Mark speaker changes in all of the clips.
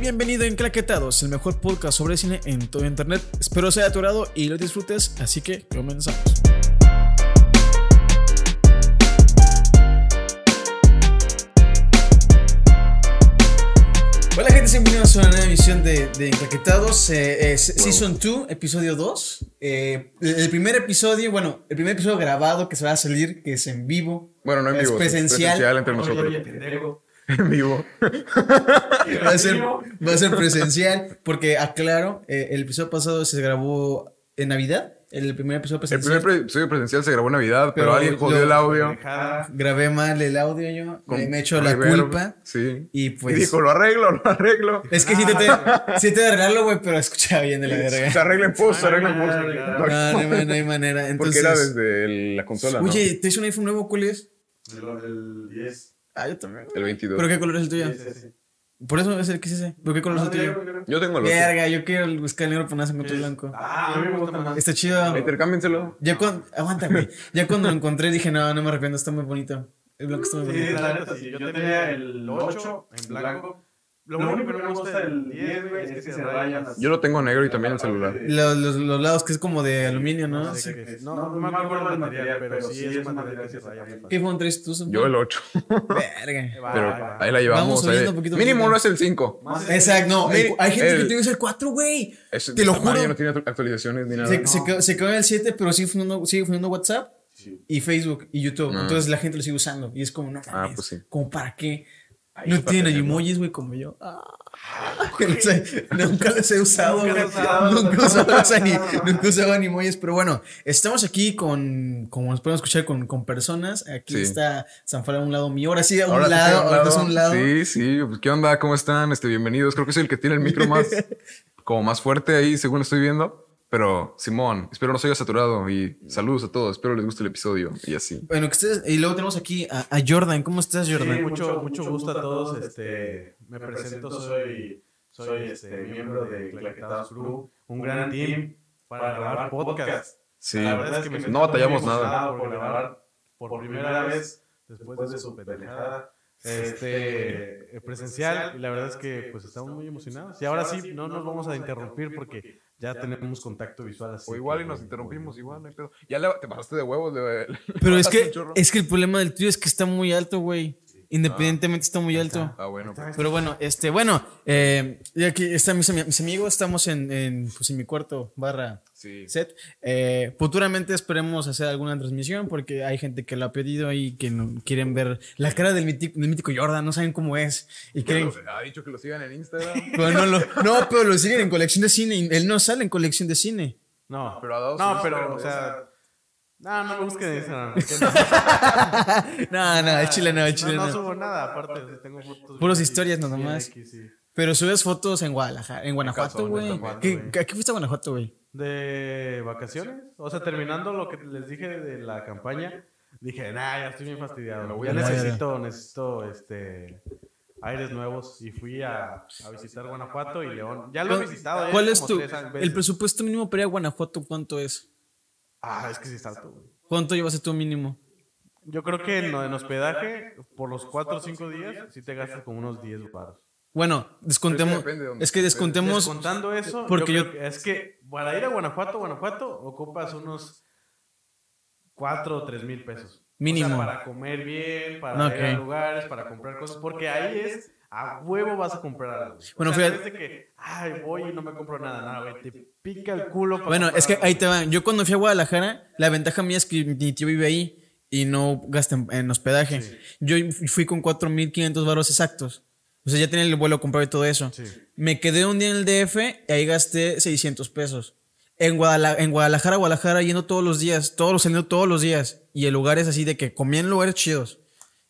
Speaker 1: bienvenido en Claquetados, el mejor podcast sobre cine en todo internet. Espero sea de tu agrado y lo disfrutes, así que comenzamos. Hola gente, bienvenidos a una nueva emisión de, de Enclaquetados, eh, es Season 2, episodio 2. Eh, el primer episodio, bueno, el primer episodio grabado que se va a salir, que es en vivo.
Speaker 2: Bueno, no en
Speaker 1: Es
Speaker 2: vivo.
Speaker 1: presencial. Ah,
Speaker 2: entre nosotros.
Speaker 3: Oye, pendejo.
Speaker 2: En vivo.
Speaker 1: Va a ser, va a ser presencial, porque aclaro, eh, el episodio pasado se grabó en Navidad, el primer episodio
Speaker 2: El
Speaker 1: presencial.
Speaker 2: primer pre- episodio presencial se grabó en Navidad, pero,
Speaker 1: Pero
Speaker 2: alguien jodió
Speaker 1: lo-
Speaker 2: el audio.
Speaker 3: Pendejada.
Speaker 1: Grabé mal el audio yo, me-
Speaker 2: con
Speaker 1: me echo la
Speaker 2: reverb.
Speaker 1: culpa
Speaker 2: Sí.
Speaker 1: y pues...
Speaker 2: Y dijo, lo arreglo, lo arreglo.
Speaker 1: es que sí te,
Speaker 3: "Ah".
Speaker 1: te, sí te arreglo, güey, pero escucha bien de la
Speaker 2: Se
Speaker 1: verga.
Speaker 2: arregla en post, se arregla en
Speaker 3: Ah,
Speaker 2: post.
Speaker 3: arreglado.
Speaker 2: No,
Speaker 1: No, no, hay man- no hay manera.
Speaker 2: porque
Speaker 1: Entonces,
Speaker 2: era desde el- la consola, ¿no?
Speaker 1: Oye, ¿te hizo un iPhone nuevo? ¿Cuál es?
Speaker 3: El- El 10.
Speaker 1: Ah, yo también.
Speaker 2: El 22.
Speaker 1: ¿Pero qué color es el tuyo?
Speaker 3: Sí, sí, sí.
Speaker 1: Por eso es el que es ese. ¿Pero qué color es el tuyo?
Speaker 2: Yo tengo el otro.
Speaker 1: Verga, yo quiero buscar el negro, pero nada se encontró el blanco.
Speaker 3: Ah, a mí me gusta más.
Speaker 1: Está chido.
Speaker 2: Intercámbienselo.
Speaker 1: Ya cuando, aguanta, güey. Ya cuando lo encontré dije, no, no me arrepiento, está muy bonito. El blanco está muy
Speaker 3: Sí,
Speaker 1: bonito.
Speaker 3: la neta, sí. Yo tenía el 8 en blanco. Lo único que no me gusta del 10, güey, es que se rayan las...
Speaker 2: Yo lo tengo negro y también el celular.
Speaker 1: Los, los, los lados que es como de aluminio, ¿no?
Speaker 3: No, sé
Speaker 1: Sí.
Speaker 3: qué es. no, no me acuerdo del material, pero sí es un material que se raya. muy fácil.
Speaker 1: ¿Qué iPhone traes tú? Samson?
Speaker 2: Yo el 8.
Speaker 1: Verga.
Speaker 3: Va,
Speaker 2: Pero
Speaker 3: va, va.
Speaker 2: ahí la llevamos.
Speaker 1: Vamos subiendo
Speaker 2: ahí-
Speaker 1: poquito a
Speaker 2: Mínimo
Speaker 1: poquito.
Speaker 2: no es el 5.
Speaker 3: Más
Speaker 1: Exacto, no. el-
Speaker 2: El-
Speaker 1: hay gente que
Speaker 2: el-
Speaker 1: tiene que usar 4, güey.
Speaker 2: Es-
Speaker 1: Te lo
Speaker 2: tamaño,
Speaker 1: juro.
Speaker 2: No tiene actualizaciones ni nada.
Speaker 1: Se, se quedó, se quedó en el 7, pero sigue funcionando, sigue funcionando WhatsApp
Speaker 3: Sí.
Speaker 1: y Facebook y YouTube.
Speaker 2: Ah.
Speaker 1: Entonces la gente lo sigue usando. Y es como, no mames,
Speaker 2: pues sí.
Speaker 1: ¿como para qué?
Speaker 2: Ahí
Speaker 1: No
Speaker 2: está
Speaker 1: tienen
Speaker 2: teniendo.
Speaker 1: emojis, güey, como yo. Ah, que los he- nunca los he usado,
Speaker 3: Nunca
Speaker 1: güey.
Speaker 3: los he usado,
Speaker 1: Nunca
Speaker 3: nunca los he
Speaker 1: usaba ni,
Speaker 3: usado.
Speaker 1: nunca usaba ni emojis. Pero bueno, estamos aquí con, como nos pueden escuchar, con, con personas. Aquí
Speaker 2: Sí.
Speaker 1: está Sanfara a un lado mío. Ahora sí, a un
Speaker 2: Ahora sí
Speaker 1: lado,
Speaker 2: estoy a un
Speaker 1: ahorita es a
Speaker 2: lado.
Speaker 1: un lado.
Speaker 2: Sí, sí, pues, ¿qué onda? ¿Cómo están? Este, bienvenidos. Creo que soy el que tiene el micro más, como más fuerte ahí, según estoy viendo. Pero, Simón, espero no se haya saturado y saludos a todos. Espero les guste el episodio y así.
Speaker 1: Bueno, que ustedes, y luego tenemos aquí a, a Jordan. ¿Cómo estás,
Speaker 3: Sí,
Speaker 1: Jordan?
Speaker 3: mucho, mucho gusto a todos. Este, me presento, soy, soy este, miembro de Claquetados Crew, un gran team para grabar podcast.
Speaker 2: Sí,
Speaker 3: La verdad es que me siento
Speaker 2: no batallamos
Speaker 3: muy
Speaker 2: nada.
Speaker 3: emocionado por grabar por primera vez después de su pendejada este, eh, presencial. Y la verdad es que pues estamos muy emocionados. Y ahora sí, no nos vamos a interrumpir porque ya tenemos contacto visual. así
Speaker 2: O igual y
Speaker 3: que-
Speaker 2: nos interrumpimos, igual, no hay pedo. Ya le- te pasaste de huevos. le- le-
Speaker 1: Pero es
Speaker 2: bajaste un
Speaker 1: que,
Speaker 2: chorro.
Speaker 1: es que el problema del tuyo es que está muy alto, güey. Independientemente está muy alto.
Speaker 2: Ah, bueno. pues.
Speaker 1: Pero bueno, este, bueno, eh, y aquí están mis, ami- mis amigos, estamos en, en, pues, en mi cuarto barra
Speaker 2: Sí.
Speaker 1: set. Eh, futuramente esperemos hacer alguna transmisión porque hay gente que lo ha pedido y que no- quieren ver la cara del mítico, del mítico Jordan, no saben cómo es. Y quieren,
Speaker 2: Ha dicho que lo sigan en Instagram.
Speaker 1: pero no, lo- no, pero lo siguen en colección de cine, y él no sale en colección de cine.
Speaker 3: No,
Speaker 2: Pero a dos,
Speaker 3: no,
Speaker 2: sí,
Speaker 3: pero,
Speaker 2: pero,
Speaker 3: o
Speaker 2: o
Speaker 3: sea. No, no me busquen en Instagram.
Speaker 1: No, no, es chile no, es
Speaker 3: No,
Speaker 1: chile
Speaker 3: no
Speaker 1: no.
Speaker 3: subo nada, aparte tengo fotos.
Speaker 1: Puras
Speaker 3: bien
Speaker 1: historias nada
Speaker 3: bien
Speaker 1: más.
Speaker 3: X, sí.
Speaker 1: Pero subes fotos en Guadalajara, en Guanajuato,
Speaker 2: Calzón,
Speaker 1: güey.
Speaker 2: Guanajuato,
Speaker 1: ¿Qué,
Speaker 3: güey.
Speaker 1: ¿A qué fuiste a Guanajuato, güey?
Speaker 3: De vacaciones, o sea, terminando lo que les dije de la campaña, dije, nah, ya estoy bien
Speaker 2: Lo
Speaker 3: fastidiado.
Speaker 2: voy
Speaker 3: Ya
Speaker 2: a-
Speaker 3: necesito, necesito este aires nuevos y fui a, a visitar Guanajuato y León. Ya lo he visitado. ya
Speaker 1: ¿Cuál es
Speaker 3: como
Speaker 1: tu
Speaker 3: tres veces.
Speaker 1: el presupuesto mínimo para ir a Guanajuato? ¿Cuánto es?
Speaker 3: Ah, es que sí está alto. güey.
Speaker 1: ¿Cuánto llevas a tu mínimo?
Speaker 3: Yo creo que en, en hospedaje, por los 4 o 5 días, sí te gastas como unos 10 baros.
Speaker 1: Bueno, descontemos.
Speaker 2: Pues depende de dónde
Speaker 1: Es que
Speaker 2: estés.
Speaker 1: descontemos.
Speaker 3: Contando eso,
Speaker 1: porque
Speaker 3: porque
Speaker 1: yo-
Speaker 3: es que para ir a Guanajuato, Guanajuato, ocupas unos 4 o 3 mil pesos.
Speaker 1: Mínimo.
Speaker 3: O sea, para comer bien, para
Speaker 1: Ok.
Speaker 3: ir a lugares, para comprar cosas, porque ahí es a huevo vas a comprar algo.
Speaker 1: Bueno,
Speaker 3: o sea, no
Speaker 1: fíjate-
Speaker 3: es de que, ay, voy y no me compro nada, nada, güey, te pica el culo. para
Speaker 1: Bueno,
Speaker 3: comprar
Speaker 1: es que
Speaker 3: algo.
Speaker 1: ahí te van. Yo cuando fui a Guadalajara, la ventaja mía es que mi tío vive ahí y no gasta en, en hospedaje.
Speaker 3: Sí.
Speaker 1: Yo fui con 4.500 varos exactos. O sea, ya tenía el vuelo comprado y todo eso.
Speaker 3: Sí.
Speaker 1: Me quedé un día en el DF y ahí gasté 600 pesos. En, Guadala- en Guadalajara, Guadalajara, yendo todos los días, todos los saliendo todos los días. Y el lugar es así de que comía en lugares chidos.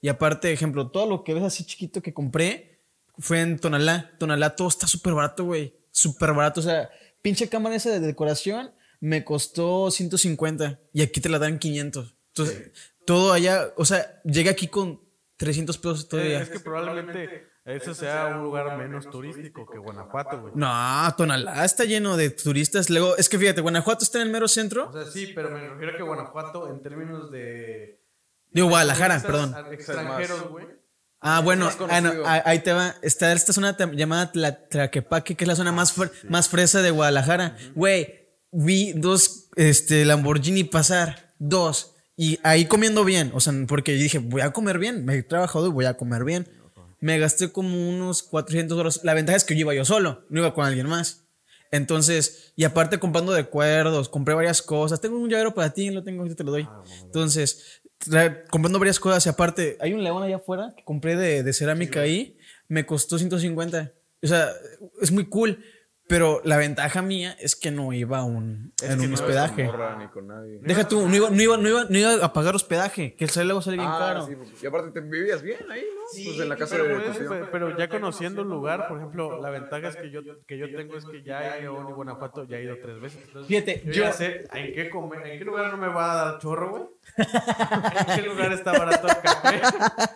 Speaker 1: Y aparte, ejemplo, todo lo que ves así chiquito que compré fue en Tonalá. Tonalá todo está súper barato, güey. Súper barato. O sea, pinche cámara esa de decoración me costó 150 y aquí te la dan 500. Entonces, todo allá, o sea, llegué aquí con 300 pesos
Speaker 3: Sí,
Speaker 1: todavía.
Speaker 3: es que probablemente eso sea un lugar menos turístico que Guanajuato, güey.
Speaker 1: No, Tonalá está lleno de turistas. Luego, es que fíjate, Guanajuato está en el mero
Speaker 3: O
Speaker 1: centro.
Speaker 3: sea, sí, pero me refiero que Guanajuato en términos de
Speaker 1: Digo, Guadalajara,
Speaker 3: turistas
Speaker 1: perdón.
Speaker 3: Extranjeros, güey.
Speaker 1: Ah, bueno,
Speaker 2: más
Speaker 1: ah, no,
Speaker 2: conocido.
Speaker 1: ah, ahí te va. Está esta zona tam- llamada Tla- Tlaquepaque, que es la zona más, fre- más fresa de Guadalajara. Güey, vi dos este, Lamborghini pasar, dos, y ahí comiendo bien. O sea, porque yo dije, voy a comer bien, me he trabajado y voy a comer bien. Me gasté como unos 400 dólares. La ventaja es que yo iba yo solo, no iba con alguien más. Entonces, y aparte comprando de cuerdos, compré varias cosas. Tengo un llavero para ti, lo tengo, ahorita te lo doy.
Speaker 3: Ah,
Speaker 1: Entonces, tra- comprando varias cosas y aparte, hay un león allá afuera que compré de, de cerámica ahí, me costó 150. O sea, es muy cool, pero la ventaja mía es que no iba a un, en un hospedaje.
Speaker 2: ni con nadie.
Speaker 1: Deja tú, no iba, no, iba, no, iba, no iba a pagar hospedaje, que el sale luego sale bien
Speaker 3: Ah,
Speaker 1: caro.
Speaker 2: sí, pues, y aparte te vivías bien ahí, ¿no? pues en la casa de
Speaker 3: Pero,
Speaker 2: tu
Speaker 3: pues,
Speaker 2: tío.
Speaker 3: pe- pero ya conociendo el lugar, por ejemplo, la ventaja es que yo, que yo tengo es que ya he ido a León y Guanajuato, ya he ido tres veces. Entonces,
Speaker 1: Fíjate,
Speaker 3: yo,
Speaker 1: yo-
Speaker 3: ya sé en qué, comer, en qué lugar no me va a dar chorro, güey. En qué lugar está barato el café.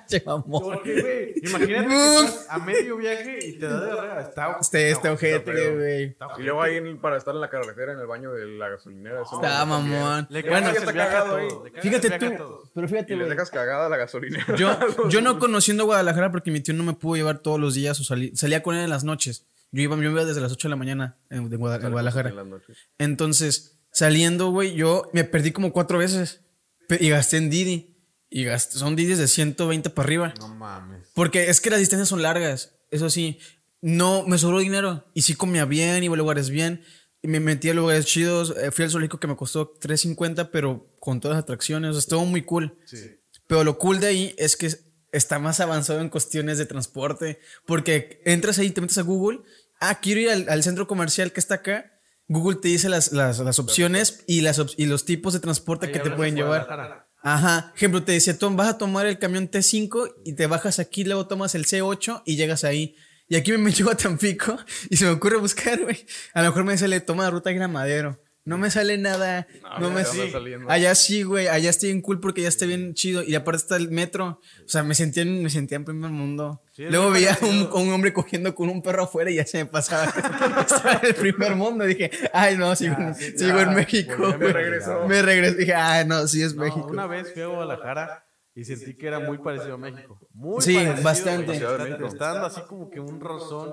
Speaker 1: Che, mamón.
Speaker 3: Porque, güey, imagínate que estás a medio viaje y te da de arriba. Está,
Speaker 1: Este, este
Speaker 3: está- está
Speaker 1: ojete,
Speaker 3: feo.
Speaker 1: güey.
Speaker 3: Está
Speaker 2: Y
Speaker 3: ojete.
Speaker 2: luego ahí en- para estar en la carretera, en el baño de la gasolinera. eso no
Speaker 1: Está
Speaker 2: lo recomiendo.
Speaker 1: Ah, mamón.
Speaker 3: Le
Speaker 2: Bueno, ya
Speaker 3: cagas el
Speaker 2: está
Speaker 3: viaje a
Speaker 2: cagado ahí.
Speaker 3: todos, le cagas el
Speaker 1: Fíjate
Speaker 3: viaje a
Speaker 1: tú,
Speaker 3: todos.
Speaker 1: pero
Speaker 2: Y
Speaker 1: fíjate,
Speaker 2: les
Speaker 1: güey.
Speaker 2: dejas cagada la gasolinera.
Speaker 1: Yo, yo no conociendo Guadalajara porque mi tío no me pudo llevar todos los días o salí- salía con él en las noches. Yo iba, yo iba desde las 8 de la mañana en, de Guada- en
Speaker 2: En
Speaker 1: Guadalajara.
Speaker 2: las noches.
Speaker 1: Entonces, saliendo, güey, yo me perdí como cuatro veces Pe- y gasté en Didi. Y gasté, son Didis de 120 para arriba.
Speaker 3: No mames.
Speaker 1: Porque es que las distancias son largas. Eso sí, no me sobró dinero. Y sí comía bien, iba a lugares bien. Y me metí a lugares chidos. Eh, Fui al zoológico que me costó 3.50, pero con todas las atracciones. O sea, estuvo muy cool.
Speaker 3: Sí.
Speaker 1: Pero lo cool de ahí es que está más avanzado en cuestiones de transporte. Porque entras ahí, te metes a Google. Ah, quiero ir al, al centro comercial que está acá. Google te dice las, las- las opciones y, las op- y los tipos de transporte que te pueden llevar.
Speaker 3: Guadalajara.
Speaker 1: Ajá. Ejemplo, te decía, Tom, vas a tomar el camión T5 y te bajas aquí, luego tomas el C8 y llegas ahí. Y aquí me metió a Tampico y se me ocurre buscar, güey. A lo mejor me sale, toma la ruta Gramadero. No me sale nada. No,
Speaker 2: ya
Speaker 1: me
Speaker 2: te anda
Speaker 1: sí.
Speaker 2: saliendo.
Speaker 1: Allá sí, güey. Allá estoy bien cool porque ya está bien chido. Y aparte está el metro. O sea, me sentía en, me sentía en primer mundo.
Speaker 3: Sí, es
Speaker 1: luego
Speaker 3: muy
Speaker 1: veía un,
Speaker 3: parecido.
Speaker 1: un hombre cogiendo con un perro afuera y ya se me pasaba. Estaba en el primer mundo. Dije, ay, no, sigo, en-
Speaker 3: sí,
Speaker 1: sigo
Speaker 3: ya.
Speaker 1: en México.
Speaker 3: Volví a mi
Speaker 1: güey".
Speaker 2: realidad.
Speaker 1: Me regresé. Dije, ay, no, sí es
Speaker 3: No,
Speaker 1: México.
Speaker 3: Una vez fui a Guadalajara y sentí que era muy parecido a México. Muy
Speaker 1: Sí,
Speaker 3: parecido,
Speaker 1: bastante.
Speaker 3: güey.
Speaker 2: Ciudad de
Speaker 3: Está,
Speaker 2: México.
Speaker 3: está dando así como que un rozón.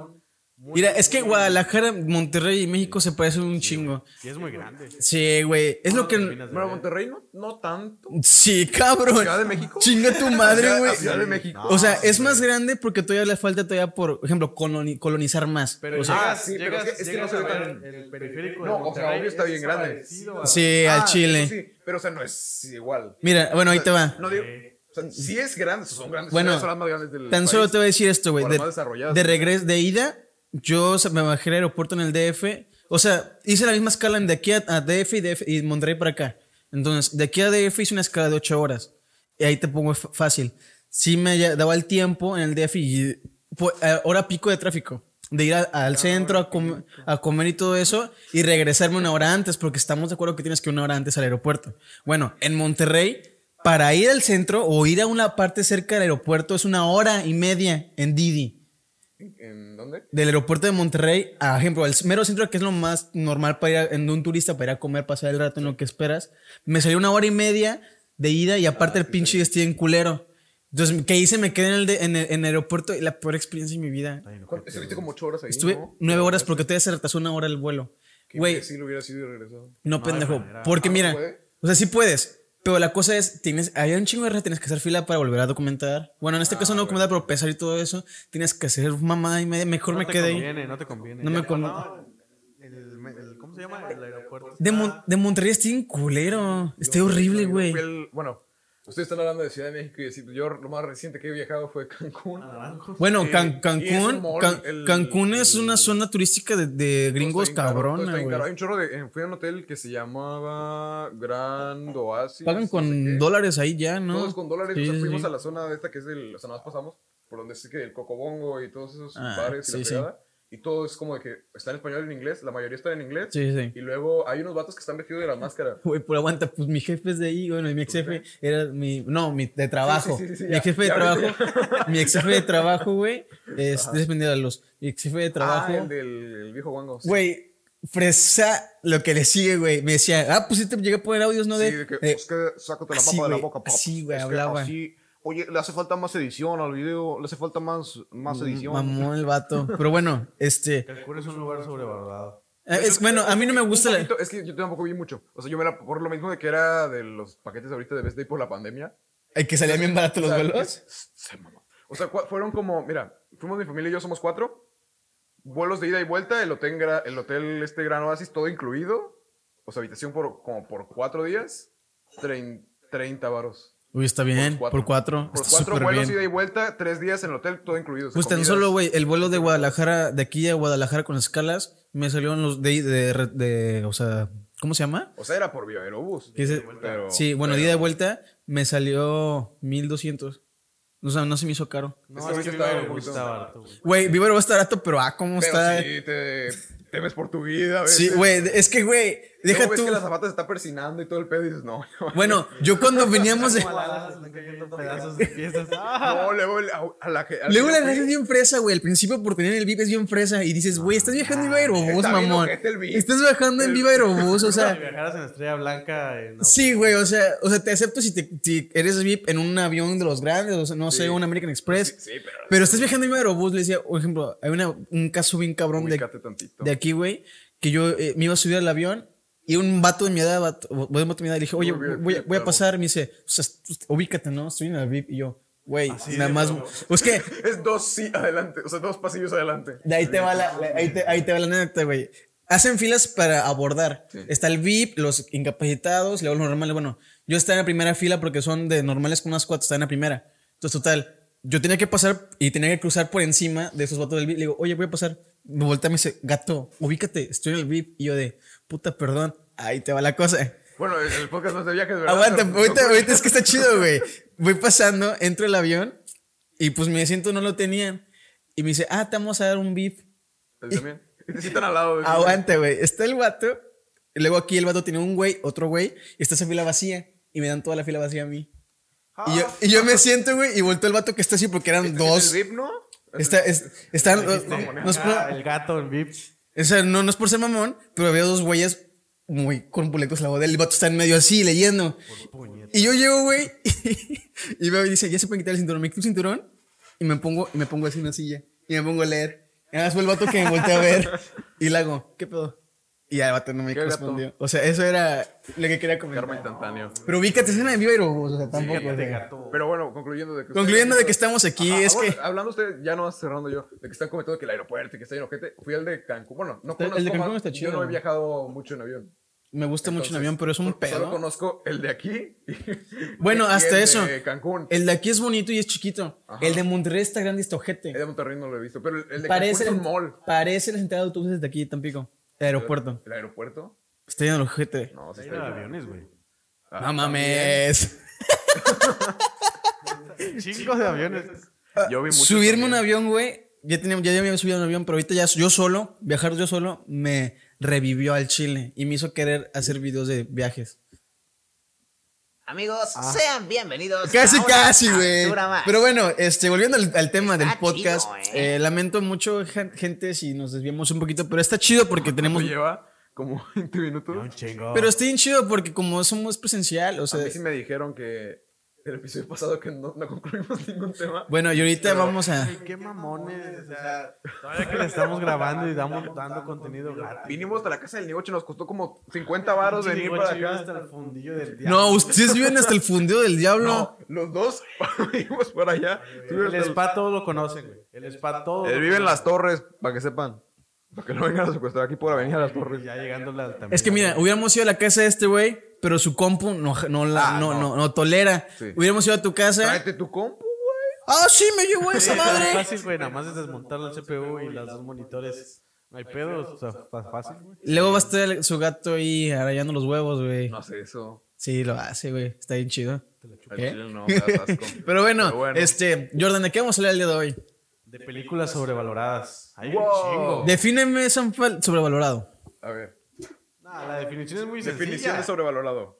Speaker 3: muy-
Speaker 1: Mira, es que Guadalajara, Monterrey y México se parecen un chingo.
Speaker 3: Y es muy grande.
Speaker 1: Sí, güey. Es lo que.
Speaker 3: Terminas de
Speaker 2: Bueno,
Speaker 3: ver.
Speaker 2: Monterrey no, no tanto.
Speaker 1: Sí, cabrón.
Speaker 2: ¿Ciudad de México?
Speaker 1: Chinga tu madre,
Speaker 2: Ciudad-
Speaker 1: güey.
Speaker 2: la Ciudad de México.
Speaker 1: O sea, es más grande porque todavía le falta todavía, por ejemplo, coloni- colonizar más.
Speaker 3: Pero
Speaker 1: O sea,
Speaker 3: llegas,
Speaker 2: ah, sí, pero
Speaker 3: llegas,
Speaker 2: es que- es que no
Speaker 3: llegas
Speaker 2: se
Speaker 3: a
Speaker 2: ve
Speaker 3: ver
Speaker 2: tan-
Speaker 3: el periférico de
Speaker 2: No, o sea,
Speaker 3: Monterrey,
Speaker 2: obvio está
Speaker 3: es
Speaker 2: bien grande.
Speaker 3: parecido a-
Speaker 1: sí, eh, al
Speaker 2: Ah,
Speaker 1: chile.
Speaker 2: eso sí, pero o sea, no es igual.
Speaker 1: Mira, bueno, ahí te va.
Speaker 2: No digo, o sea, sí es grande, son grandes.
Speaker 1: Bueno,
Speaker 2: ciudades, son las más grandes del
Speaker 1: Tan solo
Speaker 2: país.
Speaker 1: te voy a decir esto, güey.
Speaker 2: Por
Speaker 1: De,
Speaker 2: más desarrolladas.
Speaker 1: de regreso, de ida, yo se- me bajé al aeropuerto en el DF. O sea, hice la misma escala en de aquí a, a DF, y DF y Monterrey para acá. Entonces, de aquí a DF hice una escala de 8 horas. Y ahí te pongo f- fácil. Sí me ya- daba el tiempo en el DF y fue- a hora pico de tráfico. De ir a- al centro a, com- a comer y todo eso y regresarme una hora antes, porque estamos de acuerdo que tienes que una hora antes al aeropuerto. Bueno, en Monterrey para ir al centro o ir a una parte cerca del aeropuerto es una hora y media en Didi.
Speaker 2: ¿En dónde?
Speaker 1: Del aeropuerto de Monterrey, a ejemplo, al mero centro, que es lo más normal para ir a- en un turista, para ir a comer, pasar el rato en lo que esperas, me salió una hora y media de ida y aparte el pinche destino en culero. Entonces, ¿qué hice? Me quedé en el, de- en el, en el aeropuerto y la peor experiencia de mi vida.
Speaker 2: ¿Cuánto- Estuviste como ocho horas ahí.
Speaker 1: Estuve
Speaker 2: ¿no?
Speaker 1: nueve horas porque todavía se retrasó una hora el vuelo. Güey,
Speaker 2: Sí, lo hubiera sido y regresado.
Speaker 1: no, pendejo. Porque mira,
Speaker 2: puede.
Speaker 1: o sea, sí puedes. Pero la cosa es, tienes, hay un chingo de redes, tienes que hacer fila para volver a documentar. Bueno, en este caso no documentar, pero pesar y todo eso. Tienes que hacer mamá y media. Mejor
Speaker 3: No
Speaker 1: me
Speaker 3: te
Speaker 1: quedé ahí.
Speaker 3: conviene, no te conviene.
Speaker 1: No
Speaker 3: Ya
Speaker 1: me
Speaker 3: te-
Speaker 1: con-
Speaker 3: el- el- ¿Cómo se llama? El aeropuerto.
Speaker 1: De, Mon- de Monterrey está bien culero. Está horrible,
Speaker 2: Yo
Speaker 1: güey.
Speaker 2: fui al- Bueno, ustedes están hablando de Ciudad de México y decir, yo lo más reciente que he viajado fue Cancún.
Speaker 1: Bueno, Can-
Speaker 2: y es
Speaker 1: Cancún,
Speaker 2: un mall,
Speaker 1: Can-
Speaker 2: el-
Speaker 1: Cancún es una zona turística de, de gringos
Speaker 2: Está bien caro, todo está
Speaker 1: cabrona,
Speaker 2: bien caro.
Speaker 1: güey.
Speaker 2: Hay un chorro de. eh, Fui a un hotel que se llamaba Grand Oasis.
Speaker 1: Pagan
Speaker 2: no sé
Speaker 1: con
Speaker 2: qué.
Speaker 1: dólares ahí ya, ¿no?
Speaker 2: Todos con dólares.
Speaker 1: Sí,
Speaker 2: o sea,
Speaker 1: sí,
Speaker 2: fuimos
Speaker 1: sí.
Speaker 2: a la zona de esta que es del. O sea, nada más pasamos por donde sí que el Cocobongo y todos esos
Speaker 1: Ah,
Speaker 2: bares y
Speaker 1: sí,
Speaker 2: la
Speaker 1: sí.
Speaker 2: fregada. Y todo es como de que está en español y en inglés. La mayoría está en inglés.
Speaker 1: Sí, sí.
Speaker 2: Y luego hay unos vatos que están vestidos de la máscara.
Speaker 1: Güey, pero aguanta, pues mi jefe es de ahí, bueno, mi ex jefe era mi, no, mi de trabajo,
Speaker 2: sí, sí, sí,
Speaker 1: mi
Speaker 2: ya,
Speaker 1: ex jefe de
Speaker 2: ya
Speaker 1: trabajo,
Speaker 2: ahorita
Speaker 1: mi ex jefe de trabajo, güey, es dependiendo de los, mi ex jefe de trabajo,
Speaker 2: Ah, el del el viejo guango. sí.
Speaker 1: güey, fresa lo que le sigue, güey, me decía, ah, pues sí te llegué a poner audios, ¿no?
Speaker 2: Sí,
Speaker 1: de,
Speaker 2: de que,
Speaker 1: de-
Speaker 2: es que sácate la
Speaker 1: así,
Speaker 2: papa de la
Speaker 1: güey,
Speaker 2: boca, pop.
Speaker 1: así, güey,
Speaker 2: Es que
Speaker 1: hablaba.
Speaker 2: así,
Speaker 4: oye, le hace falta más edición al video, le hace falta más, más edición.
Speaker 1: Mm, Mamón el vato. Pero bueno, este.
Speaker 3: Cancún es un lugar sobrevalorado.
Speaker 1: eh, Es, bueno, a mí no me gusta la.
Speaker 2: poquito- es que yo tampoco vi mucho. O sea, yo me la, por lo mismo de que era de los paquetes ahorita de Best Day por la pandemia.
Speaker 1: Ay, que salían bien baratos los
Speaker 2: O sea,
Speaker 1: vuelos.
Speaker 2: es- se mamó. O sea, cua- fueron como, mira, fuimos mi familia y yo somos cuatro. Vuelos de ida y vuelta, el hotel, gra- el hotel este Gran Oasis, todo incluido. O sea, habitación por, como por cuatro días, trein- 30 varos.
Speaker 1: Uy, está bien.
Speaker 2: cuatro.
Speaker 1: Por cuatro.
Speaker 2: Por
Speaker 1: está
Speaker 2: cuatro
Speaker 1: súper
Speaker 2: vuelos
Speaker 1: bien.
Speaker 2: ida y vuelta, tres días en el hotel, todo incluido. o sea,
Speaker 1: Pues tan
Speaker 2: comidas.
Speaker 1: solo, güey, el vuelo de Guadalajara, de aquí a Guadalajara con escalas, me salió en los de, de, de- o sea, ¿cómo se llama?
Speaker 2: O sea, era por vía aerobús.
Speaker 1: Que se-
Speaker 2: Pero-
Speaker 1: sí, bueno, día de vuelta me salió 1200. O sea, no se me hizo caro.
Speaker 3: No,
Speaker 2: Ese
Speaker 3: es
Speaker 2: güey sí
Speaker 3: que
Speaker 2: estaba
Speaker 3: Viva
Speaker 2: un
Speaker 3: Aerobús
Speaker 2: poquito
Speaker 3: está
Speaker 2: más
Speaker 3: barato, güey.
Speaker 1: Güey, Vivero está barato, pero ah, cómo
Speaker 2: Pero
Speaker 1: está.
Speaker 2: sí, te, te ves por tu vida. a veces.
Speaker 1: Sí, güey, es que, güey,
Speaker 2: Luego
Speaker 1: deja
Speaker 2: ves
Speaker 1: tú.
Speaker 2: que la zapata se está persinando y todo el pedo y dices, no, no,
Speaker 1: Bueno, yo cuando veníamos de.
Speaker 3: Como aladas, están cayendo pedazos de piezas. ¡Ah!
Speaker 2: no, luego el- a, a la que... al
Speaker 1: Luego la
Speaker 2: que yo fui,
Speaker 1: raza es bien fresa, güey. Al principio por tener el VIP es bien fresa. Y dices, güey, estás viajando en Viva Aerobús,
Speaker 2: Ah, Está bien
Speaker 1: mamón.
Speaker 2: ojete el VIP.
Speaker 1: Estás viajando en Viva Aerobús, o sea.
Speaker 3: Si viajaras en Estrella Blanca, eh, no.
Speaker 1: Sí, güey, o sea, o sea, te acepto si, te, si eres VIP en un avión de los grandes, o sea, no sé, un American Express.
Speaker 2: Sí, sí, pero-
Speaker 1: estás viajando en un aerobús, le decía, por ejemplo, hay una- un caso bien cabrón de,
Speaker 2: ubícate tantito.
Speaker 1: de aquí, güey, que yo eh, me iba a subir al avión y un vato de mi edad, vato- un vato de mi edad, le dije, oye,
Speaker 2: Muy bien,
Speaker 1: voy, a- voy a
Speaker 2: claro.
Speaker 1: pasar, me dice, o sea, ubícate, ¿no? Estoy en el VIP y yo, güey, nada
Speaker 3: de
Speaker 1: más,
Speaker 3: huevo.
Speaker 1: pues que
Speaker 2: Es dos sí adelante, o sea, dos pasillos adelante.
Speaker 1: de ahí te va la, la- ahí te, ahí te va la anécdota, güey. Hacen filas para abordar. Está el VIP, los incapacitados, luego los normales. Bueno, yo estaba en la primera fila porque son de normales con unas cuatro, estaba en la primera. Entonces, total, yo tenía que pasar y tenía que cruzar por encima de esos vatos del VIP. Le digo, oye, voy a pasar. Me voltea y me dice, gato, ubícate, estoy en el VIP. Y yo de, puta, perdón, ahí te va la cosa.
Speaker 2: Bueno, el, el podcast no es de viajes, ¿verdad?
Speaker 1: Aguanta,
Speaker 2: Pero-
Speaker 1: ahorita, ahorita es que está chido, güey. Voy pasando, entro al avión y pues mi asiento no lo tenían. Y me dice, ah, te vamos a dar un VIP.
Speaker 2: Él pues, también. Y te citan al lado. güey.
Speaker 1: Aguanta, güey. Está el vato. Y luego aquí el vato tiene un güey, otro güey. Y está esa fila vacía. Y me dan toda la fila vacía a mí. Y yo, y yo me siento, güey. Y voltó el vato que está así porque eran
Speaker 2: ¿Es
Speaker 1: dos.
Speaker 2: el VIP, no?
Speaker 1: Está, es- están. No, no es por-
Speaker 3: Ah, el gato en Vips.
Speaker 1: o sea, no, no es por ser mamón. Pero había dos güeyes muy corpulentos. La boda. El vato está en medio así, leyendo. Y yo llego, güey. Y, veo y dice: Ya se pueden quitar el cinturón. Me quito el cinturón. Y me pongo, y me pongo así en una silla. Y me pongo a leer. Y nada más fue el vato que me volteó a ver. Y le hago: ¿Qué pedo? Y ya el vato no me
Speaker 2: ¿Qué
Speaker 1: respondió. O sea, eso era lo que quería comentar.
Speaker 2: Karma instantáneo.
Speaker 1: Pero ubícate, es una en vivo aerobús, o sea, tampoco. o sea.
Speaker 2: Pero bueno, concluyendo de que...
Speaker 1: pues, Concluyendo de que estamos aquí,
Speaker 2: Ah,
Speaker 1: es
Speaker 2: bueno,
Speaker 1: que.
Speaker 2: Hablando ustedes, ya no vas cerrando yo, de que están comentando que el aeropuerto y que está lleno de gente, fui al de Cancún. Bueno, no
Speaker 1: Está- el de
Speaker 2: conozco
Speaker 1: Cancún
Speaker 2: más,
Speaker 1: está chido,
Speaker 2: Yo no he
Speaker 1: güey.
Speaker 2: viajado mucho en avión.
Speaker 1: Me gusta mucho el
Speaker 2: Entonces,
Speaker 1: avión, pero es un
Speaker 2: solo- Solo
Speaker 1: pedo.
Speaker 2: conozco el de aquí. y-
Speaker 1: Bueno,
Speaker 2: y
Speaker 1: hasta
Speaker 2: el
Speaker 1: eso.
Speaker 2: De Cancún. El,
Speaker 1: El de aquí es bonito y es chiquito.
Speaker 2: Ajá.
Speaker 1: El de Monterrey está grande y está ojete.
Speaker 2: de Monterrey no lo he visto, pero el, el de
Speaker 1: Parece,
Speaker 2: Cancún
Speaker 1: la-
Speaker 2: es un mall.
Speaker 1: parece la entrada de autobuses de aquí, Tampico. El aeropuerto.
Speaker 2: ¿El aeropuerto?
Speaker 1: Está lleno de ojete.
Speaker 2: No, sí
Speaker 3: Hay
Speaker 2: está lleno.
Speaker 3: aviones, güey.
Speaker 2: Ah,
Speaker 1: No mames.
Speaker 3: Chingos de aviones.
Speaker 2: Yo vi muchos
Speaker 1: Subirme a
Speaker 2: también.
Speaker 1: un avión, güey. Ya, tenía, ya me había subido a un avión, pero ahorita ya yo solo, viajar yo solo, me revivió al Chile y me hizo querer hacer videos de viajes.
Speaker 5: Amigos, sean bienvenidos.
Speaker 1: Ah. Casi,
Speaker 5: a una
Speaker 1: casi, güey.
Speaker 5: aventura más.
Speaker 1: Pero bueno, este, volviendo al, al tema
Speaker 5: Está
Speaker 1: del podcast,
Speaker 5: chido, ¿eh?
Speaker 1: eh, lamento mucho, gen- gente, si nos desviamos un poquito, pero está chido porque tenemos.
Speaker 2: ¿Cuánto lleva como 20 minutos.
Speaker 3: Un chingo.
Speaker 1: Pero está bien chido porque como somos presencial, o
Speaker 2: a
Speaker 1: sea.
Speaker 2: mí sí me dijeron que el episodio pasado que no, no concluimos ningún tema.
Speaker 1: Bueno, y ahorita vamos a.
Speaker 3: Ay, qué mamones. O sea, todavía que le estamos grabando y damos dando contenido gratis.
Speaker 2: Vinimos hasta la casa del Nioche, nos costó como 50 varos venir para
Speaker 3: Chingos
Speaker 2: acá.
Speaker 3: hasta el fundillo del diablo.
Speaker 1: No, ustedes viven hasta el fundido del diablo.
Speaker 2: No, los dos vinimos para allá.
Speaker 3: El spa todos lo conocen, güey. El spa todo.
Speaker 2: Él vive en Eh, las torres, para que sepan. Para que no vengan a secuestrar aquí por Avenida Las Torres.
Speaker 3: Ya llegando la alta.
Speaker 1: Es que mira, hubiéramos ido a la casa de este güey, pero su compu no, no, la,
Speaker 2: Ah,
Speaker 1: no, no.
Speaker 2: no.
Speaker 1: no tolera.
Speaker 2: Sí.
Speaker 1: Hubiéramos ido a tu casa.
Speaker 2: Tráete tu este, compu.
Speaker 1: Ah, sí, me llevó
Speaker 3: Sí,
Speaker 1: esa
Speaker 3: Es
Speaker 1: madre.
Speaker 3: fácil, güey. Nada más es desmontar la CPU y los dos monitores. No hay pedo. O sea, fa- fácil, güey.
Speaker 1: Luego va a estar el- su gato ahí arallando los huevos, güey.
Speaker 2: No hace eso.
Speaker 1: Sí, lo hace, güey. Está bien chido.
Speaker 2: Al
Speaker 1: ¿Qué?
Speaker 2: chile No, me das asco.
Speaker 1: Pero bueno,
Speaker 2: Pero bueno.
Speaker 1: este, Jordan, ¿de qué vamos a hablar el día de hoy?
Speaker 3: De películas sobrevaloradas. Hay un
Speaker 2: Wow.
Speaker 3: chingo.
Speaker 1: Defíneme Sanfal sobrevalorado.
Speaker 2: A ver.
Speaker 3: Nah, la definición es muy
Speaker 2: Definición
Speaker 3: sencilla.
Speaker 2: de sobrevalorado.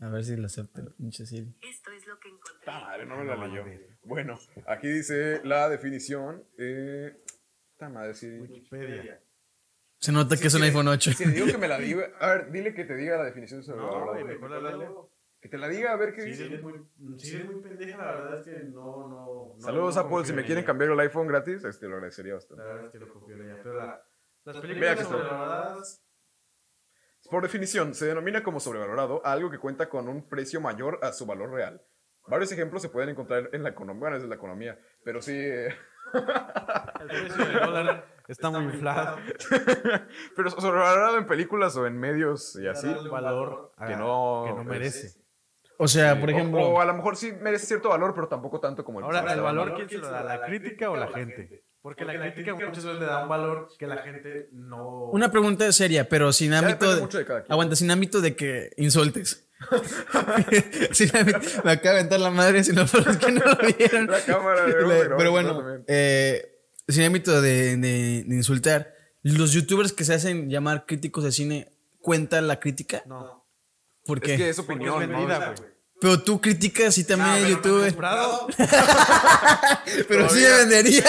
Speaker 1: A ver si lo acepta el pinche Siri.
Speaker 6: Esto es lo que encontré.
Speaker 2: Ta madre, Ah, no me la leyó. Bueno, aquí dice la definición. Eh, ta madre, sí.
Speaker 3: Wikipedia.
Speaker 1: Se nota que es un iPhone 8.
Speaker 2: Si le digo que me la diga. A ver, dile que te diga la definición sobre
Speaker 3: No,
Speaker 2: valorado.
Speaker 3: güey, mejor hablarle.
Speaker 2: Que te la diga a ver qué
Speaker 3: Sí,
Speaker 2: dice.
Speaker 3: eres muy, sí eres muy pendeja, la verdad es que no, no. no-
Speaker 2: Saludos,
Speaker 3: no
Speaker 2: Apple. Si
Speaker 3: confío
Speaker 2: me
Speaker 3: en
Speaker 2: quieren
Speaker 3: ella.
Speaker 2: cambiar el iPhone gratis, este, lo agradecería bastante.
Speaker 3: La verdad es que no confío en ella. Pero la- las
Speaker 2: Vea
Speaker 3: películas
Speaker 2: que
Speaker 3: sobre
Speaker 2: está.
Speaker 3: la verdad.
Speaker 2: Por definición, se denomina como sobrevalorado a algo que cuenta con un precio mayor a su valor real. Varios ejemplos se pueden encontrar en la economía, bueno, es de la economía, pero sí, eh,
Speaker 3: El precio del dólar está muy inflado.
Speaker 2: pero sobrevalorado en películas o en medios y así.
Speaker 3: Darle un valor
Speaker 2: Ah, que
Speaker 3: a-
Speaker 2: no-
Speaker 3: que no merece.
Speaker 1: O sea, por
Speaker 2: O-
Speaker 1: ejemplo.
Speaker 2: O, a lo mejor sí merece cierto valor, pero tampoco tanto como el
Speaker 3: Ahora, ¿el
Speaker 2: sobrevalorado.
Speaker 3: valor quién se lo da? ¿La crítica o la gente? Porque la crítica muchas veces le da un valor que la gente no.
Speaker 1: Una pregunta seria, pero sin ámbito
Speaker 2: depende
Speaker 1: de,
Speaker 2: mucho de cada quien.
Speaker 1: aguanta, sin ámbito de que insultes. Sin ámbito- me acaba de aventar la madre, sino para los que no lo vieron.
Speaker 2: La cámara,
Speaker 1: La-
Speaker 2: güey, bueno,
Speaker 1: pero
Speaker 2: no,
Speaker 1: bueno,
Speaker 2: también.
Speaker 1: eh, sin ámbito de, de- de insultar, los youtubers que se hacen llamar críticos de cine cuentan la crítica,
Speaker 3: No.
Speaker 1: ¿por qué?
Speaker 2: Es que es
Speaker 3: Porque
Speaker 2: opinión,
Speaker 3: es pues,
Speaker 2: ¿no?
Speaker 3: vendida, güey.
Speaker 1: Pero tú criticas y
Speaker 3: Ah,
Speaker 1: también el youtuber,
Speaker 3: Comprado,
Speaker 1: pero sí me vendería.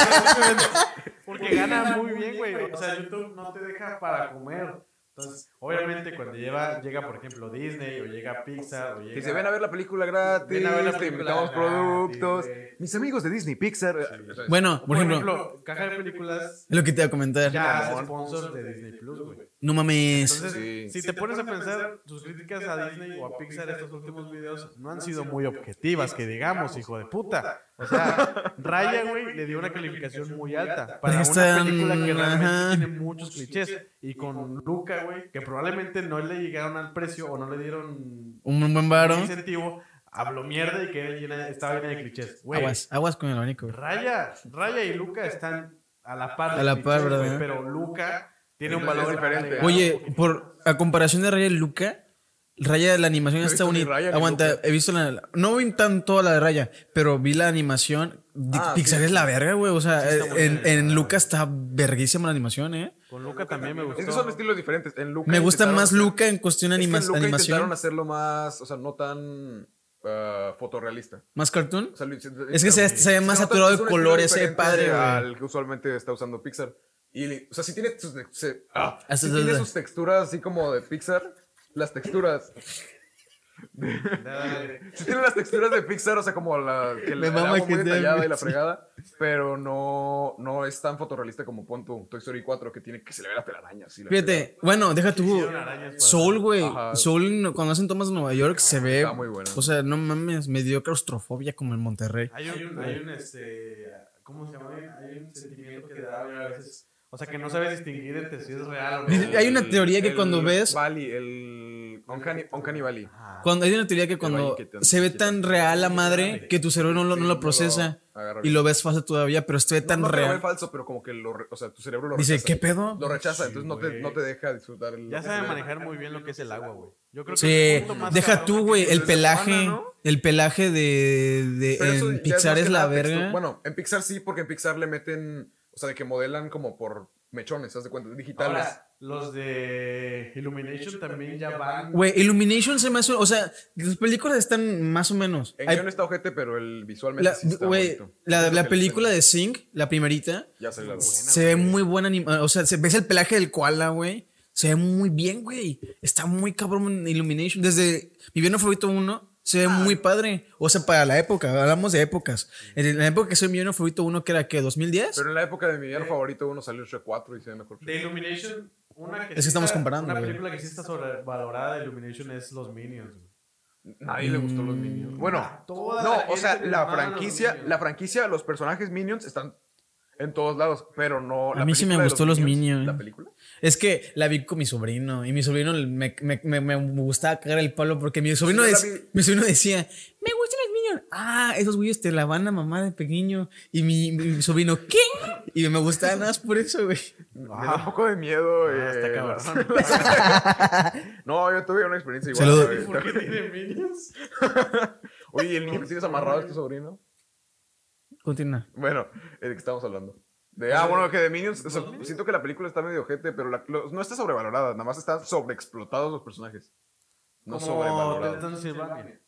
Speaker 3: Porque gana muy bien, güey. O sea, YouTube no te deja para comer. Entonces, obviamente, cuando lleva, llega, por ejemplo, Disney o llega Pixar o llega.
Speaker 2: Que se ven a ver la película gratis,
Speaker 3: Ven a ver la
Speaker 2: te
Speaker 3: película
Speaker 2: invitamos
Speaker 3: gratis,
Speaker 2: productos.
Speaker 3: güey.
Speaker 2: Mis amigos de Disney, Pixar. eh,
Speaker 1: Bueno, por ejemplo,
Speaker 3: caja de películas
Speaker 1: es lo que te iba a comentar.
Speaker 3: ya hace Ah, sponsor de Disney Plus, güey.
Speaker 1: No mames.
Speaker 3: Entonces,
Speaker 2: Sí.
Speaker 3: si te pones a pensar, tus críticas a Disney o a Pixar estos últimos videos no han sido muy objetivas, que digamos, hijo de puta. O sea, Raya, güey, le dio una calificación muy alta para una
Speaker 1: Están-
Speaker 3: película que realmente
Speaker 1: ajá.
Speaker 3: tiene muchos clichés. Y con Luca, güey, que probablemente no le llegaron al precio o no le dieron
Speaker 1: Un buen varo.
Speaker 3: incentivo, habló mierda y que era llena- estaba llena de clichés. Güey,
Speaker 1: Aguas, aguas con el abanico. güey.
Speaker 3: Raya, Raya y Luca están a la par. de
Speaker 1: A la
Speaker 3: clichés,
Speaker 1: par,
Speaker 3: güey,
Speaker 1: ¿verdad?
Speaker 3: Pero Luca tiene un
Speaker 2: Entonces
Speaker 3: valor
Speaker 2: es diferente.
Speaker 3: diferente.
Speaker 1: Oye, por a comparación de Raya y Luca, Raya de la animación
Speaker 2: No he
Speaker 1: está
Speaker 2: visto ni
Speaker 1: bonita.
Speaker 2: Raya ni
Speaker 1: Aguanta,
Speaker 2: Luca.
Speaker 1: he visto la, la- no vi tanto la de Raya, pero vi la animación. Di-
Speaker 2: Ah,
Speaker 1: Pixar
Speaker 2: sí.
Speaker 1: es la verga, güey. O sea,
Speaker 3: está muy
Speaker 1: en,
Speaker 3: bien.
Speaker 1: en Luca está verguísima la animación, eh.
Speaker 3: Con Luca también me gustó.
Speaker 2: Es que son estilos diferentes. En Luca
Speaker 1: Me gusta
Speaker 2: intentaron-
Speaker 1: más Luca en cuestión de
Speaker 2: Es que en
Speaker 1: anima-
Speaker 2: Luca intentaron
Speaker 1: animación,
Speaker 2: hacerlo más, o sea, no tan ah, fotorrealista.
Speaker 1: más cartoon.
Speaker 2: O sea, lo intentaron-
Speaker 1: Es que se,
Speaker 2: Sí.
Speaker 1: se ve más
Speaker 2: nota que
Speaker 1: saturado
Speaker 2: es
Speaker 1: de
Speaker 2: un
Speaker 1: colores,
Speaker 2: estilo
Speaker 1: eh, padre,
Speaker 2: diferente
Speaker 1: güey.
Speaker 2: Al que usualmente está usando Pixar. Y, le- o sea, si tiene sus, se- ah,
Speaker 1: Ah,
Speaker 2: sí
Speaker 1: sí,
Speaker 2: tiene
Speaker 1: sí,
Speaker 2: sus
Speaker 1: sí.
Speaker 2: texturas así como de Pixar, las texturas. Si tiene las texturas de Pixar, o sea, como la que
Speaker 1: Me
Speaker 2: la,
Speaker 1: mama
Speaker 2: la hago
Speaker 1: que sea
Speaker 2: muy detallada y la
Speaker 1: así.
Speaker 2: fregada, pero no, no es tan fotorrealista como pon tu Toy Story 4 que tiene que se le ve la telaraña. así, la fregada.
Speaker 1: Fíjate, bueno, deja tu
Speaker 3: Hicieron arañas para-
Speaker 1: Soul, güey.
Speaker 2: Ajá.
Speaker 1: Soul, no- cuando hacen tomas en Nueva York, se ve.
Speaker 2: Está muy buena.
Speaker 1: O sea, no mames, me dio claustrofobia como en Monterrey.
Speaker 3: Hay un, hay un, este, ¿cómo se llama? Hay un sentimiento que da a veces, o sea, que no sabes distinguir entre si es real o
Speaker 1: Dice-
Speaker 3: no.
Speaker 1: hay una teoría que
Speaker 2: el
Speaker 1: cuando ves-
Speaker 2: Valley, el Uncanny, Uncanny Valley.
Speaker 1: Cuando hay una teoría que cuando
Speaker 2: que te-
Speaker 1: se ve
Speaker 2: que te-
Speaker 1: tan real la madre que tu cerebro no lo, no lo
Speaker 2: no
Speaker 1: procesa
Speaker 2: lo agarra
Speaker 1: y lo ves falso todavía, pero se ve tan
Speaker 2: no, no te lo ve
Speaker 1: real.
Speaker 2: falso, pero como que lo, re- o sea, tu cerebro lo
Speaker 1: Dice,
Speaker 2: rechaza.
Speaker 1: ¿qué pedo?
Speaker 2: Lo rechaza,
Speaker 3: Sí,
Speaker 2: entonces no te,
Speaker 3: güey.
Speaker 2: no te deja disfrutar. el-
Speaker 3: Ya saben manejar muy bien lo que es el agua, güey. Yo creo que
Speaker 1: Sí,
Speaker 3: el punto más
Speaker 1: deja
Speaker 3: cabrón
Speaker 1: tú,
Speaker 3: que
Speaker 1: güey,
Speaker 3: tiene
Speaker 1: el
Speaker 3: es
Speaker 1: pelaje,
Speaker 2: humana, ¿no?
Speaker 1: el pelaje de, de-
Speaker 2: Pero eso ya
Speaker 1: en
Speaker 2: más
Speaker 1: Pixar
Speaker 2: que
Speaker 1: es la
Speaker 2: nada textu-
Speaker 1: verga.
Speaker 2: Bueno, en Pixar sí, porque en Pixar le meten, o sea, de que modelan como por mechones, ¿haz de cuenta? Digitales.
Speaker 3: Ahora, los de Illumination también ya van.
Speaker 1: Güey, Illumination se me hace, o sea, las películas están más o menos.
Speaker 2: En
Speaker 1: Hay-
Speaker 2: guión está ojete, pero el visualmente
Speaker 1: la,
Speaker 2: sí está
Speaker 1: güey,
Speaker 2: bonito.
Speaker 1: la,
Speaker 2: Es lo
Speaker 1: la
Speaker 2: que
Speaker 1: película
Speaker 2: le
Speaker 1: de Sing, la primerita,
Speaker 2: tengo. Ya se la
Speaker 1: se ve muy buena anima- o sea, se, ves el pelaje del koala, güey. Se ve muy bien, güey. Está muy cabrón en Illumination. Desde mi viernes favorito 1 se ve muy
Speaker 2: Ah.
Speaker 1: padre. O sea, para la época, hablamos de épocas. En la época que soy mi viernes favorito 1, que era que 2010.
Speaker 2: Pero en la época de mi villano favorito uno salió Shrek 4 y se ve mejor.
Speaker 3: Eh, De Illumination, una que
Speaker 1: Es que
Speaker 3: sí
Speaker 1: estamos
Speaker 3: está-
Speaker 1: comparando,
Speaker 3: Una
Speaker 1: güey.
Speaker 3: película que sí está sobrevalorada de Illumination es Los Minions, güey.
Speaker 2: Nadie le gustó los Minions. Bueno,
Speaker 3: Mm, Toda
Speaker 2: no,
Speaker 3: la
Speaker 2: o sea,
Speaker 3: gente
Speaker 2: la
Speaker 3: amaba a los
Speaker 2: franquicia,
Speaker 3: Minions.
Speaker 2: la franquicia, los personajes Minions están en todos lados, pero no.
Speaker 1: A
Speaker 2: la
Speaker 1: mí sí me
Speaker 2: película de
Speaker 1: gustó los Minions.
Speaker 2: ¿La película?
Speaker 1: Es que la vi con mi sobrino y mi sobrino me, me- me- me gustaba cagar el palo porque mi sobrino,
Speaker 2: yo la
Speaker 1: dec-
Speaker 2: vi.
Speaker 1: mi sobrino decía, me gustan los niños. Ah, esos güeyes te la van a mamá de pequeño. Y mi, mi sobrino, ¿qué? Y me gustaba nada más por eso, güey.
Speaker 2: Me da un poco de miedo. eh,
Speaker 3: Ah, está cabrón.
Speaker 2: No, yo tuve una experiencia igual.
Speaker 1: Saludos.
Speaker 2: güey.
Speaker 3: ¿Por qué tiene Minions?
Speaker 2: Oye, ¿y el niño que tienes amarrado es tu sobrino.
Speaker 1: Continúa.
Speaker 2: Bueno, eh, ¿de qué estamos hablando? De, ah, bueno, que de Minions. o sea, siento que la película está medio ojete, pero la- los- no está sobrevalorada. Nada más están sobreexplotados los personajes. No sobrevalorados.
Speaker 3: Transylvania.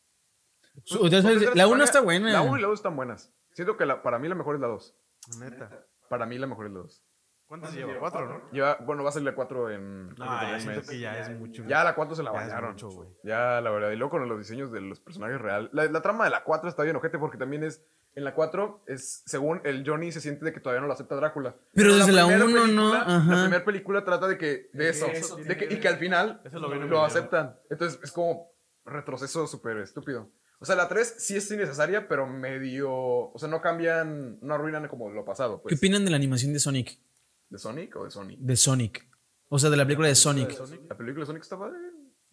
Speaker 1: Su- entonces, la 1 está buena.
Speaker 2: La 1 y la 2 están buenas. Siento que la- para mí la mejor es la 2.
Speaker 3: Neta.
Speaker 2: Para mí la mejor es la 2.
Speaker 3: ¿Cuántas lleva? Cuatro, ¿no?
Speaker 2: Lleva- bueno, va a salir la 4 en. creo que
Speaker 3: No,
Speaker 2: en
Speaker 3: Ah, ya
Speaker 2: un
Speaker 3: siento
Speaker 2: mes.
Speaker 3: que ya es mucho.
Speaker 2: Ya la 4 se la
Speaker 3: Ya es
Speaker 2: bañaron.
Speaker 3: mucho, güey.
Speaker 2: Ya, la verdad. Y luego con los diseños de los personajes real. La, la trama de la 4 está bien ojete porque también es. En la 4 es, según el Johnny, se siente de que todavía no lo acepta Drácula.
Speaker 1: Pero desde la
Speaker 2: primera
Speaker 1: uno, ¿no?
Speaker 2: película-
Speaker 1: Ajá.
Speaker 2: La primera película trata de que, de eso.
Speaker 3: eso
Speaker 2: de
Speaker 3: tiene
Speaker 2: que-
Speaker 3: que
Speaker 2: y que al final
Speaker 3: Eso lo
Speaker 2: lo,
Speaker 3: viene metiendo.
Speaker 2: aceptan. Entonces es como retroceso súper estúpido. O sea, la 3 sí es innecesaria, pero medio. O sea, no cambian, no arruinan como lo pasado,
Speaker 1: ¿Qué
Speaker 2: pues.
Speaker 1: opinan de la animación de Sonic?
Speaker 2: ¿De Sonic o de Sonic?
Speaker 1: De Sonic. O sea, de la película de Sonic.
Speaker 2: La película de Sonic está padre.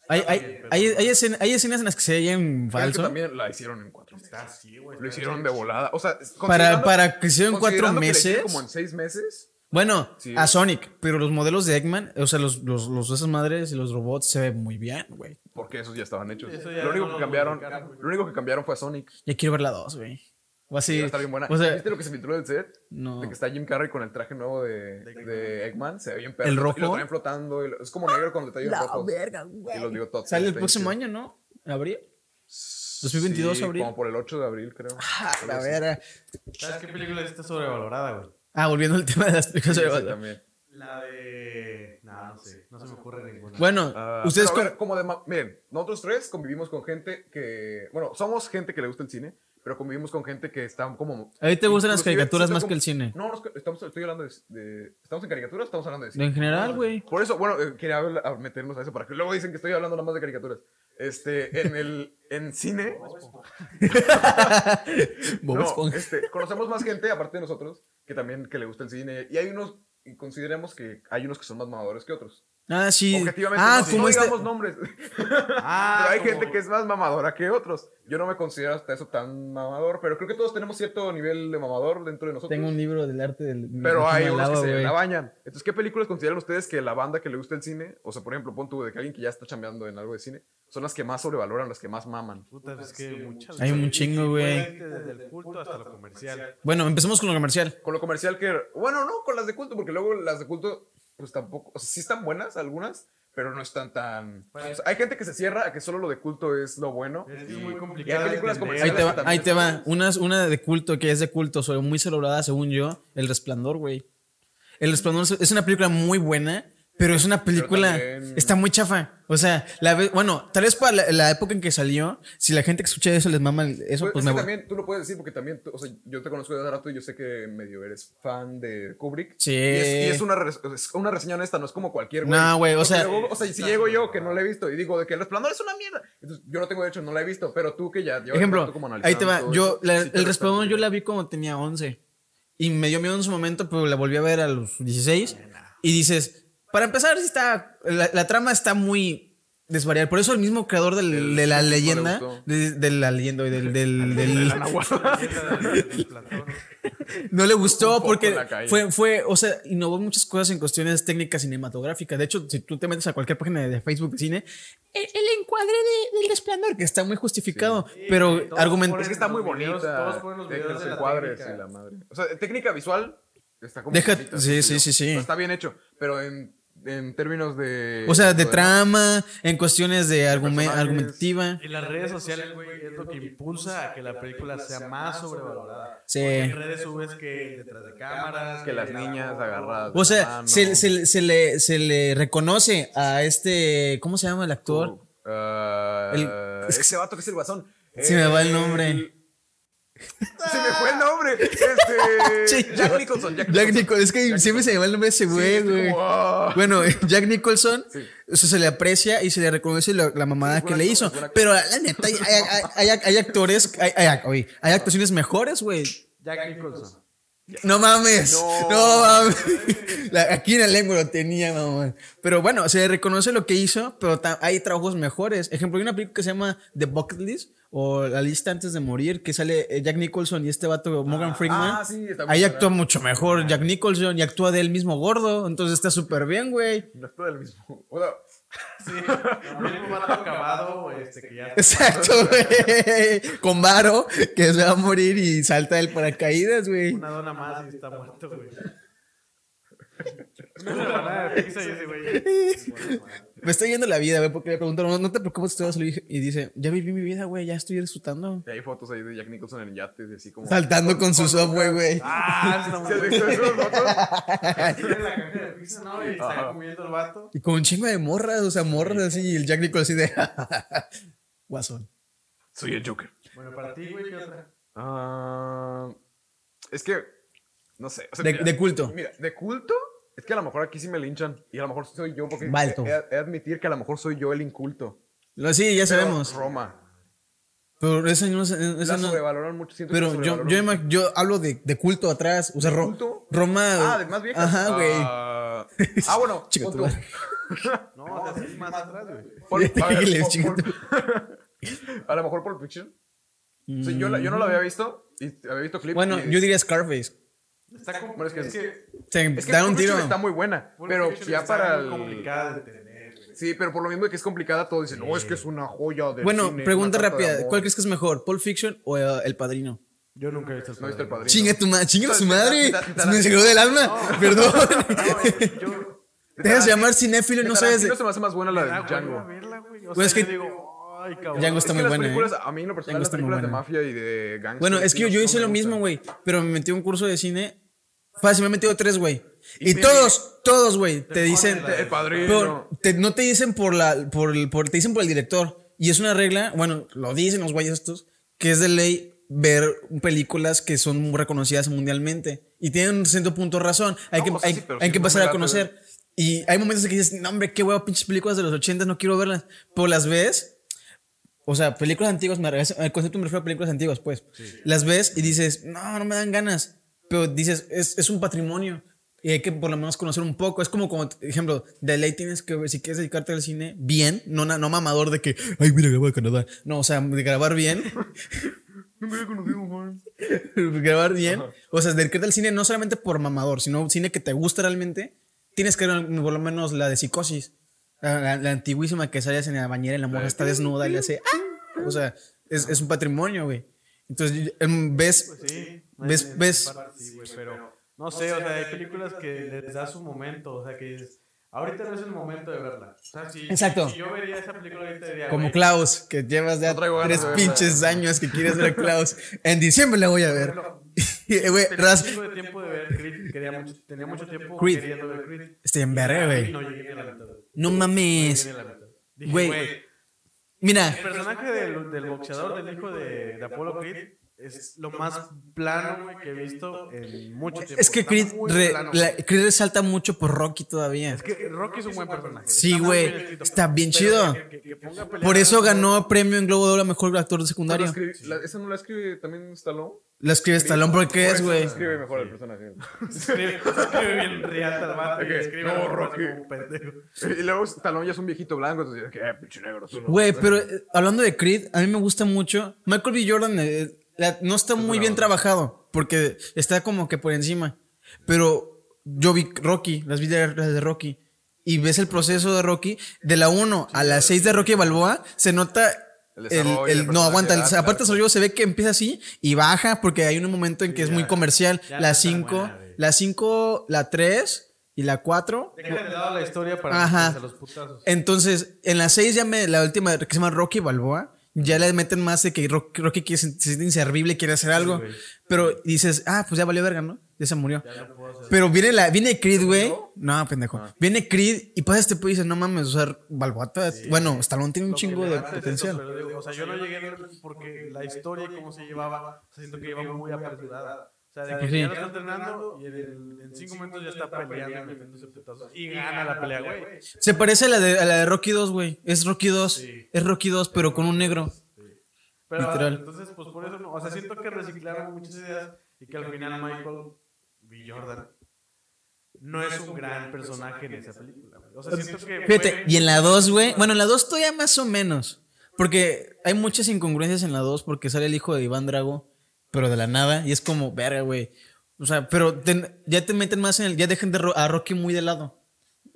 Speaker 1: Hay, hay, hay, hay, escena- hay escenas en las que se hallan
Speaker 2: Es que
Speaker 1: falso.
Speaker 2: también la hicieron en cuatro meses.
Speaker 3: Está así, güey.
Speaker 2: Lo hicieron de volada. O sea, es-
Speaker 1: Para,
Speaker 2: considerando-
Speaker 1: para que hicieron cuatro
Speaker 2: considerando que la hicieron
Speaker 1: meses.
Speaker 2: Como en seis meses.
Speaker 1: Bueno,
Speaker 2: Sí.
Speaker 1: a Sonic, pero los modelos de Eggman, o sea, los, los, los- esas madres y los robots se ven muy bien, güey.
Speaker 2: Porque esos ya estaban hechos.
Speaker 3: Eso ya
Speaker 2: lo, único
Speaker 3: no
Speaker 2: que
Speaker 3: lo
Speaker 2: cambiaron,
Speaker 3: modificaron,
Speaker 2: lo único que cambiaron fue a Sonic.
Speaker 1: Ya quiero ver la dos, güey. O así.
Speaker 2: Está bien buena.
Speaker 1: O sea,
Speaker 2: ¿Viste lo que se filtró del set?
Speaker 1: no.
Speaker 2: De que está Jim Carrey con el traje nuevo de, de Eggman. Se ve bien perro.
Speaker 1: ¿El
Speaker 2: Y lo
Speaker 1: rojo?
Speaker 2: traen flotando. y lo- es como negro con detalles rojos. Y los digo todos.
Speaker 1: Sale el próximo año, ¿no? ¿En abril? 2022
Speaker 2: Sí,
Speaker 1: abril.
Speaker 2: Como por el 8 de abril, creo.
Speaker 1: Ah, la
Speaker 2: Algo así.
Speaker 1: verga.
Speaker 3: ¿Sabes qué película está sobrevalorada, güey?
Speaker 1: Ah, volviendo al tema de las películas.
Speaker 2: Sí,
Speaker 1: de
Speaker 2: sí,
Speaker 1: Batman.
Speaker 2: también.
Speaker 3: La de. No, no sé. No se me ocurre ninguna.
Speaker 1: bueno,
Speaker 2: Ah,
Speaker 1: ustedes.
Speaker 2: pero a ver,
Speaker 1: co-
Speaker 2: como de ma- miren, nosotros tres convivimos con gente que, bueno, somos gente que le gusta el cine, pero convivimos con gente que está como
Speaker 1: A ti te gustan las
Speaker 2: inclusive,
Speaker 1: caricaturas
Speaker 2: sí,
Speaker 1: más
Speaker 2: como-
Speaker 1: que el cine.
Speaker 2: No, nos- estamos estoy hablando de, de- estamos en caricaturas, estamos hablando de cine.
Speaker 1: En general, güey.
Speaker 2: Por eso, bueno, eh, quería hablar- a meternos a eso para que luego dicen que estoy hablando nada más de caricaturas. Este, en el en cine
Speaker 1: Bob
Speaker 2: no,
Speaker 1: Esponja.
Speaker 2: este, conocemos más gente, aparte de nosotros, que también que le gusta el cine. Y hay unos, y consideremos que hay unos que son más mamadores que otros.
Speaker 1: Ah, sí.
Speaker 2: Objetivamente,
Speaker 1: Ah,
Speaker 2: no, si
Speaker 1: como
Speaker 2: no
Speaker 1: este.
Speaker 2: digamos nombres.
Speaker 3: Ah,
Speaker 2: Pero hay
Speaker 3: como-
Speaker 2: gente que es más mamadora que otros. Yo no me considero hasta eso tan mamador, pero creo que todos tenemos cierto nivel de mamador dentro de nosotros.
Speaker 1: Tengo un libro del arte del.
Speaker 2: pero hay
Speaker 1: del
Speaker 2: unos
Speaker 1: lado,
Speaker 2: que se
Speaker 1: güey.
Speaker 2: la bañan. Entonces, ¿qué películas consideran ustedes que la banda que le gusta el cine, o sea, por ejemplo, pon tú de que alguien que ya está chambeando en algo de cine, son las que más sobrevaloran, las que más maman?
Speaker 3: Puta, es que muchas.
Speaker 1: Hay un chingo, güey.
Speaker 3: Desde el culto hasta lo comercial.
Speaker 1: Bueno, empecemos con lo comercial.
Speaker 2: Con lo comercial que... Bueno, no, con las de culto, porque luego las de culto, pues tampoco... O sea, sí están buenas algunas, pero no están tan... o sea, hay gente que se cierra a que solo lo de culto es lo bueno.
Speaker 3: Pues, Es
Speaker 2: y-
Speaker 3: muy
Speaker 2: y hay
Speaker 3: complicado de
Speaker 2: películas
Speaker 3: entender.
Speaker 1: Ahí
Speaker 2: comerciales
Speaker 1: te va,
Speaker 2: que
Speaker 1: ahí
Speaker 2: también
Speaker 1: te va. Una, es- una de culto que es de culto, sobre- muy celebrada según yo, El Resplandor, güey. El Resplandor es- es una película muy buena, pero es una película.
Speaker 2: también-
Speaker 1: Está muy chafa. O sea, la ve- bueno, tal vez para la, la época en que salió, si la gente que escucha eso les mama el- eso,
Speaker 2: Pues,
Speaker 1: pues,
Speaker 2: es
Speaker 1: me
Speaker 2: que
Speaker 1: voy.
Speaker 2: también tú lo puedes decir porque también, tú- o sea, yo te conozco desde hace rato y yo sé que medio eres fan de Kubrick.
Speaker 1: Sí.
Speaker 2: Y es, y es una, res- es una reseña honesta, no es como cualquier
Speaker 1: No, güey, o
Speaker 2: Porque
Speaker 1: sea-
Speaker 2: luego, o sea, y si llego yo que no la he visto y digo de que El Resplandor es una mierda, entonces yo no tengo derecho, no la he visto, pero tú que ya llevas
Speaker 1: Ejemplo,
Speaker 2: tanto como
Speaker 1: ahí te
Speaker 2: analizando
Speaker 1: va.
Speaker 2: todo
Speaker 1: Yo, la-
Speaker 2: eso, sí te
Speaker 1: el
Speaker 2: respeto.
Speaker 1: Resplandor yo la vi cuando tenía 11. Y me dio miedo en su momento, pero la volví a ver a los 16. Y dices, para empezar, sí está, la, la trama está muy desvariada. Por eso el mismo creador del-
Speaker 2: El-
Speaker 1: de la
Speaker 2: no le
Speaker 1: leyenda,
Speaker 2: gustó.
Speaker 1: de, de la leyenda y del... del- del-
Speaker 3: Del Platón.
Speaker 1: no le
Speaker 2: Un
Speaker 1: gustó
Speaker 2: poco
Speaker 1: porque
Speaker 2: la calle.
Speaker 1: fue, fue, o sea, innovó muchas cosas en cuestiones técnicas cinematográficas. De hecho, si tú te metes a cualquier página de Facebook de cine, el, el encuadre de- del resplandor, que está muy justificado, pero
Speaker 3: todos
Speaker 1: argumentos...
Speaker 2: Es que está muy
Speaker 3: Los videos,
Speaker 2: bonita.
Speaker 3: todos ponen los
Speaker 2: de- de
Speaker 3: videos
Speaker 2: los
Speaker 3: de la
Speaker 2: encuadres
Speaker 3: técnica.
Speaker 2: y la madre. O sea, técnica visual está como.
Speaker 1: Deja-
Speaker 2: bonita,
Speaker 1: sí, sí,
Speaker 2: yo.
Speaker 1: sí, sí.
Speaker 2: O sea, está bien hecho, pero en, en términos de.
Speaker 1: O sea, de
Speaker 2: lo
Speaker 1: trama, en cuestiones de argumen-
Speaker 2: personajes.
Speaker 1: argumentativa.
Speaker 3: Y las redes sociales, güey, es lo que impulsa a que la película sea más sobrevalorada.
Speaker 1: Sí.
Speaker 3: Porque En redes subes que detrás de cámaras.
Speaker 2: Que las niñas agarradas.
Speaker 1: O sea,
Speaker 2: Ah,
Speaker 1: se,
Speaker 2: no.
Speaker 1: se- se le, se le reconoce a este. ¿Cómo se llama el actor?
Speaker 2: Uh,
Speaker 1: El-
Speaker 2: es que ese vato que es el guasón.
Speaker 1: Se me va el nombre.
Speaker 2: Se me fue el nombre. Este.
Speaker 1: Sí,
Speaker 2: Jack
Speaker 1: yo-
Speaker 2: Nicholson. Jack,
Speaker 1: Jack Nicholson. Es que
Speaker 2: Jack
Speaker 1: siempre se me va el nombre de ese güey,
Speaker 2: Nicholson. Sí,
Speaker 1: güey.
Speaker 2: como, ah.
Speaker 1: Bueno, eh, Jack Nicholson,
Speaker 2: Sí.
Speaker 1: o sea, se le aprecia y se le reconoce la, la mamada
Speaker 2: Es
Speaker 1: que
Speaker 2: buen
Speaker 1: le
Speaker 2: actor,
Speaker 1: hizo.
Speaker 2: es buen actor.
Speaker 1: Pero la neta, hay, hay- hay- hay- hay actores, hay, hay- oye, hay actuaciones mejores, güey.
Speaker 3: Jack Nicholson.
Speaker 1: No mames.
Speaker 2: No.
Speaker 1: No, mames. La- aquí en la lengua lo tenía, mamón. Pero bueno, se reconoce lo que hizo, pero ta- hay trabajos mejores. Ejemplo, hay una película que se llama The Bucket List o La lista antes de morir, que sale eh, Jack Nicholson y este vato Morgan Freeman.
Speaker 2: ah, sí, está muy
Speaker 1: Ahí
Speaker 2: buena.
Speaker 1: actúa mucho mejor Jack Nicholson y actúa del mismo gordo. Entonces está súper bien, güey.
Speaker 2: No está del mismo. O sea,
Speaker 3: Sí. También un vato acabado, este, que ya.
Speaker 1: Exacto, güey. Con Varo, que se va a morir y salta del paracaídas, güey.
Speaker 3: Una dona más y está muerto, güey. Una rebanada de pizza y ese güey.
Speaker 1: Me está yendo la vida, güey, porque le preguntaron, "No- no te preocupes, te vas a salir. Y dice, ya viví mi vida, güey, ya estoy disfrutando.
Speaker 2: Y hay fotos ahí de Jack Nicholson en yate, de así como.
Speaker 1: Saltando con su software, güey.
Speaker 3: Ah, está
Speaker 2: ¿Sí has
Speaker 3: muy
Speaker 2: visto esas fotos?
Speaker 3: Tiene la caja de pizza, ¿no? Y está comiendo el vato.
Speaker 1: Y con un chingo de morras, o sea, morras así, y el Jack Nicholson así de. Guasón.
Speaker 2: Soy el Joker.
Speaker 3: Bueno, para ti, güey, ¿qué otra?
Speaker 2: Ah, es que. No sé. o sea,
Speaker 1: De-
Speaker 2: mira,
Speaker 1: de culto.
Speaker 2: Mira, de culto. Es que a lo mejor aquí sí me linchan. Y a lo mejor soy yo. Porque
Speaker 1: Balto.
Speaker 2: he, he de admitir que a lo mejor soy yo el inculto.
Speaker 1: Lo, sí, ya
Speaker 2: Pero
Speaker 1: sabemos.
Speaker 2: Roma.
Speaker 1: Pero eso no. Eso
Speaker 2: La
Speaker 1: no-
Speaker 2: sobrevaloran mucho. siento que la
Speaker 1: pero yo, yo,
Speaker 2: sobrevaloran
Speaker 1: ima- yo hablo de, de culto atrás. O sea, Ro-
Speaker 2: culto?
Speaker 1: Roma.
Speaker 2: Ah, de más viejas.
Speaker 1: Ajá, güey.
Speaker 2: Ah, ah, bueno.
Speaker 1: Chica
Speaker 2: pon
Speaker 1: tu
Speaker 2: tú.
Speaker 1: madre.
Speaker 3: No, o sea, sí, más atrás, güey.
Speaker 2: Pon- a ver,
Speaker 1: Dile,
Speaker 2: pon-
Speaker 1: chica tu-
Speaker 2: pon- A lo mejor Pulp Fiction. O sea, yo, la- yo no lo había visto. Y había visto clips.
Speaker 1: Bueno,
Speaker 2: y-
Speaker 1: yo diría Scarface.
Speaker 3: Está como.
Speaker 2: Bueno, es que-
Speaker 3: es que.
Speaker 1: Se
Speaker 2: Es que
Speaker 1: da un
Speaker 2: Pulp
Speaker 1: tiro.
Speaker 2: Fiction está muy buena.
Speaker 3: Pulp
Speaker 2: Pero
Speaker 3: Fiction
Speaker 2: ya
Speaker 3: está
Speaker 2: para
Speaker 3: muy
Speaker 2: el.
Speaker 3: complicada de tener, güey.
Speaker 2: Sí, pero por lo mismo de que es complicada, todos dicen, no, es que es una joya de.
Speaker 1: Bueno, pregunta rápida. ¿Cuál crees que es mejor? ¿Pulp Fiction o eh, El Padrino?
Speaker 3: Yo nunca he visto el
Speaker 2: No viste el padrino.
Speaker 1: Chinga tu madre, chinga su madre.
Speaker 2: Ta- ta- ta-
Speaker 1: Me salió del alma, perdón.
Speaker 3: No, yo.
Speaker 1: Te dejas llamar cinéfilo y no sabes.
Speaker 2: No se me hace más buena la de
Speaker 3: Django.
Speaker 2: Django.
Speaker 3: verla, güey. O
Speaker 1: Pues
Speaker 3: sea,
Speaker 1: es que-
Speaker 3: es que. Digo, ay, cabrón.
Speaker 1: Django
Speaker 2: Es
Speaker 1: está
Speaker 2: que
Speaker 1: muy
Speaker 2: las
Speaker 1: buena, eh.
Speaker 2: películas, A mí, en lo personal,
Speaker 1: Django
Speaker 2: las
Speaker 1: está muy
Speaker 2: películas de
Speaker 1: buena.
Speaker 2: mafia y de gangsters.
Speaker 1: Bueno, es que yo, yo
Speaker 2: no
Speaker 1: hice
Speaker 2: me
Speaker 1: lo
Speaker 2: gustan.
Speaker 1: mismo, güey. Pero me metí a un curso de cine. Fácil, me he metido tres, güey. Y,
Speaker 2: pide-
Speaker 1: todos, todos, güey, te dicen.
Speaker 2: Este, El padrino.
Speaker 1: Pero te- no te dicen por la. Por, el- por- te dicen por el director. Y es una regla, bueno, lo dicen los güeyes estos, que es de ley ver películas que son muy reconocidas mundialmente. Y tienen un cierto punto razón. Hay
Speaker 2: No,
Speaker 1: que,
Speaker 2: o sea,
Speaker 1: hay,
Speaker 2: sí, pero
Speaker 1: hay
Speaker 2: sí,
Speaker 1: que
Speaker 2: no me
Speaker 1: pasar a
Speaker 2: late,
Speaker 1: conocer. Y hay momentos en que dices, no, hombre, qué huevo, pinches películas de los 80, no quiero verlas. Pero las ves o sea, películas antiguas, me regreso- el concepto me refiero a películas antiguas, pues. Las ves y dices, no, no me dan ganas. Pero dices, es, es un patrimonio y hay que por lo menos conocer un poco. Es como, como t- ejemplo, de ley tienes que, si quieres dedicarte al cine, bien, no, na- no mamador de que, ay, mira, grabo de Canadá. No, o sea, de grabar bien,
Speaker 2: Nunca había conocido un joven.
Speaker 1: grabar bien. O sea, dedicarte al cine no solamente por mamador, sino cine que te gusta realmente. Tienes que ver por lo menos la de psicosis. La, la- la antiguísima que sales en la bañera y la mujer está desnuda y le hace. "Ah". O sea, es, es un patrimonio, güey. Entonces, em, ves.
Speaker 3: Pues Sí.
Speaker 1: ¿Ves-
Speaker 3: en- en
Speaker 1: ves?
Speaker 3: esa parte Sí, güey, pero. No sé, o sea, hay películas que les da su momento. O sea, que dices. Ahorita no es el momento de verla. O sea, si,
Speaker 1: Exacto.
Speaker 3: si yo vería esa película ahorita diría.
Speaker 1: Como
Speaker 3: güey,
Speaker 1: Klaus, que llevas ya
Speaker 2: No traigo ganas
Speaker 1: tres
Speaker 2: de verla.
Speaker 1: pinches años que quieres ver a Klaus. En diciembre la voy a ver. Y, Güey,
Speaker 3: Tenía
Speaker 1: ras-
Speaker 3: mucho tiempo de ver Creed. Quería mucho, tenía mucho tiempo
Speaker 1: Creed.
Speaker 3: queriendo ver Creed.
Speaker 1: Estoy en verga,
Speaker 3: Y
Speaker 1: güey.
Speaker 3: no llegué ni a la mitad. güey.
Speaker 1: No
Speaker 3: No
Speaker 1: mames.
Speaker 3: llegué ni a la mitad. Dije,
Speaker 1: Güey.
Speaker 3: güey,
Speaker 1: Mira,
Speaker 3: El personaje del, del boxeador, del hijo de, de Apollo Creed, es lo más plano güey, que he visto en mucho tiempo.
Speaker 1: es que
Speaker 3: Está
Speaker 1: Creed,
Speaker 3: muy
Speaker 1: re-
Speaker 3: plano,
Speaker 1: la-
Speaker 3: güey.
Speaker 1: Creed resalta mucho por Rocky todavía.
Speaker 3: Es que Rocky es un buen personaje.
Speaker 1: Sí,
Speaker 3: Está muy
Speaker 1: güey,
Speaker 3: bien escrito.
Speaker 1: está bien
Speaker 3: Pero
Speaker 1: chido.
Speaker 3: que- que- que ponga peleas-
Speaker 1: Por eso ganó premio en Globo de Oro a mejor actor
Speaker 2: ¿La
Speaker 1: secundario.
Speaker 2: escribe- la- ¿Esa no la escribe también Stallone?
Speaker 1: La escribe Stallone porque
Speaker 2: Por
Speaker 1: es,
Speaker 2: eso
Speaker 1: güey.
Speaker 2: Escribe mejor el personaje.
Speaker 3: Escribe, escribe bien real al vato y
Speaker 2: Ok,
Speaker 3: escribe
Speaker 2: no,
Speaker 3: como-
Speaker 2: Rocky.
Speaker 3: como un pendejo.
Speaker 2: Y luego Stallone ya es un viejito blanco, entonces dice que, eh, pinche negro. tú no".
Speaker 1: Güey, pero eh, hablando de Creed, a mí me gusta mucho. Michael B. Jordan eh, la- no está muy bien trabajado porque está como que por encima. Pero yo vi Rocky, las vi de, las de Rocky. Y ves el proceso de Rocky. De la 1 a la 6 de Rocky Balboa, se nota.
Speaker 2: El
Speaker 1: El,
Speaker 2: desarrollo,
Speaker 1: el-
Speaker 2: la
Speaker 1: no aguanta, el-
Speaker 2: personalidad,
Speaker 1: aparte
Speaker 2: claro.
Speaker 1: el desarrollo se ve que empieza así y baja porque hay un momento en que es muy comercial.
Speaker 3: ya
Speaker 1: la
Speaker 3: no está
Speaker 1: 5,
Speaker 3: buena, güey.
Speaker 1: la 5, la 3 y la 4
Speaker 3: Deja de lado la historia para
Speaker 1: Ajá.
Speaker 3: meterse a los putazos.
Speaker 1: entonces, en las seis ya me, la última que se llama Rocky Balboa, ya le meten más de que Rock- Rocky, quiere- se siente inservible, quiere hacer algo.
Speaker 3: güey.
Speaker 1: pero dices, ah, pues ya valió verga, ¿no? Ya se murió. pero viene la, viene Creed, güey. No, pendejo. Viene Creed y pasa este pues y dices, no mames, o sea, Balboa, todavía- bueno, Stallone tiene un chingo de
Speaker 3: Antes
Speaker 1: potencial.
Speaker 3: eso, pero digo, o sea, yo no llegué a ver porque la historia y cómo se llevaba, o sea, siento que iba muy apresurada. O sea, de que
Speaker 1: Sí.
Speaker 3: ya lo está entrenando y en, el- en cinco minutos ya está peleando y metiéndose putazos. Y gana la pelea, güey.
Speaker 1: Se parece a la de, a la de Rocky 2, güey. Es Rocky 2. Es Rocky 2, pero con un negro.
Speaker 3: Pero
Speaker 1: Literal.
Speaker 3: entonces, pues por eso, no, o sea, siento que reciclaron muchas ideas y que al final Michael B. Jordan no es un gran personaje en esa película. güey. O sea, siento que.
Speaker 1: Fíjate,
Speaker 3: fue-
Speaker 1: y en la 2, güey. Bueno, en la 2 todavía más o menos. Porque hay muchas incongruencias en la 2 porque sale el hijo de Iván Drago, pero de la nada. Y es como, verga, güey. O sea, pero ten- ya te meten más en el. Ya dejan de ro- a Rocky muy de lado.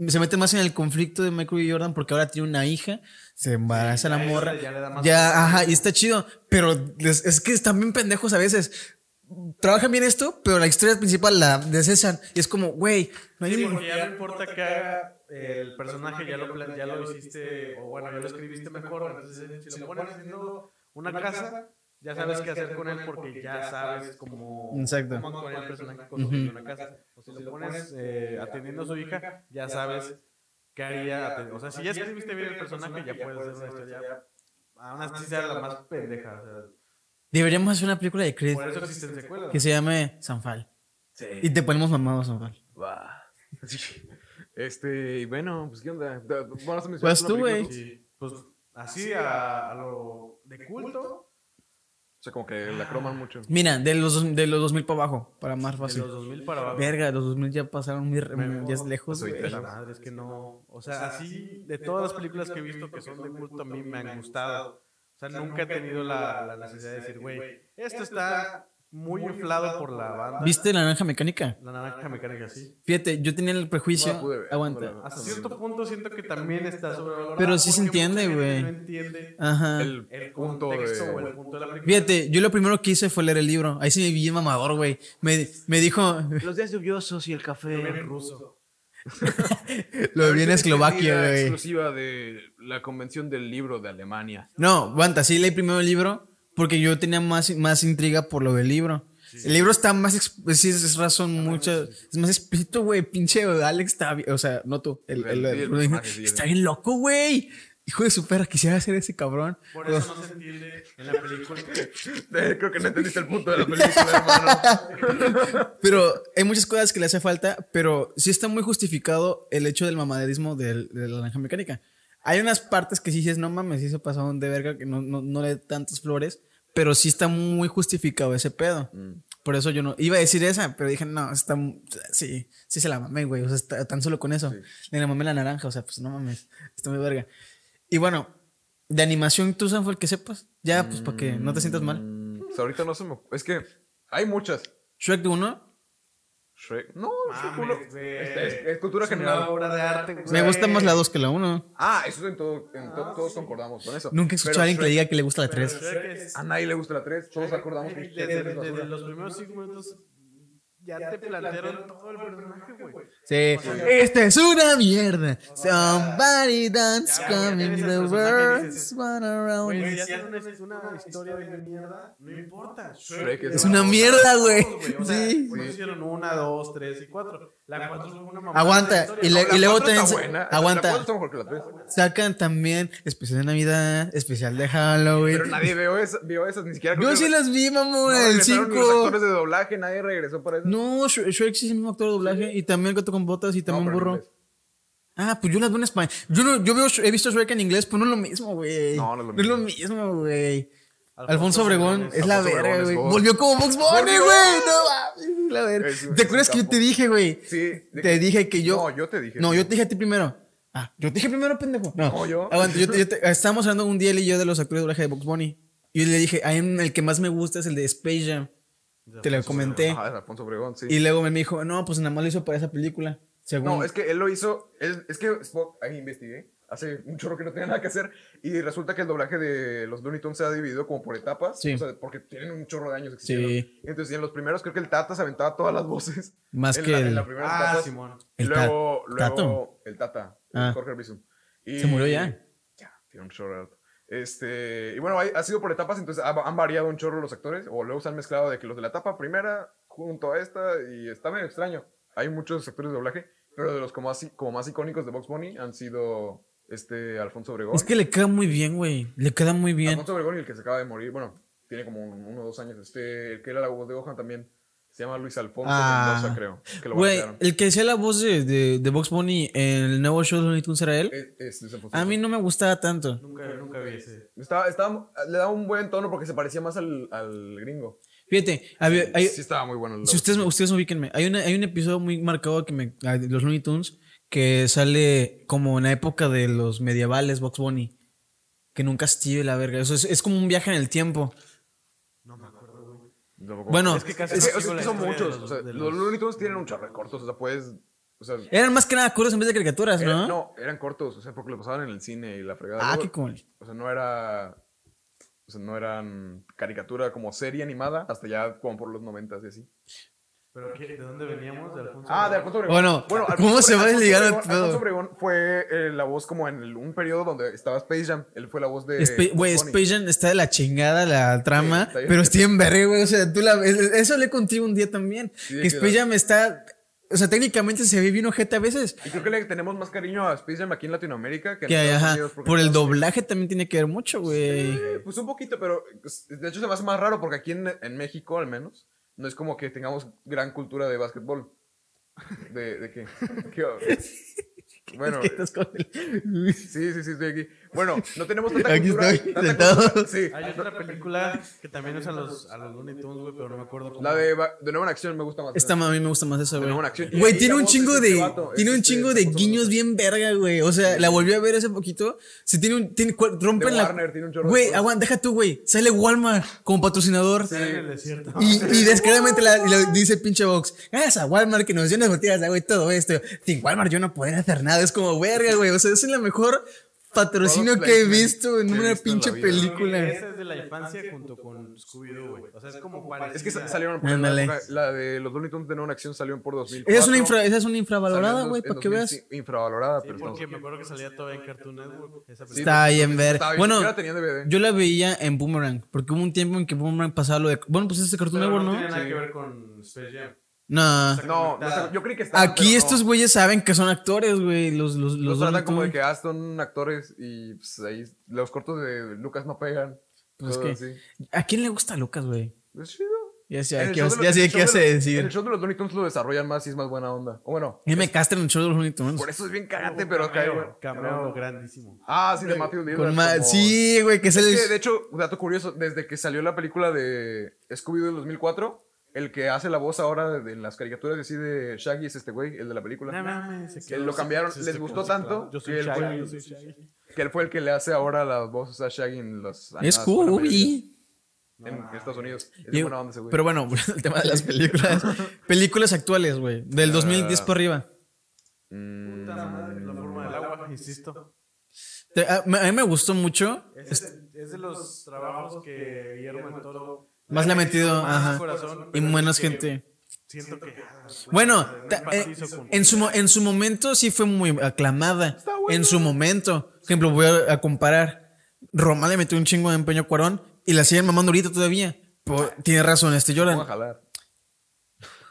Speaker 1: Se meten más en el conflicto de Michael y Jordan porque ahora tiene una hija. Se embaraza la
Speaker 3: ya eso
Speaker 1: morra.
Speaker 3: ya le da
Speaker 1: Ya,
Speaker 3: más-
Speaker 1: ajá, y está chido. Pero es, es que están bien pendejos a veces. trabajan bien esto, pero la historia principal la desechan. Y es como, güey, no hay
Speaker 3: Sí,
Speaker 1: ningún-
Speaker 3: porque ya no importa que haga el personaje, ya lo, plan- ya lo hiciste, o bueno, ya lo escribiste mejor. Entonces, si lo pones haciendo una casa, ya sabes qué hacer con él porque ya sabes cómo,
Speaker 1: Exacto.
Speaker 3: cómo actuar el personaje construyendo una casa. O si lo pones eh, atendiendo a su hija, ya sabes qué haría. aten- O sea, si ya escribiste bien el personaje, ya puedes hacer una historia. Aún así sea la más pendeja. o sea,
Speaker 1: Deberíamos hacer una película de Creed
Speaker 3: por eso existen secuelas.
Speaker 1: que se llame Sanfal. Y te ponemos mamado Sanfal.
Speaker 2: Va. Sí. Este, y bueno, pues ¿qué onda? Da- ¿Vas a mencionar
Speaker 1: Pues
Speaker 2: una
Speaker 1: tú,
Speaker 2: película,
Speaker 1: güey.
Speaker 2: no?
Speaker 3: Sí, pues así a, a lo de culto,
Speaker 2: O sea, como que la croman mucho.
Speaker 1: Mira, de los, dos- de los 2000 para abajo, para más
Speaker 3: de
Speaker 1: fácil.
Speaker 3: los 2000 para abajo.
Speaker 1: Verga, los 2000 ya pasaron muy, re-
Speaker 3: Me-
Speaker 1: ya es lejos,
Speaker 2: Soy
Speaker 1: güey.
Speaker 2: tres.
Speaker 3: La madre, es que no. O sea, así, de todas las películas que he visto que son de culto, a mí me han gustado. O sea, nunca he tenido la, la necesidad de decir, güey, esto está muy inflado por la banda.
Speaker 1: ¿Viste la naranja mecánica?
Speaker 3: La naranja mecánica, sí.
Speaker 1: Fíjate, yo tenía el
Speaker 2: No
Speaker 1: prejuicio.
Speaker 2: la pude ver, no la
Speaker 1: Aguanta.
Speaker 2: vi.
Speaker 3: Hasta cierto punto siento que también está sobrevalorado.
Speaker 1: Pero sí se
Speaker 3: porque mucha
Speaker 1: entiende,
Speaker 3: gente
Speaker 1: güey.
Speaker 3: No entiende
Speaker 1: Ajá.
Speaker 2: El,
Speaker 3: el
Speaker 2: punto
Speaker 3: contexto
Speaker 2: de-
Speaker 3: o el punto de la película.
Speaker 1: Fíjate, yo lo primero que hice fue leer el libro. Ahí sí me vi bien mamador, güey. Me, me dijo,
Speaker 4: Los días lluviosos y el café.
Speaker 3: En ruso.
Speaker 1: lo vi en
Speaker 2: Ahorita
Speaker 1: Eslovaquia,
Speaker 2: tenía
Speaker 1: güey.
Speaker 2: exclusiva de la convención del libro de Alemania.
Speaker 1: No, aguanta, sí leí primero el libro porque yo tenía más, más intriga por lo del libro. El libro está más, ex- sí, es, es razón muchas, es más explícito, güey, pinche Alex está, bien- o sea, no tú, el, el-
Speaker 2: Sí,
Speaker 1: el-
Speaker 2: el personaje, sí,
Speaker 1: está
Speaker 2: sí.
Speaker 1: bien loco, güey. Hijo de su perra, quisiera ser ese cabrón.
Speaker 3: Por eso no se entiende en la película.
Speaker 2: Eh, Creo que no entendiste el punto de la película, hermano.
Speaker 1: Pero hay muchas cosas que le hace falta, pero sí está muy justificado el hecho del mamaderismo del- de la naranja mecánica. Hay unas partes que sí dices, no mames, sí se pasaron de verga, que no, no, no le tantas flores, pero sí está muy justificado ese pedo. Por eso yo no, iba a decir esa, pero dije, no, está, mu- sí, sí se la mamé, güey, o sea, está- tan solo con eso. Le la mamé la naranja, o sea, pues no mames, está muy verga. Y bueno, de animación, tú, Sanford, que sepas, ya, pues para que no te sientas mal.
Speaker 2: Mm, pues, ahorita no se me. Es que hay muchas.
Speaker 1: Shrek 1,
Speaker 2: Shrek. No, Shrek uno-
Speaker 3: Mames, güey.
Speaker 2: es, es- es cultura
Speaker 3: Es una
Speaker 2: general.
Speaker 3: obra de arte, güey.
Speaker 1: me gusta más la 2 que la 1.
Speaker 2: Ah, eso en todo, en to-
Speaker 3: Ah,
Speaker 2: todos concordamos con eso.
Speaker 1: Nunca he escuchado
Speaker 2: Pero
Speaker 1: a alguien que le
Speaker 2: Shrek-
Speaker 1: diga que le gusta la 3.
Speaker 3: Shrek es-
Speaker 2: A nadie le gusta la 3, todos acordamos que
Speaker 3: Desde,
Speaker 2: Shrek es
Speaker 3: desde
Speaker 2: basura.
Speaker 3: los primeros cinco minutos ya, te plantearon todo el personaje, güey.
Speaker 1: Sí. Esta es una mierda. Somebody dance
Speaker 3: ya, güey,
Speaker 1: coming
Speaker 3: tienes
Speaker 1: the
Speaker 3: al personaje y
Speaker 1: world.
Speaker 3: dices,
Speaker 1: spun around.
Speaker 3: Güey, si hacen es una, historia de mierda, no importa.
Speaker 2: Shrek es
Speaker 1: Es una mierda, güey.
Speaker 3: O sea,
Speaker 1: Sí.
Speaker 3: por eso hicieron una, dos, tres y cuatro. La cuatro fue una mamada
Speaker 1: Aguanta,
Speaker 3: de historia.
Speaker 1: y le-
Speaker 2: No, la
Speaker 1: y luego
Speaker 2: cuatro
Speaker 1: también
Speaker 2: está
Speaker 1: se-
Speaker 2: buena.
Speaker 1: aguanta.
Speaker 2: La 4 está mejor que la 3.
Speaker 1: Sacan también especial de Navidad, especial de Halloween.
Speaker 2: Pero nadie vio, esa, vio esas, ni siquiera. creo
Speaker 1: Yo
Speaker 2: que-
Speaker 1: sí las vi,
Speaker 2: no
Speaker 1: mamón, el
Speaker 2: regresaron ni Los
Speaker 1: 5.
Speaker 2: actores de doblaje, nadie regresó para eso.
Speaker 1: No, Shre- Shrek sí es el mismo actor de doblaje y también el gato con botas y también
Speaker 2: pero en
Speaker 1: burro.
Speaker 2: inglés.
Speaker 1: Ah, pues yo las veo en español. Yo, no, yo veo, he visto Shrek en inglés, pero no es lo mismo, güey.
Speaker 2: No, no es lo
Speaker 1: mismo, güey. Alfonso Obregón es la
Speaker 2: Alfonso
Speaker 1: verga,
Speaker 2: Obregón
Speaker 1: güey.
Speaker 2: es God.
Speaker 1: Volvió como Box Bunny,
Speaker 2: ¡Volvió!
Speaker 1: güey. No mames, la verga.
Speaker 2: Es un
Speaker 1: ¿Te acuerdas que yo
Speaker 2: capo.
Speaker 1: te dije, güey?
Speaker 2: Sí. de-
Speaker 1: Te dije que yo.
Speaker 2: No, yo te dije.
Speaker 1: No, yo te dije a ti primero. Ah, yo te dije primero, pendejo. No,
Speaker 2: No, yo.
Speaker 1: Aguanta, yo te- yo te- estábamos hablando un día él y yo de los actores de doblaje de Box Bunny. Y yo le dije, a mí el que más me gusta es el de Space Jam. Te lo comenté.
Speaker 2: Ajá, es Alfonso Obregón, sí.
Speaker 1: Y luego me dijo, no, pues nada más lo hizo para esa película. Según.
Speaker 2: No, es que él lo hizo. él- es que Spock, ahí investigué. Hace un chorro que no tenía nada que hacer. Y resulta que el doblaje de los Looney Tunes se ha dividido como por etapas.
Speaker 1: Sí.
Speaker 2: O sea, porque tienen un chorro de años
Speaker 1: Sí.
Speaker 2: existiendo. Entonces, en los primeros, creo que el Tata se aventaba todas las voces.
Speaker 1: Más
Speaker 2: en
Speaker 1: que
Speaker 2: la,
Speaker 1: el-
Speaker 2: En la primera
Speaker 3: Ah,
Speaker 2: etapa.
Speaker 3: Simón.
Speaker 1: El
Speaker 2: luego,
Speaker 1: Ta-
Speaker 2: luego, el Tata. el
Speaker 1: Ah.
Speaker 2: Jorge Arbizu. Y-
Speaker 1: Se murió ya.
Speaker 2: Ya, tiene un chorro. de rato. Este, y bueno, hay- ha sido por etapas, entonces ha- han variado un chorro los actores, o luego se han mezclado de que los de la etapa primera junto a esta, y está medio extraño. Hay muchos actores de doblaje, pero de los como, así, como más icónicos de Box Bunny han sido este Alfonso Obregón.
Speaker 1: Es que le queda muy bien, güey. Le queda muy bien.
Speaker 2: Alfonso Obregón y el que se acaba de morir, bueno, tiene como un- uno o dos años, este, el que era la voz de Gohan también, se llama Luis Alfonso
Speaker 1: Ah.
Speaker 2: Mendoza, creo, que lo
Speaker 1: Güey,
Speaker 2: batearon.
Speaker 1: el que hacía la voz de, de, de Box Bunny en el nuevo show de Looney Tunes era él.
Speaker 2: Es- E, es Luis Alfonso
Speaker 1: A mí no me gustaba tanto.
Speaker 3: Nunca, nunca vi ese.
Speaker 2: Estaba- estaba- le daba un buen tono porque se parecía más al, al gringo.
Speaker 1: Fíjate, había- hay-
Speaker 2: sí estaba muy bueno. la
Speaker 1: si
Speaker 2: voz.
Speaker 1: ustedes, me- ustedes ubíquenme, hay, una- hay un episodio muy marcado que me, ah, de los Looney Tunes que sale como en la época de los medievales Box Bunny. Que en un castillo y la verga. Eso es, es como un viaje en el tiempo.
Speaker 3: No me acuerdo, güey.
Speaker 2: Tampoco.
Speaker 1: Bueno,
Speaker 3: Es que casi
Speaker 2: Es que,
Speaker 3: no
Speaker 2: o sea,
Speaker 3: sigo
Speaker 2: es
Speaker 3: la
Speaker 2: que son
Speaker 3: historia de
Speaker 2: muchos.
Speaker 3: los-
Speaker 2: o sea,
Speaker 3: de
Speaker 2: los,
Speaker 3: los-
Speaker 2: Looney Tunes tienen un chorro de cortos. O sea, puedes. O sea,
Speaker 1: eran más que nada curas en vez de caricaturas,
Speaker 2: eran-
Speaker 1: ¿no?
Speaker 2: no, eran cortos. O sea, porque lo pasaban en el cine y Eh, la fregada.
Speaker 1: ah,
Speaker 2: Luego,
Speaker 1: qué cool.
Speaker 2: O sea, no era. O sea, no eran caricatura como serie animada hasta ya como por los noventas y así.
Speaker 3: ¿Pero qué? ¿De dónde veníamos? ¿De Alfonso?
Speaker 2: Ah, de Alfonso Obregón.
Speaker 1: Bueno, ¿cómo se va
Speaker 2: Alfonso
Speaker 1: desligando
Speaker 2: Obregón-
Speaker 1: todo?
Speaker 2: Alfonso Obregón fue eh, la voz como en el- un periodo donde estaba Space Jam. Él fue la voz de.
Speaker 1: Spa- Güey,
Speaker 2: Bonnie.
Speaker 1: Space Jam está de la chingada la trama,
Speaker 2: está bien.
Speaker 1: pero estoy en verga, güey. O sea, tú la ves. Eso hablé contigo un día también.
Speaker 2: de
Speaker 1: que
Speaker 2: que
Speaker 1: Space
Speaker 2: la-
Speaker 1: Jam está. O sea, técnicamente se ve bien ojete a veces.
Speaker 2: Y creo que le tenemos más cariño a Space Jam aquí en Latinoamérica que en
Speaker 1: Que,
Speaker 2: Estados
Speaker 1: ajá,
Speaker 2: Unidos, porque
Speaker 1: por el
Speaker 2: Estados
Speaker 1: doblaje también tiene que ver mucho, güey.
Speaker 2: Eh, Pues un poquito, pero pues, de hecho se me hace más raro porque aquí en, en México, al menos, no es como que tengamos gran cultura de básquetbol. ¿De, de qué? ¿Qué- Bueno,
Speaker 1: Es que estás con el-
Speaker 2: sí, sí, sí, estoy aquí. Bueno, no tenemos tanta
Speaker 1: Aquí
Speaker 2: cultura.
Speaker 1: estoy,
Speaker 2: tanta
Speaker 1: sentado.
Speaker 2: cultura- sí,
Speaker 3: Hay otra película que también usa a los, a los Looney Tunes, güey, pero no me acuerdo cómo.
Speaker 2: la de, ba- de Nuevo en Acción me gusta más.
Speaker 1: Esta ma- a mí me gusta más eso, güey.
Speaker 2: Bueno, buena acción. Y-
Speaker 1: Güey,
Speaker 2: y
Speaker 1: tiene
Speaker 2: la
Speaker 1: un
Speaker 2: voz
Speaker 1: chingo
Speaker 2: es este
Speaker 1: de.
Speaker 2: vato, es
Speaker 1: tiene un
Speaker 2: este
Speaker 1: chingo de
Speaker 2: famoso.
Speaker 1: guiños bien verga, güey. O sea, la volví a ver hace poquito. Si tiene un. Tiene, cua- rompen
Speaker 2: De
Speaker 1: la.
Speaker 2: Warner, tiene un chorro de
Speaker 1: güey,
Speaker 2: cosas.
Speaker 1: aguanta, deja tú, güey. Sale Walmart como patrocinador.
Speaker 3: Está en el desierto.
Speaker 1: Y, y descaradamente la, y la- dice el pinche Vox, gracias a Walmart que nos dio unas botellas de agua y todo esto. Sin Walmart yo no podría hacer nada. Es como verga, güey. O sea, es la mejor patrocinio
Speaker 2: Product
Speaker 1: que he
Speaker 2: placement
Speaker 1: visto en
Speaker 2: que he
Speaker 1: una
Speaker 2: visto en la
Speaker 1: pinche
Speaker 2: vida.
Speaker 1: película.
Speaker 3: Esa es de la infancia junto con Scooby-Doo, güey. O sea, es como parecida.
Speaker 2: Es que sa- salieron por la,
Speaker 1: Ándale.
Speaker 2: época- la de los Looney Tunes de Nuevo en Acción salieron por 2000.
Speaker 1: Esa es una, infra- esa es una infravalorada, güey, para que veas.
Speaker 2: Infravalorada, pero
Speaker 3: Porque
Speaker 2: estamos-
Speaker 3: me acuerdo que salía todavía en Cartoon Network. Esa
Speaker 2: Pues
Speaker 3: película.
Speaker 1: Está bien ver.
Speaker 2: Estaba bien,
Speaker 1: Bueno,
Speaker 2: yo la tenía en DVD.
Speaker 1: yo la veía en Boomerang, porque hubo un tiempo en que Boomerang pasaba lo de... Bueno, pues este Cartoon
Speaker 3: Pero
Speaker 1: Network,
Speaker 3: no
Speaker 1: ¿no?
Speaker 3: tiene nada
Speaker 2: Sí.
Speaker 3: que ver con Space Jam.
Speaker 1: No.
Speaker 2: No, no sé, yo creí que estaba.
Speaker 1: Aquí
Speaker 2: pero no.
Speaker 1: estos güeyes saben que son actores, güey. Los, los, los
Speaker 2: Los tratan
Speaker 1: Looney
Speaker 2: como de
Speaker 1: Tunes.
Speaker 2: que ah, son actores y pues, ahí los cortos de Lucas no pegan.
Speaker 1: Pues
Speaker 2: todo
Speaker 1: es que-
Speaker 2: así.
Speaker 1: ¿A quién le gusta Lucas, güey?
Speaker 2: Es chido.
Speaker 1: Ya
Speaker 2: En
Speaker 1: sé,
Speaker 2: el
Speaker 1: ¿qué
Speaker 2: show
Speaker 1: vas-
Speaker 2: de
Speaker 1: ya
Speaker 2: los-
Speaker 1: sé
Speaker 2: en el
Speaker 1: qué
Speaker 2: show
Speaker 1: vas a
Speaker 2: de los- En
Speaker 1: decir?
Speaker 2: el show de los Looney Tunes lo desarrollan más y es más buena onda. O bueno,
Speaker 1: Y me castra en el show de los Looney Tunes.
Speaker 2: por eso es bien cagante, pero cae.
Speaker 3: Cameo, cameo grandísimo.
Speaker 2: Ah, sí, de Matthew Dillon.
Speaker 1: Con ma- Sí, güey, que es el.
Speaker 2: de hecho, un dato curioso, desde que salió la película de Scooby-Doo del 2004, el que hace la voz ahora de- de- en las caricaturas y así de Shaggy es este güey, el de la película.
Speaker 3: No mames, se
Speaker 2: Que lo cambiaron,
Speaker 3: se- se
Speaker 2: les
Speaker 3: quedó
Speaker 2: gustó
Speaker 3: reciclado.
Speaker 2: tanto
Speaker 3: Yo soy
Speaker 2: que el
Speaker 3: Shaggy,
Speaker 2: güey-
Speaker 3: yo soy Shaggy.
Speaker 2: Que él fue el que le hace ahora las voces a Shaggy en los...
Speaker 1: Es
Speaker 2: animadas para películas.
Speaker 1: Scooby.
Speaker 2: en Estados Unidos. Es
Speaker 1: Y-
Speaker 2: de buena onda ese güey.
Speaker 1: Pero bueno, el tema de las películas. películas actuales, güey. Del 2010
Speaker 2: Ah.
Speaker 1: para arriba.
Speaker 2: Mm,
Speaker 3: Puta madre, La forma del agua, insisto.
Speaker 1: Te- A, me- a mí me gustó mucho.
Speaker 3: Es, es de los trabajos que Guillermo del Toro
Speaker 1: Más le ha metido,
Speaker 3: más
Speaker 1: ajá.
Speaker 3: corazón,
Speaker 1: Y
Speaker 3: pero
Speaker 1: menos
Speaker 3: es que
Speaker 1: gente.
Speaker 3: Siento que.
Speaker 1: Bueno,
Speaker 3: no
Speaker 1: ta- eh,
Speaker 3: empatizo con-
Speaker 1: en, su, mo- en su momento sí fue muy aclamada.
Speaker 2: Está buena.
Speaker 1: En su momento. Por ejemplo, voy a, a comparar. Román le metió un chingo de empeño a Cuarón y la siguen mamando ahorita todavía. Po- tiene razón, este
Speaker 2: vamos a
Speaker 1: Jordan.
Speaker 2: jalar.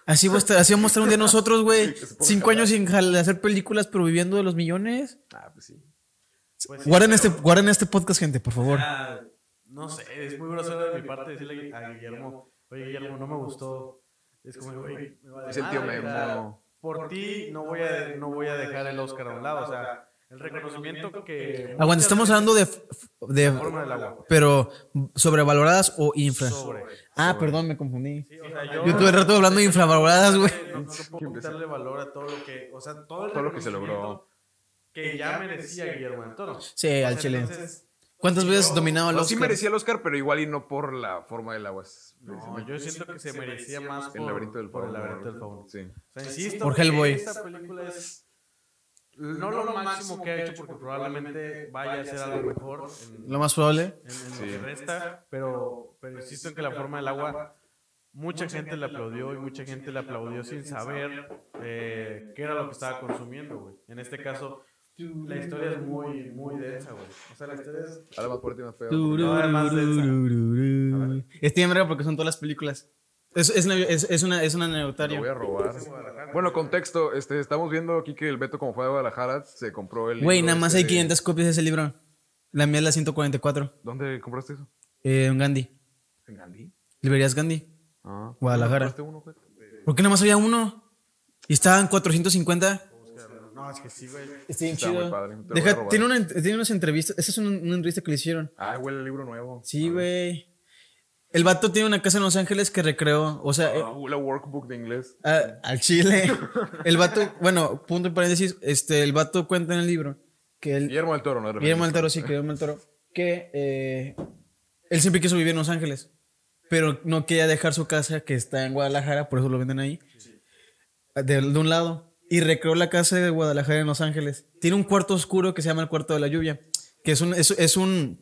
Speaker 1: Así, va a estar- así vamos a estar un día nosotros, güey.
Speaker 2: se ponga
Speaker 1: Cinco años sin jal- hacer películas, pero viviendo de los millones.
Speaker 2: Ah, pues sí.
Speaker 3: Pues sí,
Speaker 1: Guarden
Speaker 3: pero-
Speaker 1: este, guarden este podcast, gente, por favor.
Speaker 3: Ah, no sé, es muy grosero de mi parte decirle a Guillermo, oye Guillermo, no me gustó. Es como, güey, me vale
Speaker 2: Es el tío
Speaker 3: madre, o
Speaker 2: Memo.
Speaker 3: sea, Por ti no voy a, no voy a dejar el Oscar a un lado, o sea, el reconocimiento que...
Speaker 1: Aguanta, estamos hablando de, de-
Speaker 3: forma del agua.
Speaker 1: pero sobrevaloradas o infra.
Speaker 3: Sobre.
Speaker 1: Ah, perdón, me confundí.
Speaker 3: Sí, o sea,
Speaker 1: Yo todo el rato hablando de infravaloradas, güey.
Speaker 3: No, no puedo quitarle valor a todo lo que, o sea, todo, el
Speaker 2: Todo lo que se
Speaker 3: reconocimiento
Speaker 2: logró.
Speaker 3: Que ya merecía Guillermo del Toro.
Speaker 1: Sí,
Speaker 3: O sea,
Speaker 1: al chile.
Speaker 3: entonces,
Speaker 1: ¿Cuántas veces dominaba el
Speaker 2: No, sí
Speaker 1: Oscar?
Speaker 2: merecía el Oscar, pero igual y no por la forma del agua. Es-
Speaker 3: no, yo siento que se merecía más Ah, por
Speaker 2: el laberinto del
Speaker 3: por
Speaker 2: fauno.
Speaker 3: el laberinto del fauno.
Speaker 2: Sí.
Speaker 3: O sea, Pues, insisto,
Speaker 1: Por Hellboy.
Speaker 3: Esta película es no lo máximo que ha hecho porque probablemente vaya a ser algo mejor en,
Speaker 1: Lo más probable.
Speaker 3: en- en
Speaker 2: Sí.
Speaker 3: lo que resta, pero, pero insisto en que la forma del agua, mucha gente la aplaudió y mucha gente la aplaudió sin saber eh, qué era lo que estaba consumiendo, güey. En este caso, la historia es muy, muy densa, güey. O sea, la historia es...
Speaker 2: Ahora más fuerte y más feo.
Speaker 1: Estoy en verga porque son todas las películas. Es, es, una- es- es una, es una
Speaker 2: Lo voy a
Speaker 1: anecdotaria.
Speaker 2: robar. Bueno, contexto. Este, estamos viendo aquí que el Beto, como fue a Guadalajara, se compró el.
Speaker 1: Güey,
Speaker 2: libro
Speaker 1: nada más
Speaker 2: este
Speaker 1: hay
Speaker 2: de-
Speaker 1: 500 copias de ese libro. La mía es la 144.
Speaker 2: ¿Dónde compraste eso?
Speaker 1: Eh, en Gandhi.
Speaker 2: ¿En Gandhi?
Speaker 1: Librerías Gandhi.
Speaker 2: Ah.
Speaker 1: Guadalajara.
Speaker 2: ¿Compraste uno, güey?
Speaker 1: ¿Por qué nada más había uno? Y estaban 450.
Speaker 3: No, es que sí, güey.
Speaker 1: Está bien
Speaker 2: Está muy padre, te lo voy a
Speaker 1: Deja,
Speaker 2: robar.
Speaker 1: tiene, una, tiene unas entrevistas. Esa es una, una entrevista que le hicieron.
Speaker 2: Ah, güey, el libro nuevo.
Speaker 1: Sí, güey. El vato tiene una casa en Los Ángeles que recreó. O sea, eh,
Speaker 2: Ah, la workbook de inglés.
Speaker 1: a- al Chile. El vato, bueno, punto y paréntesis. Este, el vato cuenta en el libro que él.
Speaker 2: Guillermo del Toro, ¿no?
Speaker 1: Guillermo del Toro, sí, que Guillermo del Toro. Que eh, él siempre quiso vivir en Los Ángeles. Pero no quería dejar su casa que está en Guadalajara, por eso lo venden ahí. De, de un lado. Y recreó la casa de Guadalajara en Los Ángeles. Tiene un cuarto oscuro que se llama el cuarto de la lluvia. Que es un, es, es un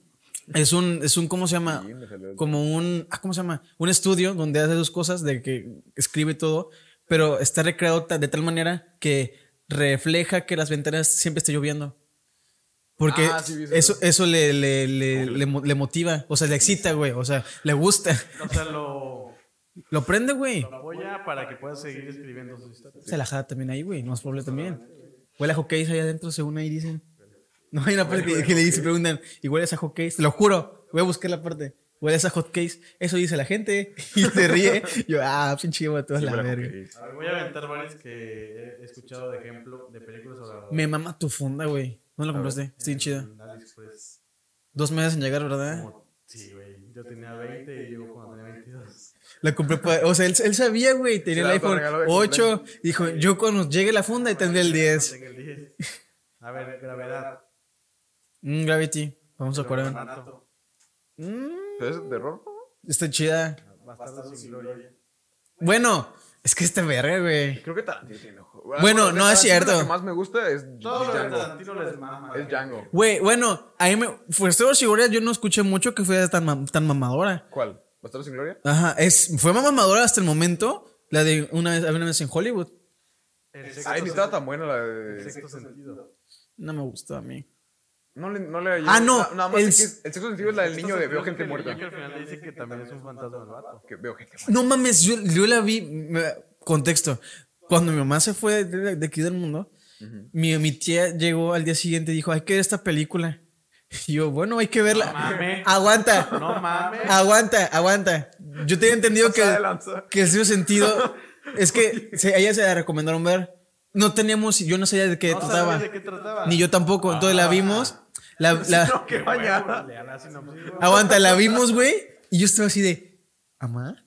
Speaker 1: Es un, es un, ¿cómo se llama?
Speaker 2: Sí, me salió el-
Speaker 1: Como un, ah, ¿cómo se llama? Un estudio donde hace sus cosas, de que escribe todo, pero está recreado ta- de tal manera que refleja que las ventanas siempre esté lloviendo. Porque
Speaker 2: Ah, sí, vi eso.
Speaker 1: eso, eso le, le, le, le mo- le motiva, o sea, le excita, güey, o sea, le gusta.
Speaker 3: O sea, lo,
Speaker 1: Lo prende, güey.
Speaker 3: lo apoya para que pueda seguir escribiendo sus historias.
Speaker 1: Se la jada también ahí, güey, no es problema también. Huele a hotcakes ahí adentro, según ahí dicen. No hay una parte que, que le dice, preguntan, ¿y hueles a hotcakes? Te lo juro, voy a buscar la parte. Hueles a hotcakes. Eso dice la gente. Y se ríe. Yo, ah, pinche vato, a
Speaker 2: Sí,
Speaker 1: la
Speaker 2: huele a
Speaker 1: verga.
Speaker 2: cocaína.
Speaker 3: A ver, voy a aventar varias que he escuchado de ejemplo de películas sobre
Speaker 1: Me mama tu funda, güey. ¿No la compraste?
Speaker 3: Eh,
Speaker 1: Está bien chida.
Speaker 3: en AliExpress.
Speaker 1: Dos meses en llegar, ¿verdad?
Speaker 3: Como- Sí, güey. Yo tenía 20 y llegó cuando tenía 22.
Speaker 1: La compré para... O sea, él, él sabía, güey. Tenía
Speaker 2: Se
Speaker 1: el
Speaker 2: la
Speaker 1: iPhone
Speaker 2: autorregaló de
Speaker 1: 8. Dijo, yo cuando llegue la funda tendré el 10.
Speaker 3: Tengo el 10. A ver, gravedad.
Speaker 1: Mm, Gravity. Vamos a acuerdan.
Speaker 3: Orfanato.
Speaker 1: Mm,
Speaker 2: ¿Pero es de terror?
Speaker 1: está chida.
Speaker 3: Bastardo sin gloria.
Speaker 1: Bueno, es que esta verga, güey.
Speaker 2: Creo que Tarantino tiene ojo.
Speaker 1: Bueno,
Speaker 2: de
Speaker 1: no es
Speaker 2: Tarantino
Speaker 1: cierto.
Speaker 2: La que más me gusta es
Speaker 3: Todo lo de
Speaker 2: Django.
Speaker 3: Tarantino les mama.
Speaker 2: Es Django.
Speaker 1: Güey, bueno, a mí me. Fue Star Wars y Gloria, yo no escuché mucho que fuera tan, mam- tan mamadora.
Speaker 2: ¿Cuál? ¿Bastardo sin Gloria?
Speaker 1: Ajá, es, fue más mamadora hasta el momento. La de una vez, había una vez en Hollywood.
Speaker 3: El
Speaker 2: Ay,
Speaker 3: sexto,
Speaker 2: ni
Speaker 3: sen-
Speaker 2: estaba tan buena la
Speaker 3: el
Speaker 2: de.
Speaker 3: sexto sentido.
Speaker 1: No me gustó a mí.
Speaker 2: No le. No le
Speaker 1: Ah, no,
Speaker 2: na- Nada más
Speaker 1: el-
Speaker 2: el, el sexto sentido es la del niño de veo gente muerta.
Speaker 3: Que al final dice que también es un fantasma del vato.
Speaker 2: Que veo gente muerta.
Speaker 1: No mames, yo, yo la vi. me- contexto. Cuando mi mamá se fue de, de aquí del mundo, mi, mi tía llegó al día siguiente y dijo: Hay que ver esta película. Y yo, bueno, hay que verla.
Speaker 3: mames.
Speaker 1: Aguanta.
Speaker 3: No mames.
Speaker 1: Ah, Aguanta, aguanta. Yo tenía entendido que,
Speaker 2: Pasada de lanza.
Speaker 1: que el sexto sentido es que se- a ella se la recomendaron ver. No teníamos, yo no sabía de qué
Speaker 3: No
Speaker 1: trataba.
Speaker 3: sabes de qué trataba. Ah.
Speaker 1: Ni yo tampoco. Entonces la vimos. La, la-
Speaker 2: Qué
Speaker 3: Bueno,
Speaker 2: bañada.
Speaker 3: lean la sinopsis, güey.
Speaker 1: Aguanta, la vimos, güey. Y yo estaba así de. ¿Amá?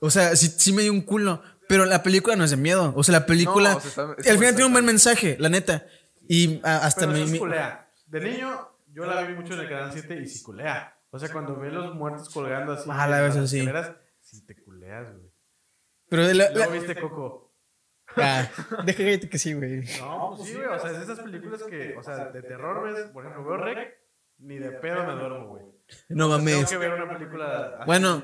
Speaker 1: O sea, sí, sí me dio un culo. Pero la película no es de miedo. O sea, la película.
Speaker 2: o sea, está-
Speaker 1: al
Speaker 2: está-
Speaker 1: final tiene un buen
Speaker 2: está-
Speaker 1: mensaje, la neta. Y a- hasta
Speaker 3: Pero
Speaker 1: mi-
Speaker 3: sí es
Speaker 1: mi-
Speaker 3: culea. De niño, yo la vi mucho en el canal 7 y sí culea. O sea, cuando ve los muertos colgando así.
Speaker 1: Ah, la
Speaker 3: en
Speaker 1: ves
Speaker 3: las
Speaker 1: así.
Speaker 3: escaleras, Sí, te culeas, güey.
Speaker 1: Pero de la.
Speaker 3: Luego
Speaker 1: la-
Speaker 3: viste Coco.
Speaker 1: Ah, deja cállate que sí, güey.
Speaker 3: No, pues sí, güey. O sea, es de esas películas que, o sea, de terror, ves. Por ejemplo, veo Rec, ni de pedo me duermo, güey.
Speaker 1: No mames.
Speaker 3: Tengo que ver una película. así.
Speaker 1: Bueno,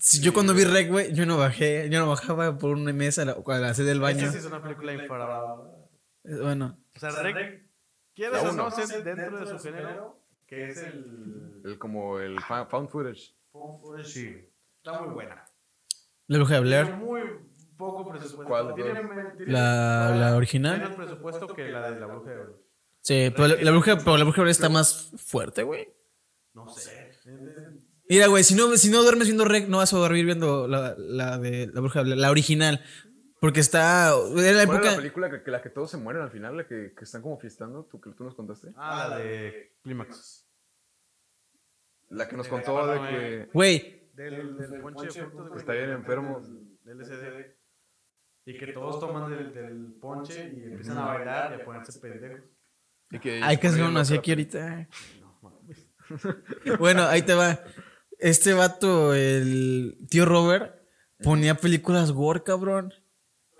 Speaker 1: si yo cuando vi Rec, güey, yo no bajé, yo no bajaba por una mesa a la, a la sed del baño.
Speaker 3: Esta sí es una película infravalorada.
Speaker 1: Eh, Bueno,
Speaker 3: O sea, Rec, quieres
Speaker 2: La
Speaker 3: o no,
Speaker 2: uno.
Speaker 3: ser dentro de su género, que es el.
Speaker 2: El, como el fa- found footage.
Speaker 3: Sí. Está muy buena.
Speaker 1: la bruja de
Speaker 3: Tiene
Speaker 1: Blair,
Speaker 3: muy poco presupuesto.
Speaker 2: ¿Cuál,
Speaker 3: Tiene, tiene
Speaker 1: la, la
Speaker 3: menos
Speaker 1: original.
Speaker 3: presupuesto que la de la bruja de Blair.
Speaker 1: Sí, pero la, la bruja, pero la bruja de Blair está más fuerte, güey.
Speaker 3: No sé.
Speaker 1: Mira, güey, si no, si no duermes viendo Rec, no vas a dormir viendo la, la de la bruja de Blair, la original. Porque está. Era la
Speaker 2: ¿Cuál es la
Speaker 1: época.
Speaker 2: película que, que la que todos se mueren al final? La que, que están como fiestando, tú, que tú nos contaste.
Speaker 3: Ah, la de Clímax.
Speaker 2: La que nos contó de que
Speaker 1: Güey,
Speaker 3: Del, del ponche de frutos.
Speaker 2: está bien enfermo.
Speaker 3: Del LSD. Y que todos toman del, del ponche y empiezan a bailar y a ponerse pendejos.
Speaker 2: y que
Speaker 1: hay que hacer
Speaker 2: ponían
Speaker 1: una así
Speaker 2: otra-
Speaker 1: aquí ahorita. Bueno, ahí te va. Este vato, el tío Robert, ponía películas gore, cabrón.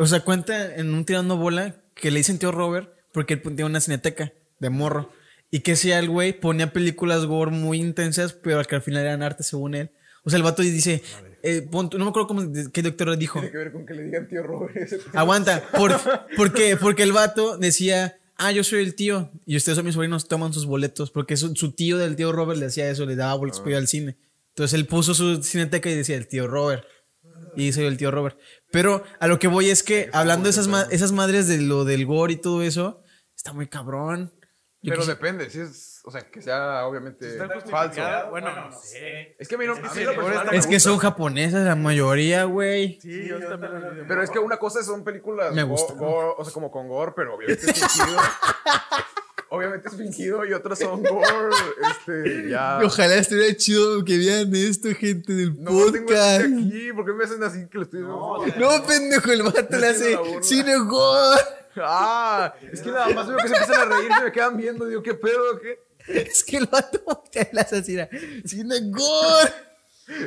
Speaker 1: O sea, cuenta en un tirando bola que le dicen tío Robert porque él tenía una cineteca de morro. Y que sea el güey ponía películas gore muy intensas, pero que al final eran arte según él. O sea, el vato dice, eh, pon tú- no me acuerdo cómo, de- qué doctor le dijo.
Speaker 2: Tiene que ver con que le digan tío Robert. ese-
Speaker 1: Aguanta, por, ¿por qué? Porque el vato decía, ah, yo soy el tío y ustedes son mis sobrinos, toman sus boletos, porque su, su tío del tío Robert le hacía eso, le daba boletos
Speaker 2: Ah.
Speaker 1: para ir al cine. Entonces él puso su cineteca y decía, el tío Robert. Y soy el tío Robert. Pero a lo que voy es que, hablando de esas, ma- esas madres de lo del gore y todo eso, está muy cabrón. Yo
Speaker 2: Pero
Speaker 1: quisi-
Speaker 2: depende, si es, o sea, que sea obviamente falso.
Speaker 3: Bueno, no sé.
Speaker 2: Es que a mí no, a mí lo
Speaker 3: sí,
Speaker 2: personal no me
Speaker 1: es que
Speaker 2: gusta.
Speaker 1: son japonesas la mayoría, güey.
Speaker 3: Sí, yo también lo vi.
Speaker 2: Pero es que una cosa son películas
Speaker 1: Me
Speaker 2: go-
Speaker 1: gusta.
Speaker 2: gore, o sea, como con gore, pero obviamente es fingido. obviamente es fingido y otras son gore, este, ya.
Speaker 1: Ojalá estuviera chido que vean esto, gente del
Speaker 2: No lo tengo este aquí, ¿por qué me hacen así que lo estoy
Speaker 3: No,
Speaker 1: No, pendejo, el vato le hace
Speaker 2: la burla.
Speaker 1: cine gore.
Speaker 2: Ah, es que nada más veo que se empiezan a reír, se me quedan viendo, digo, ¿qué pedo? ¿Qué?
Speaker 1: Es que el vato voltea a la asesina. ¡Cine gore!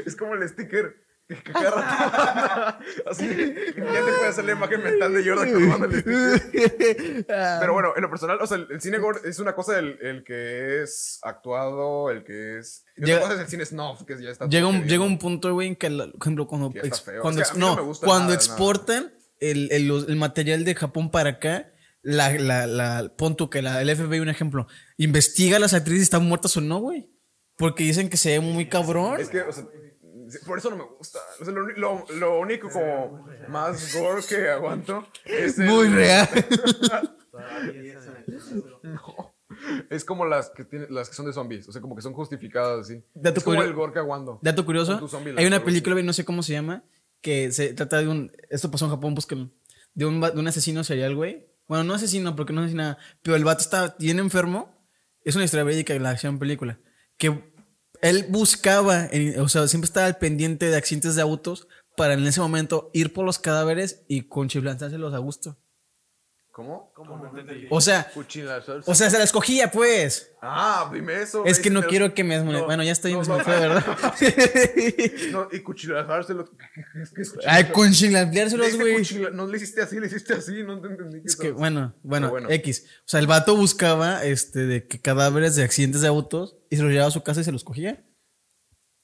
Speaker 2: Es como el sticker. que cada rato así. Ya te puedes hacer la imagen mental de Jordan como el Pero bueno, en lo personal, o sea, el, el cine gore es una cosa el, el que es actuado, el que es. Y otra
Speaker 1: Llega-
Speaker 2: cosa es el cine snuff, que ya está.
Speaker 1: Llega un,
Speaker 2: todo
Speaker 1: llega
Speaker 2: bien.
Speaker 1: un punto, güey, en que, la- por ejemplo, cuando,
Speaker 2: Ya está
Speaker 1: ex-
Speaker 2: feo.
Speaker 1: cuando,
Speaker 2: Es que
Speaker 1: ex-
Speaker 2: a mí
Speaker 1: no,
Speaker 2: no me gusta
Speaker 1: cuando
Speaker 2: nada,
Speaker 1: exportan el, el- los- el material de Japón para acá, la, la, la, pon tú que la, el FBI, un ejemplo, investiga a las actrices si están muertas o no, güey. Porque dicen que se ve muy cabrón.
Speaker 2: Es que, o sea, por eso no me gusta. O sea, lo, uni- lo- lo único como más gore que aguanto es el-
Speaker 1: Muy real.
Speaker 2: Es como las que tienen, las que son de zombies, o sea, como que son justificadas así.
Speaker 1: Dato
Speaker 2: Es como
Speaker 1: curio-
Speaker 2: el gore que aguanto.
Speaker 1: Dato
Speaker 2: Con
Speaker 1: curioso,
Speaker 2: tu zombie,
Speaker 1: hay
Speaker 2: la
Speaker 1: una
Speaker 2: verdad,
Speaker 1: película, güey, no sé cómo se llama, que se trata de un... Esto pasó en Japón, búsquenlo. De un, va- de un asesino serial, güey. Bueno, no asesino, porque no asesina, pero el vato está bien enfermo. Es una historia verídica, la acción película. Que él buscaba, en- o sea, siempre estaba al pendiente de accidentes de autos para en ese momento ir por los cadáveres y conchiflanzárselos a gusto.
Speaker 2: ¿Cómo?
Speaker 1: O sea, o sea, se las cogía, pues.
Speaker 2: Ah, dime eso.
Speaker 1: Es que no
Speaker 2: pero-
Speaker 1: quiero que me...
Speaker 2: no,
Speaker 1: bueno, ya estoy
Speaker 2: no,
Speaker 1: en
Speaker 2: no,
Speaker 1: ¿verdad?
Speaker 2: No, y cuchillajárselo. Es que es
Speaker 1: Ay,
Speaker 2: cuchillar- Le
Speaker 1: conchiflanzárselos,
Speaker 2: hice
Speaker 1: güey.
Speaker 2: cuchilla- No le hiciste así, le hiciste así, no te entendí.
Speaker 1: Es
Speaker 2: eso.
Speaker 1: que, bueno, bueno,
Speaker 2: Pero bueno.
Speaker 1: X. O sea, el vato buscaba este, de que cadáveres de accidentes de autos y se los llevaba a su casa y se los cogía.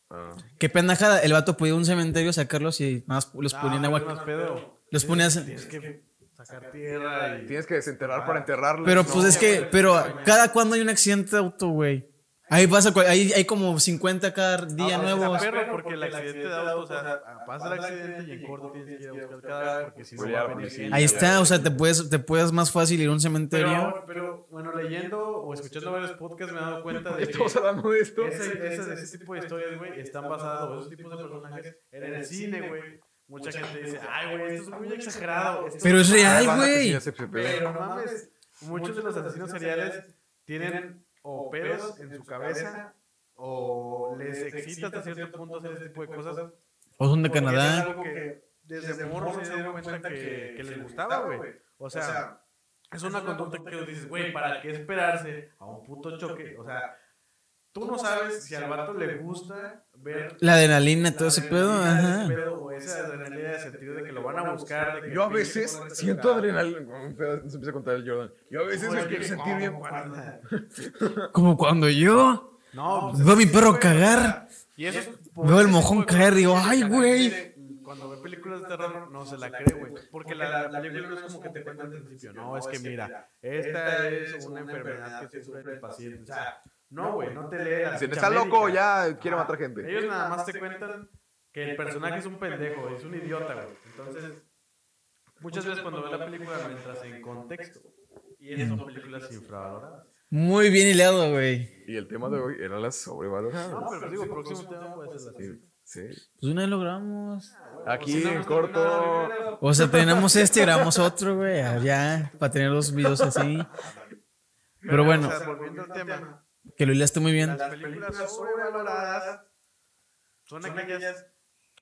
Speaker 2: Ah.
Speaker 1: Qué pendejada. El vato podía ir a un cementerio, sacarlos y nada más los ponía en
Speaker 3: Ah,
Speaker 1: agua.
Speaker 3: más pedo.
Speaker 1: Los ponía.
Speaker 3: Tienes que sacar tierra y.
Speaker 2: Tienes que desenterrar para enterrarlo.
Speaker 1: Pero pues es que, pero cada cuando hay un accidente de auto, güey. Ahí pasa, cual- ahí hay como 50
Speaker 3: Ah,
Speaker 1: cada día
Speaker 3: Ahora,
Speaker 1: nuevos.
Speaker 3: está perro porque el accidente de auto, o sea, pasa el accidente y en corto tienes que ir a buscar cada vez porque si no
Speaker 2: Pues
Speaker 3: va
Speaker 2: ya,
Speaker 3: a venir
Speaker 2: policía.
Speaker 3: gente.
Speaker 1: Ahí está, o sea, te puedes, te puedes más fácil ir a un cementerio.
Speaker 3: Pero, pero, bueno, leyendo o escuchando varios podcasts me he dado cuenta de que
Speaker 2: Estamos hablando de esto.
Speaker 3: ese, ese, ese tipo de historias, güey, están basadas, o esos tipos de personajes, en el cine, güey. Mucha gente dice, ay, güey, esto es muy exagerado. esto
Speaker 1: Pero es
Speaker 2: Hay
Speaker 1: real,
Speaker 2: banda que sí
Speaker 1: güey.
Speaker 2: hace ese pedo.
Speaker 3: Pero mames, muchos de los asesinos seriales tienen o pedos en su cabeza o les excita hasta cierto punto hacer este tipo de cosas.
Speaker 1: O son de
Speaker 3: porque Es
Speaker 1: Canadá.
Speaker 3: algo que desde morro se dieron cuenta que, que les gustaba, güey. O sea, es una conducta que dices, güey, ¿para qué esperarse a un puto choque? O sea, tú no sabes si al vato le gusta ver...
Speaker 1: La adrenalina, todo
Speaker 3: la
Speaker 1: ese pedo.
Speaker 3: adrenalina de ese
Speaker 1: Ajá.
Speaker 3: pedo, o esa adrenalina de sentido de que lo van a buscar. de que
Speaker 2: Yo a
Speaker 3: pinche
Speaker 2: veces
Speaker 3: con este
Speaker 2: siento
Speaker 3: lugar.
Speaker 2: adrenalina. Como un pedo, Se empieza a contar el Jordan. Yo a veces me
Speaker 3: Oye,
Speaker 2: quiero sentir
Speaker 3: no,
Speaker 2: bien.
Speaker 3: guarda.
Speaker 1: Como cuando yo.
Speaker 3: No, pues
Speaker 1: Veo a mi perro cagar.
Speaker 3: Y eso es por
Speaker 1: Veo el
Speaker 3: ese
Speaker 1: mojón
Speaker 3: tipo de
Speaker 1: caer.
Speaker 3: cosas
Speaker 1: Digo,
Speaker 3: que la
Speaker 1: ay,
Speaker 3: gente
Speaker 1: güey.
Speaker 3: Cuando ve películas de terror, no se la cree, güey. Porque la, la película no es como que te cuenta al principio. No, es que mira, esta es una enfermedad que sufre el paciente. O sea, no, güey, no te lee la
Speaker 2: Dicen,
Speaker 3: ficha
Speaker 2: está loco,
Speaker 3: médica.
Speaker 2: ya quiere matar gente.
Speaker 3: Ellos nada más te cuentan que el personaje es un pendejo, es un idiota, güey. Entonces, muchas veces cuando ves la película, no entras en contexto. Y esas son películas infravaloradas.
Speaker 1: Muy bien hilado, güey.
Speaker 2: Y el tema de hoy era las sobrevaloradas.
Speaker 3: No, pero digo, próximo tema puede ser así.
Speaker 2: Sí.
Speaker 1: Pues una vez logramos.
Speaker 2: Aquí en corto.
Speaker 1: O sea, tenemos este y grabamos otro, güey. Allá, para tener los videos así. Pero bueno,
Speaker 3: O sea, volviendo al tema,
Speaker 1: que lo hilaste muy bien.
Speaker 3: las películas sobrevaloradas son aquellas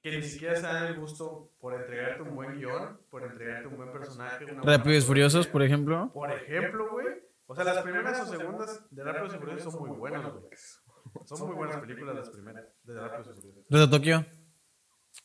Speaker 3: que ni siquiera se dan el gusto por entregarte un buen guión, por entregarte un buen personaje. una buena
Speaker 1: Rápidos y Furiosos, por ejemplo.
Speaker 3: Por ejemplo, güey. O sea, las primeras o segundas de Rápidos y Furiosos son muy buenas, güey. Son muy buenas películas las primeras de Rápidos y Furiosos.
Speaker 1: Reto Tokio.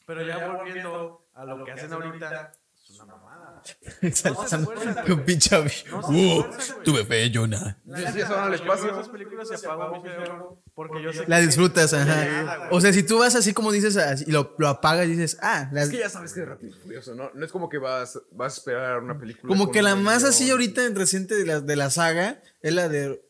Speaker 3: Pero ya volviendo a lo que hacen ahorita, es una mamada.
Speaker 1: Con pinche avi-
Speaker 3: No se
Speaker 1: Uh,
Speaker 3: esfuerzan, güey.
Speaker 1: tu bebé, Jonah.
Speaker 2: Sí, sí, eso no les pasa.
Speaker 3: Esas películas se apagó mi cerebro porque yo sé
Speaker 1: La
Speaker 3: que-
Speaker 1: disfrutas, ajá. O sea, si tú vas así como dices así, y lo, lo apagas y dices, ah, las-
Speaker 2: Es que ya sabes que es rápido y furioso, ¿no? No es como que vas, vas a esperar una película.
Speaker 1: como
Speaker 2: con
Speaker 1: que
Speaker 2: un
Speaker 1: la más
Speaker 2: guión.
Speaker 1: así ahorita reciente de la, de la saga es la de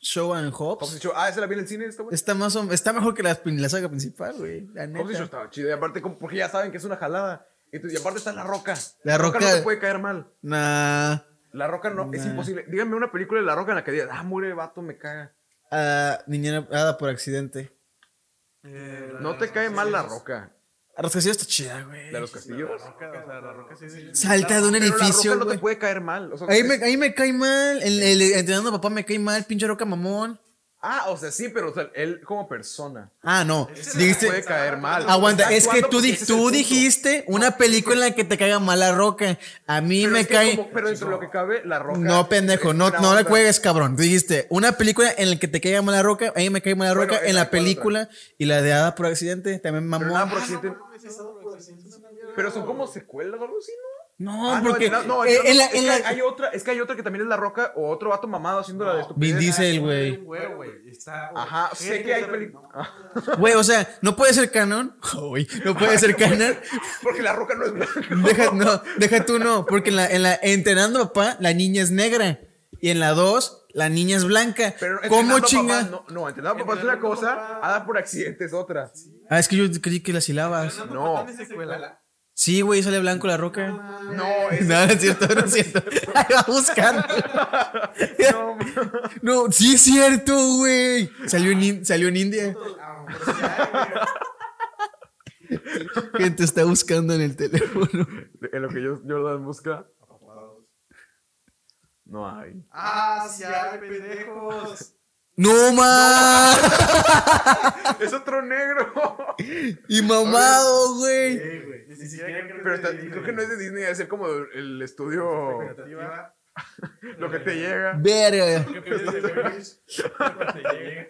Speaker 1: Show and
Speaker 2: Hobbs y
Speaker 1: Hobbs.
Speaker 2: Shaw. Ah, esa la vi en el cine, esta güey.
Speaker 1: Está, más o- está mejor que la, la saga principal, güey. La
Speaker 2: Hobbs y Shaw
Speaker 1: neta.
Speaker 2: estaba chida. Y aparte, como- porque ya saben que es una jalada. Entonces, y aparte está la roca.
Speaker 1: La Roca.
Speaker 2: no te puede caer mal.
Speaker 1: Nah.
Speaker 2: La roca no, es
Speaker 1: Nah.
Speaker 2: imposible. Díganme una película de la roca en la que digas, ah, muere vato, me caga.
Speaker 1: Ah, niñera nada por accidente.
Speaker 3: Eh, la-
Speaker 2: No te cae mal la roca.
Speaker 1: Arrascasillo está chida, güey.
Speaker 2: De los castillos.
Speaker 3: La roca, o sea, la roca sí es-
Speaker 1: Salta de un
Speaker 2: Pero la roca
Speaker 1: edificio,
Speaker 2: no te
Speaker 1: güey.
Speaker 2: puede caer mal. O sea,
Speaker 1: Ahí
Speaker 2: es-
Speaker 1: me, ahí me cae mal. El, el entrenando a papá me cae mal, pinche roca mamón.
Speaker 2: Ah, o sea, sí, pero o sea, él como persona.
Speaker 1: Ah, no.
Speaker 2: Sí, puede
Speaker 1: Dijiste.
Speaker 2: caer mal.
Speaker 1: Aguanta,
Speaker 2: Está
Speaker 1: es que
Speaker 2: actuando
Speaker 1: tú,
Speaker 2: porque
Speaker 1: di-
Speaker 2: ese es el
Speaker 1: tú
Speaker 2: punto.
Speaker 1: dijiste una película en la que te caiga mal la roca. A mí
Speaker 2: Pero
Speaker 1: me
Speaker 2: es que
Speaker 1: cae.
Speaker 2: como- pero entre lo que cabe, la roca.
Speaker 1: No, pendejo,
Speaker 2: es
Speaker 1: no,
Speaker 2: una
Speaker 1: no la
Speaker 2: onda.
Speaker 1: juegues, cabrón. Dijiste, una película en la que te caiga mal la roca, a mí me cae mal la
Speaker 2: Bueno,
Speaker 1: roca, en
Speaker 2: esa,
Speaker 1: la
Speaker 2: ¿cuál
Speaker 1: película y la de Hada por accidente, también
Speaker 2: Pero
Speaker 1: mamón.
Speaker 2: nada, por accidente-
Speaker 3: que esa otra versión es una mierda.
Speaker 2: Pero son como secuelas o algo así, ¿no?
Speaker 1: No,
Speaker 2: Ah,
Speaker 1: porque.
Speaker 2: no, no,
Speaker 1: eh,
Speaker 2: no,
Speaker 1: en la-
Speaker 2: es
Speaker 1: en
Speaker 2: que
Speaker 1: la-
Speaker 2: hay otra, es que hay otra que también es la roca o otro vato mamado haciendo la de estupidez.
Speaker 1: Vin Diesel,
Speaker 3: Un
Speaker 1: güey.
Speaker 3: huevo, güey. Está.
Speaker 2: Ajá, sé que hay
Speaker 3: películas.
Speaker 2: películas.
Speaker 1: Güey, o sea, no puede ser canon. Uy, no puede ser canon.
Speaker 2: Porque la roca no es blanca.
Speaker 1: Deja, no, deja tú no, porque en la, en la Entrenando a Papá, la niña es negra. Y en la 2, la niña es blanca.
Speaker 2: Pero
Speaker 1: ¿Cómo
Speaker 2: entrenando a
Speaker 1: chinga?
Speaker 2: papá, No, no, entrenando a papá es una
Speaker 3: Entrenando a
Speaker 2: cosa,
Speaker 3: papá.
Speaker 2: Ada por accidente es otra.
Speaker 1: Ah, es que yo creí que las silabas.
Speaker 2: No.
Speaker 3: No. secuela?
Speaker 1: Sí, güey, sale blanco la roca.
Speaker 2: No, es.
Speaker 1: No, no es cierto, no es cierto. Ahí va buscando.
Speaker 2: no,
Speaker 1: No, sí es cierto, güey. Salió en, in- salió en India. Gente está buscando en el teléfono.
Speaker 2: En lo que yo, Jordan busca. No hay.
Speaker 3: ¡Ah, sí hay pendejos!
Speaker 1: ¡No más!
Speaker 2: Es otro negro.
Speaker 1: Y mamado, güey.
Speaker 3: Sí, Eh, güey. Ni siquiera creo
Speaker 2: Pero está-
Speaker 3: de Disney.
Speaker 2: creo que no es de Disney, debe ser como el estudio.
Speaker 3: Expectativa.
Speaker 2: Lo que te llega.
Speaker 1: Verga.
Speaker 3: Creo que es de Disney. Creo que te llega.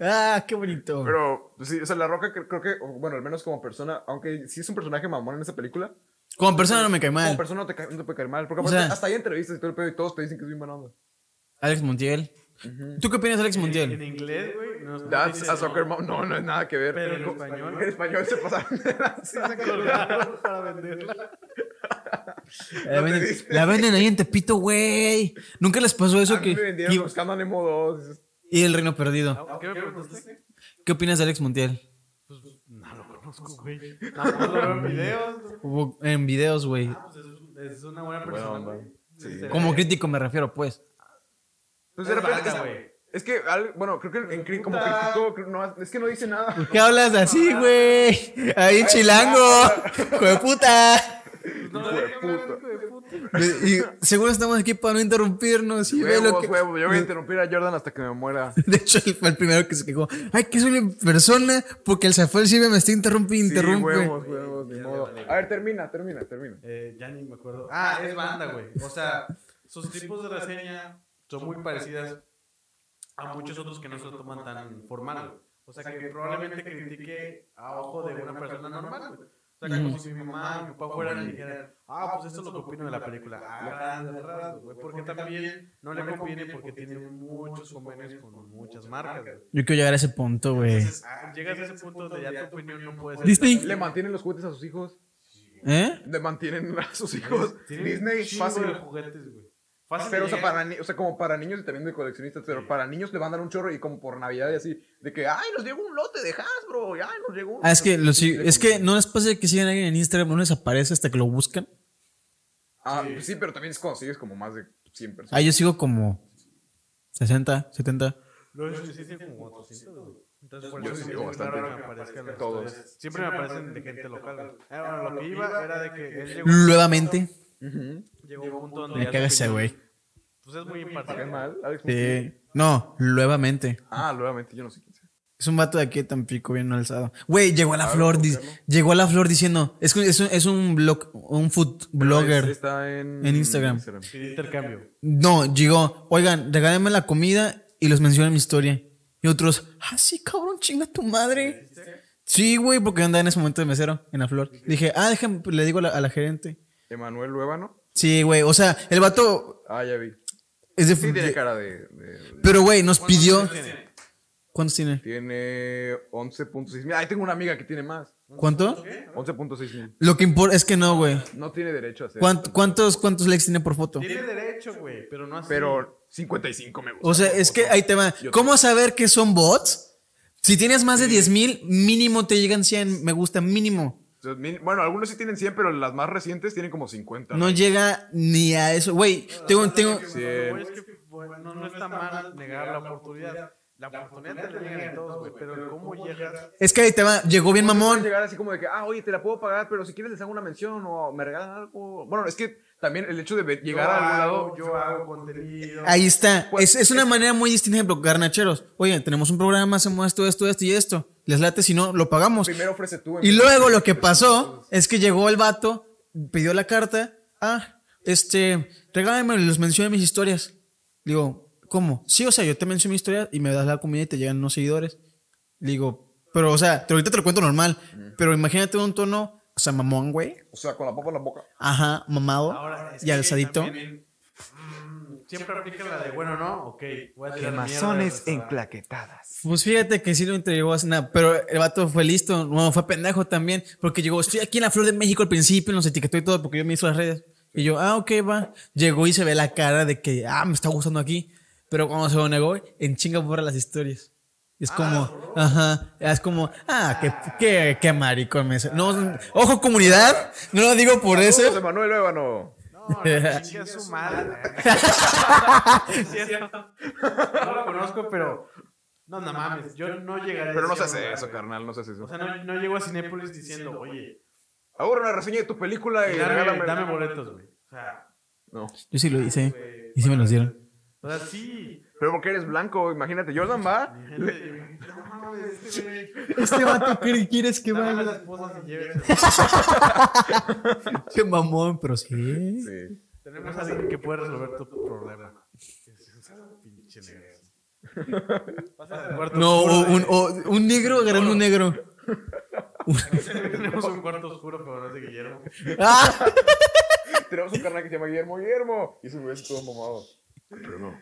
Speaker 1: Ah, qué bonito.
Speaker 2: Pero, pues sí, o sea, La Roca cre- creo que, o bueno, al menos como persona, aunque sí es un personaje mamón en esa película,
Speaker 1: Como persona no me cae
Speaker 2: como
Speaker 1: mal.
Speaker 2: persona no te, cae- no te puede caer mal. Porque
Speaker 1: O
Speaker 2: aparte,
Speaker 1: sea-
Speaker 2: hasta hay entrevistas y todo el pedo y todos te dicen que es bien buena onda.
Speaker 1: Alex Montiel. ¿Tú qué opinas de Alex
Speaker 3: En
Speaker 1: Montiel?
Speaker 3: inglés, güey. No, no
Speaker 2: That's
Speaker 3: dice
Speaker 2: a soccer mom. No, no es nada que ver.
Speaker 3: Pero en
Speaker 2: Como-
Speaker 3: español.
Speaker 2: En español se pasaron de lanza.
Speaker 3: colgado para venderla.
Speaker 1: La venden, la venden ahí en Tepito, güey. Nunca les pasó
Speaker 2: A
Speaker 1: eso
Speaker 2: mí
Speaker 1: que.
Speaker 2: me vendieron
Speaker 1: que-
Speaker 2: buscando Nemo 2.
Speaker 1: Y el reino perdido.
Speaker 3: ¿A qué me preguntaste?
Speaker 1: ¿Qué opinas de Alex Montiel?
Speaker 3: No lo conozco, güey. No, no lo veo en videos.
Speaker 1: Hubo- En videos, güey.
Speaker 3: Ah, pues es, es una buena persona,
Speaker 2: onda.
Speaker 3: güey.
Speaker 2: Sí.
Speaker 3: Se
Speaker 1: Como
Speaker 3: ve-
Speaker 1: crítico me refiero, pues.
Speaker 2: Pues de
Speaker 3: Es
Speaker 2: repente.
Speaker 3: vaga,
Speaker 2: es-
Speaker 3: güey.
Speaker 2: Es que, al- bueno, creo que en, cri- como
Speaker 3: Puta.
Speaker 2: crítico, creo- no, es que no dice nada.
Speaker 1: ¿Qué hablas así, güey? Ahí en chilango. ¡Jueputa!
Speaker 3: No,
Speaker 2: Hijo de
Speaker 3: déjame hablar,
Speaker 2: puta.
Speaker 3: hijo de puta.
Speaker 1: Y seguro estamos aquí para no interrumpirnos. Y ve lo
Speaker 2: Huevos,
Speaker 1: que...
Speaker 2: huevos. Yo voy a interrumpir a Jordan hasta que me muera.
Speaker 1: De hecho, él fue el primero que se quejó. Ay, que soy una persona porque el Zafel Silva me está interrumpe y
Speaker 2: Sí,
Speaker 1: interrumpe.
Speaker 2: huevos, huevos, ni modo. A ver, termina, termina, termina.
Speaker 3: Eh, ya ni me acuerdo. Ah, es banda, güey. O sea, sus tipos de reseña son muy parecidas a muchos otros que no se lo toman tan formal. güey. O sea, que probablemente critique a ojo de una persona normal. güey. O sea, que como si mi mamá y mi papá fueran y dijeran, ah, pues esto es lo que opino de la película. Ah, grande, raro, güey. Porque también no le conviene porque tiene muchos convenios con muchas marcas. güey.
Speaker 1: Yo quiero llegar a ese punto, güey.
Speaker 3: Entonces, ah, llegas a ese punto de ya tu opinión no puede ser.
Speaker 1: Disney.
Speaker 2: Le mantienen los juguetes a sus hijos.
Speaker 1: ¿Eh?
Speaker 2: Le mantienen a sus hijos.
Speaker 3: Tiene
Speaker 2: Disney,
Speaker 3: un chingo
Speaker 2: fácil.
Speaker 3: de juguetes, güey. Fácil
Speaker 2: Pero, o sea,
Speaker 3: llegar-
Speaker 2: para ni- o sea, como para niños y también de coleccionistas, pero para niños le van a dar un chorro y como por Navidad y así, de que, ay, nos llegó un lote de Hasbro, ya nos llegó un...
Speaker 1: Ah, es que, lo sig- es que no les pasa que siguen a alguien en Instagram, no les aparece hasta que lo buscan.
Speaker 2: Ah, pues sí, pero también es cuando sigues como más de 100 personas.
Speaker 1: Ah, yo sigo como 60, 70.
Speaker 3: Lo hiciste como 400, güey. Entonces, por
Speaker 2: Yo
Speaker 3: eso
Speaker 2: sí
Speaker 3: es
Speaker 2: sigo
Speaker 3: muy
Speaker 2: bastante.
Speaker 3: raro que me aparezcan las
Speaker 2: Todos.
Speaker 3: historias. Siempre me aparecen de gente local. güey. Ah, bueno, lo que iba era de que él llegó,
Speaker 1: Nuevamente.
Speaker 2: Ujú.
Speaker 3: llegó a un punto donde.
Speaker 1: Me
Speaker 3: ya
Speaker 1: caga
Speaker 3: su
Speaker 1: ese
Speaker 3: opinión-
Speaker 1: güey.
Speaker 3: Pues es muy
Speaker 2: ¿Qué
Speaker 3: imparcial.
Speaker 2: mal? Alex?
Speaker 1: Sí. No, nuevamente.
Speaker 2: Ah, nuevamente, yo no sé quién sea.
Speaker 1: Es un vato de aquí de Tampico bien alzado. Güey, llegó a la flor, dis- llegó a la flor diciendo, es, que es un, es un blog, un food blogger.
Speaker 2: Este Está en...
Speaker 1: En Instagram.
Speaker 3: Pidió intercambio.
Speaker 1: No, llegó, oigan, regálenme la comida y los menciono en mi historia. Y otros, ah, sí, cabrón, chinga tu madre. Sí, güey, porque yo andaba en ese momento de mesero, en la flor. Dije, ah, déjame, le digo a la, a la gerente.
Speaker 2: Emanuel Luébano.
Speaker 1: Sí, güey, o sea, el vato
Speaker 2: Ah, ya vi.
Speaker 1: es de...
Speaker 2: Sí, tiene
Speaker 1: de-
Speaker 2: cara de... de-
Speaker 1: pero, güey, nos pidió... ¿Cuántos tiene?
Speaker 2: Tiene 11.6 mil. Ay, tengo una amiga que tiene más.
Speaker 1: ¿Cuánto?
Speaker 2: 11.6 mil.
Speaker 1: Lo que importa es que no, güey.
Speaker 2: No tiene derecho a hacer.
Speaker 1: ¿Cuánt- ¿Cuántos, ¿Cuántos likes tiene por foto?
Speaker 3: Tiene derecho, güey, pero no así.
Speaker 2: Pero 55 me gusta.
Speaker 1: O sea, es que ahí te va. ¿Cómo saber que son bots? Si tienes más de 10 mil, mínimo te llegan 100 me gusta, mínimo.
Speaker 2: O sea, min- Bueno, algunos sí tienen 100, pero las más recientes tienen como 50.
Speaker 1: No llega ni a eso. Güey, tengo, tengo.
Speaker 3: O sea, lo que voy es que, bueno, no, no está mal negar la oportunidad. La oportunidad te la llegan a todos, güey, pero ¿cómo llegas?
Speaker 1: Es que ahí te va. Llegó bien
Speaker 2: Pueden
Speaker 1: mamón.
Speaker 2: llegar así como de que, ah, oye, te la puedo pagar, pero si quieres les hago una mención o me regalan algo. Bueno, es que también el hecho de ve- llegar a algún lado.
Speaker 3: yo hago contenido.
Speaker 1: Ahí está. Es, es una manera muy distinta de bloquear nacheros. Oye, tenemos un programa, hacemos esto, esto, esto y esto. Les late, si no, lo pagamos.
Speaker 2: Primero ofrece tú.
Speaker 1: Y luego lo que pasó es que llegó el vato, pidió la carta. Ah, este, regálenme, los mencioné en mis historias. Digo, ¿cómo? Sí, o sea, yo te menciono mi historia y me das la comida y te llegan unos seguidores. Digo, Pero, o sea, te- ahorita te lo cuento normal. Pero imagínate un tono, o sea, mamón, güey.
Speaker 2: O sea, con la papa en la boca.
Speaker 1: Ajá, mamado.
Speaker 3: Ahora, es
Speaker 1: y
Speaker 3: que
Speaker 1: alzadito.
Speaker 3: también, mm, Siempre aplica la de, bueno, no, ok. Voy a tirar mierda
Speaker 5: Quemazones
Speaker 3: del restaurante.
Speaker 5: enclaquetadas.
Speaker 1: Pues fíjate que sí lo entregó a Snap, pero el vato fue listo, no, fue pendejo también, porque llegó, estoy aquí en la Flor de México al principio, nos etiquetó y todo, porque yo me hizo las redes. Y yo, ah, ok, va. Llegó y se ve la cara de que, ah, me está gustando aquí. Pero cuando se lo negó, en chinga borra las historias. Es
Speaker 3: Ah,
Speaker 1: como, ajá, es como, ah, qué, qué, qué maricón me hizo. No, ojo comunidad, no lo digo por
Speaker 2: José
Speaker 1: eso.
Speaker 2: Manuel Ébano.
Speaker 3: No, no, chingue su madre. Es cierto. No lo conozco, pero. No, no mames. Yo no llegaré. a
Speaker 2: Pero no se
Speaker 3: decir
Speaker 2: hace
Speaker 3: nada,
Speaker 2: eso,
Speaker 3: güey.
Speaker 2: carnal, no se hace eso.
Speaker 3: O sea, no, no llego a Cinépolis diciendo, oye,
Speaker 2: Ahora una reseña de tu película y
Speaker 3: dame,
Speaker 2: regálame.
Speaker 3: dame boletos, güey. Eh, O sea,
Speaker 2: No.
Speaker 1: Yo sí lo hice,
Speaker 3: güey,
Speaker 1: y sí me los dieron.
Speaker 3: o sea, sí.
Speaker 2: Pero porque eres blanco, imagínate, Jordan va.
Speaker 3: Gente, no mames, este güey.
Speaker 1: Este vato, ¿qué quieres que
Speaker 3: Dame
Speaker 1: vaya?
Speaker 3: las esposas y llévese.
Speaker 1: Qué mamón, pero sí.
Speaker 2: Sí.
Speaker 3: Tenemos a alguien que puede resolver tu problema. Pinche negro. Pásate al cuarto
Speaker 1: No,
Speaker 3: oscuro
Speaker 1: o
Speaker 3: de-
Speaker 1: un, o un negro agarrando un negro.
Speaker 3: Tenemos un cuarto oscuro, pero no es de Guillermo.
Speaker 1: ¡Ah!
Speaker 2: Tenemos un carnal que se llama Guillermo Guillermo. Y su güey es todo mamado. Pero no.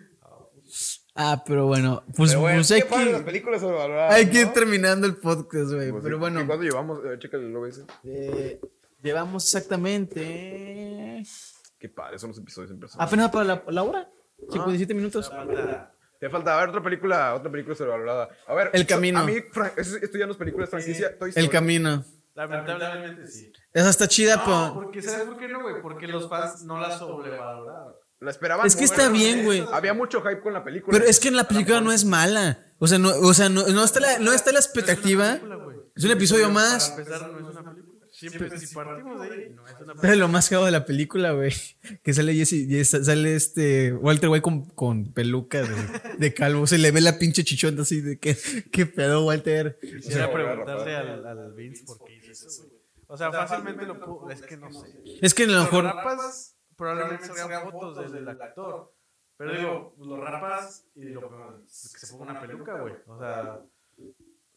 Speaker 1: Ah, pero bueno, pues,
Speaker 2: Pero bueno,
Speaker 1: pues
Speaker 2: ¿qué
Speaker 1: hay,
Speaker 2: pasa en las
Speaker 1: que,
Speaker 2: películas valoradas,
Speaker 1: hay que ir
Speaker 2: ¿no?
Speaker 1: terminando el podcast, güey.
Speaker 2: Pues sí,
Speaker 1: pero bueno,
Speaker 2: ¿y ¿Cuándo llevamos? Eh, Checa el OBS.
Speaker 1: eh, llevamos exactamente.
Speaker 2: Qué padre, son los episodios en persona.
Speaker 1: Apenas para la, la hora. 57 minutos.
Speaker 2: Te falta a ver otra película, otra película sobrevalorada. A ver,
Speaker 1: El
Speaker 2: esto-
Speaker 1: Camino. Eh,
Speaker 2: A mí, Fran- es- esto ya no es película, es franquicia. Toy Story.
Speaker 1: El camino.
Speaker 3: Lamentablemente sí.
Speaker 1: Esa está chida,
Speaker 3: No,
Speaker 1: pero.
Speaker 3: porque ¿sabes por qué no, güey? Porque los fans no la sobrevaloraron.
Speaker 2: La esperaban.
Speaker 1: Es que
Speaker 2: muy
Speaker 1: está
Speaker 2: buena.
Speaker 1: bien, güey.
Speaker 2: Había mucho hype con la película.
Speaker 1: Pero es que en la película no es mala. O sea, no, o sea, no, no está, la, no está la expectativa. Es un episodio más.
Speaker 3: Para empezar, no es una película. Siempre, si partimos de ahí, pues, no es una película.
Speaker 1: Es lo más cabo de la película, güey. Que sale Jesse, Jesse- sale este Walter White con, con peluca de, de calvo. Se le ve la pinche chichonta así de que, qué pedo, Walter.
Speaker 3: Quisiera
Speaker 2: Sí,
Speaker 3: preguntarle al, al Vince por qué hizo eso, güey. O sea, fácilmente lo pudo. Es que no sé.
Speaker 1: Es que a lo
Speaker 3: Los
Speaker 1: mejor.
Speaker 3: rapas probablemente salgan fotos del, del actor. Pero digo, los rapas y lo que se ponga una peluca, güey. O sea.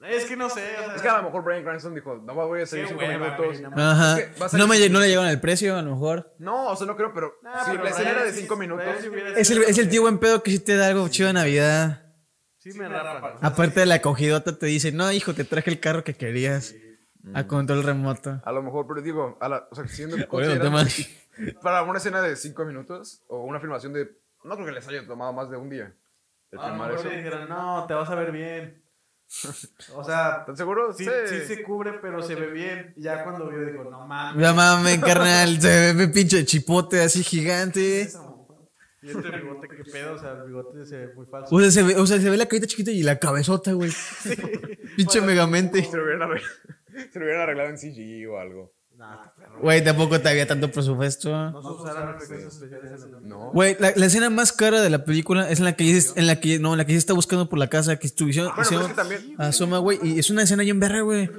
Speaker 3: Es que no sé. O sea,
Speaker 2: Es que a lo mejor Brian Cranston dijo, no voy a seguir
Speaker 3: Qué
Speaker 2: cinco
Speaker 3: hueva,
Speaker 2: minutos.
Speaker 3: güey, no
Speaker 1: Ajá.
Speaker 2: Es que va
Speaker 1: No,
Speaker 2: a salir-
Speaker 1: me, lle- no le llegaron el precio, a lo mejor.
Speaker 2: No, o sea, no creo, pero.
Speaker 3: Ah,
Speaker 2: sí,
Speaker 3: pero
Speaker 2: la escena
Speaker 3: Brian
Speaker 2: era de
Speaker 3: sí-
Speaker 2: cinco
Speaker 3: Brian
Speaker 2: minutos.
Speaker 3: sí hubiera
Speaker 1: Es el,
Speaker 3: sido-
Speaker 1: es el tío buen pedo que sí te da algo chido de Navidad.
Speaker 3: Sí me rapan.
Speaker 1: Aparte de la acogidota, te dice: No, hijo, te traje el carro que querías. A control remoto.
Speaker 2: A lo mejor, pero digo, a la, o sea, siendo
Speaker 1: Oye, no te
Speaker 2: considerando-
Speaker 1: mames.
Speaker 2: para una escena de cinco minutos o una filmación de. No creo que les haya tomado más de un día. El
Speaker 3: Ah, A lo
Speaker 2: filmar
Speaker 3: mejor
Speaker 2: eso.
Speaker 3: le dijeron, no, te vas a ver bien. O sea,
Speaker 2: ¿Están seguros?
Speaker 3: sí, sí se cubre, pero se ve bien. Y ya cuando vio, digo, no mames.
Speaker 1: Ya mamen, carnal. Se ve pinche chipote así gigante.
Speaker 3: Y este bigote, qué pedo. O sea, el bigote se ve muy falso.
Speaker 1: O sea, se ve, o sea, se ve la carita chiquita y la cabezota, güey. Pinche megamente.
Speaker 2: Se lo hubieran arreglado, se lo hubieran arreglado en CG o algo.
Speaker 3: Nah, perro.
Speaker 1: Güey, tampoco te había tanto presupuesto.
Speaker 3: No se usaron efectos especiales en el-
Speaker 2: No.
Speaker 1: Güey, la, la escena más cara de la película es en la que ella- en la que no, en la que ella está buscando por la casa que estuvieron
Speaker 3: pues
Speaker 2: Bueno, pero es que también.
Speaker 1: asoma, güey, y es una escena bien verga, güey.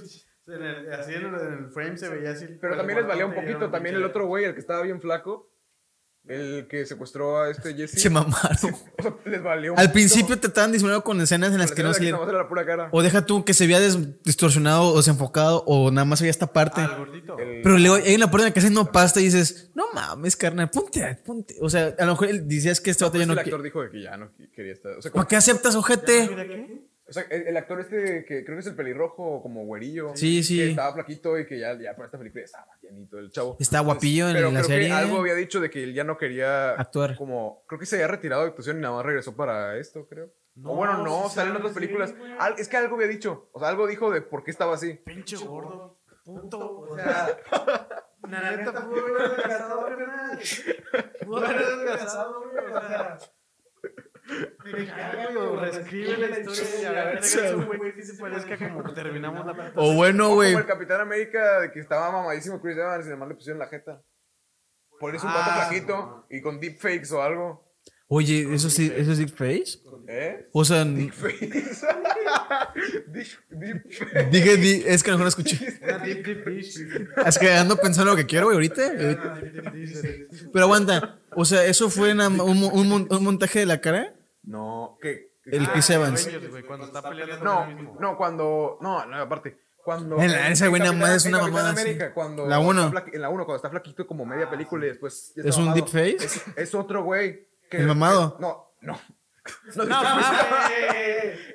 Speaker 3: En el- Así en el, en el frame se veía así.
Speaker 2: Pero también les valía un poquito. También el otro güey, el que estaba bien flaco, el que secuestró a este Jesse.
Speaker 1: Se mamaron.
Speaker 2: O sea, les valió un
Speaker 1: Al
Speaker 2: poquito.
Speaker 1: principio te estaban disimulando con escenas en las
Speaker 2: La
Speaker 1: que
Speaker 2: escena
Speaker 1: no
Speaker 2: de
Speaker 1: se le-
Speaker 2: nada más era la pura cara.
Speaker 1: o deja tú que se vea des- distorsionado o desenfocado o nada más se veía esta parte.
Speaker 3: Ah, el gordito.
Speaker 2: El-
Speaker 1: Pero luego hay una parte en la que haces no pasta y dices, "No mames, carnal, ponte, ponte." O sea, a lo mejor él decías que este vato ya
Speaker 2: el
Speaker 1: no
Speaker 2: actor
Speaker 1: qui-
Speaker 2: dijo de que ya no qui- quería estar. O sea, como-
Speaker 1: ¿Por qué aceptas, ojete?
Speaker 3: ¿Mira qué?
Speaker 2: o sea, el, el actor este que creo que es el pelirrojo, como güerillo.
Speaker 1: Sí, sí.
Speaker 2: Que estaba flaquito y que ya, ya para esta película ya estaba llanito el chavo.
Speaker 1: Está guapillo en
Speaker 2: Pero
Speaker 1: la
Speaker 2: creo
Speaker 1: serie.
Speaker 2: que algo había dicho de que él ya no quería
Speaker 1: Actuar.
Speaker 2: Como, creo que se había retirado de actuación y nada más regresó para esto, creo.
Speaker 3: No,
Speaker 2: o bueno, no,
Speaker 3: sí
Speaker 2: salen
Speaker 3: sale,
Speaker 2: otras
Speaker 3: sí,
Speaker 2: películas.
Speaker 3: güey.
Speaker 2: Al- es que algo había dicho. O sea, algo dijo de por qué estaba así.
Speaker 3: Pinche gordo. Puto. O sea. La neta pudo haber desgastado, carnal. Pudo haber desgastado, güey. O sea. Me cago, güey. Reescribe la historia y a ver, regresa un güey que se parezca como terminamos la pantalla.
Speaker 1: O bueno, güey.
Speaker 2: Como el Capitán América de que estaba mamadísimo Chris Evans y además le pusieron la jeta. Por eso un vato
Speaker 3: Ah,
Speaker 2: flaquito
Speaker 3: no.
Speaker 2: y con deepfakes o algo.
Speaker 1: Oye, ¿eso sí, eso es Face?
Speaker 2: ¿Eh?
Speaker 1: O sea,
Speaker 2: Deepfakes. Deep- deepfakes.
Speaker 1: dije, di- es que a lo mejor no escuché.
Speaker 3: Una deep, deep dish.
Speaker 1: Es que ando pensando lo que quiero, güey, ahorita.
Speaker 3: Una deep, deep dish.
Speaker 1: Pero aguanta. O sea, ¿eso fue una- un, mo- un mon- un montaje de la cara?
Speaker 2: No, que
Speaker 1: El Chris
Speaker 3: Ah,
Speaker 1: Evans.
Speaker 3: Avengers, güey, cuando está peleando con
Speaker 2: No,
Speaker 3: él mismo.
Speaker 2: no, cuando. No, no, aparte. Cuando.
Speaker 1: En la- esa
Speaker 2: en
Speaker 1: buena
Speaker 2: Capitán-
Speaker 1: madre es
Speaker 2: en
Speaker 1: una
Speaker 2: Capitán
Speaker 1: mamada,
Speaker 2: América,
Speaker 1: sí.
Speaker 2: cuando
Speaker 1: La uno.
Speaker 2: está fla- En la 1, cuando está flaquito como media película y después. ya está
Speaker 1: ¿Es un
Speaker 2: mamado.
Speaker 1: deepfake?
Speaker 2: Es, es otro güey. que-
Speaker 1: ¿El mamado?
Speaker 2: que- No, no. No,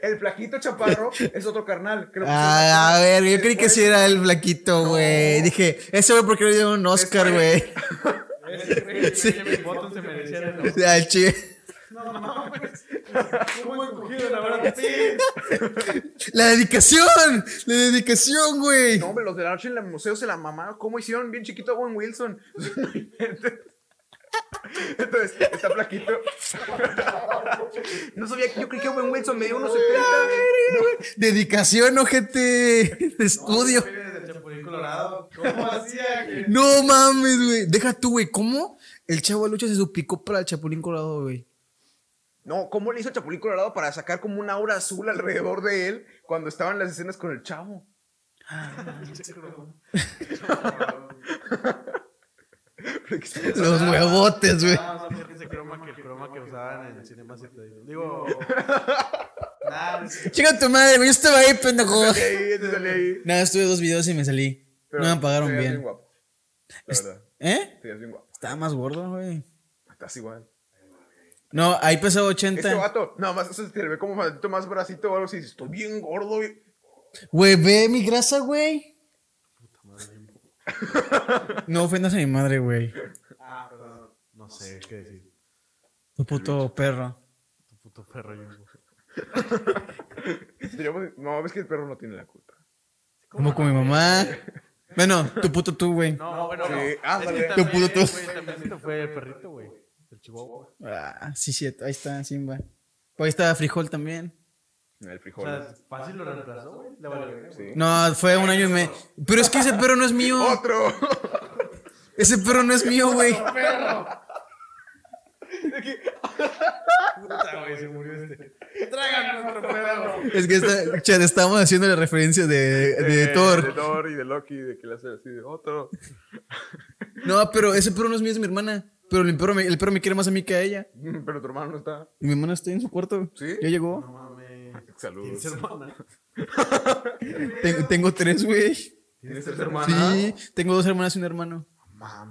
Speaker 2: El flaquito chaparro es otro carnal. que lo
Speaker 1: Ah, a ver, yo creí que
Speaker 2: Después-
Speaker 1: sí era el flaquito, güey. Dije, ese güey, ¿por qué le dieron un Oscar, güey?
Speaker 3: Ese güey, güey, Jimmy Button se merecía el Oscar.
Speaker 1: Al chile.
Speaker 3: Muy cogido, la verdad, sí.
Speaker 1: La dedicación, la dedicación, güey.
Speaker 2: No, hombre, los del Arch en el museo se la mamaron. ¿Cómo hicieron? Bien chiquito a Owen Wilson. Entonces, está flaquito. No sabía que yo creí que Owen Wilson me dio unos 70.
Speaker 1: Dedicación, ojete de estudio.
Speaker 3: Desde Chapulín Colorado. ¿Cómo hacía que-
Speaker 1: No mames, güey. Deja tú, güey. ¿Cómo el chavo de lucha se suplicó para el Chapulín Colorado, güey?
Speaker 2: No, ¿cómo le hizo Chapulín Colorado para sacar como una aura azul alrededor de él cuando estaban las escenas con el chavo?
Speaker 1: Los huevotes, güey.
Speaker 3: Ah, no, porque ese croma que el croma que usaban en Cinema 7. Digo. Nada, es-
Speaker 1: Chica tu madre, güey. Yo estaba ahí, pendejo.
Speaker 2: Ey, ese sale ahí.
Speaker 1: Nada, estuve dos videos y me salí.
Speaker 2: Pero
Speaker 1: no me
Speaker 2: te
Speaker 1: pagaron
Speaker 2: veías
Speaker 1: bien.
Speaker 2: guapo. La verdad,
Speaker 1: ¿Eh?
Speaker 2: te veías bien guapo.
Speaker 1: Estaba más gordo, güey.
Speaker 2: Estás igual.
Speaker 1: No, ahí pesaba
Speaker 2: Este
Speaker 1: 80.
Speaker 2: vato, nada más se te ve como maldito más bracito o algo así. Estoy bien gordo. güey.
Speaker 1: Güey, ve mi grasa, güey. No ofendas a mi madre, güey.
Speaker 3: No sé qué decir.
Speaker 1: Tu puto perro.
Speaker 3: Tu puto perro Jimbo.
Speaker 2: Diríamos, No, ves que el perro no tiene la culpa.
Speaker 1: Como con mi mamá. Bueno, tu puto tú, güey.
Speaker 3: No, bueno,
Speaker 2: Sí,
Speaker 3: no. Es que
Speaker 2: ándale.
Speaker 3: también,
Speaker 1: Tu puto-
Speaker 3: güey, también se fue el perrito, güey. El chihuahua.
Speaker 1: Ah, sí, cierto. Ahí está Simba. Ahí está Frijol también.
Speaker 2: El
Speaker 3: O
Speaker 2: frijol.
Speaker 3: sea, fácil lo reemplazó, güey. Le valió, güey.
Speaker 2: sí.
Speaker 1: No, fue un año y medio. Pero es que ese perro no es mío.
Speaker 2: ¡Otro!
Speaker 1: Ese perro no es mío, güey.
Speaker 3: Puta, güey, se murió este. Tráiganme nuestro perro.
Speaker 1: Es que está, chat, estamos haciendo la referencia de, de
Speaker 2: Eh, De
Speaker 1: Thor.
Speaker 2: Thor y de Loki, de que le hace así de otro.
Speaker 1: No, pero ese perro no es mío, es mi hermana. Pero el perro me, el perro me quiere más a mí que a ella.
Speaker 2: Mm, Pero tu hermano no está.
Speaker 1: Y mi hermana está en su cuarto.
Speaker 2: ¿Sí?
Speaker 1: Ya llegó.
Speaker 3: No mames. Tienes
Speaker 2: Saludos.
Speaker 3: hermana.
Speaker 1: Tengo, tengo tres, güey.
Speaker 2: ¿Tienes tres hermanas?
Speaker 1: Sí, tengo dos hermanas y un hermano.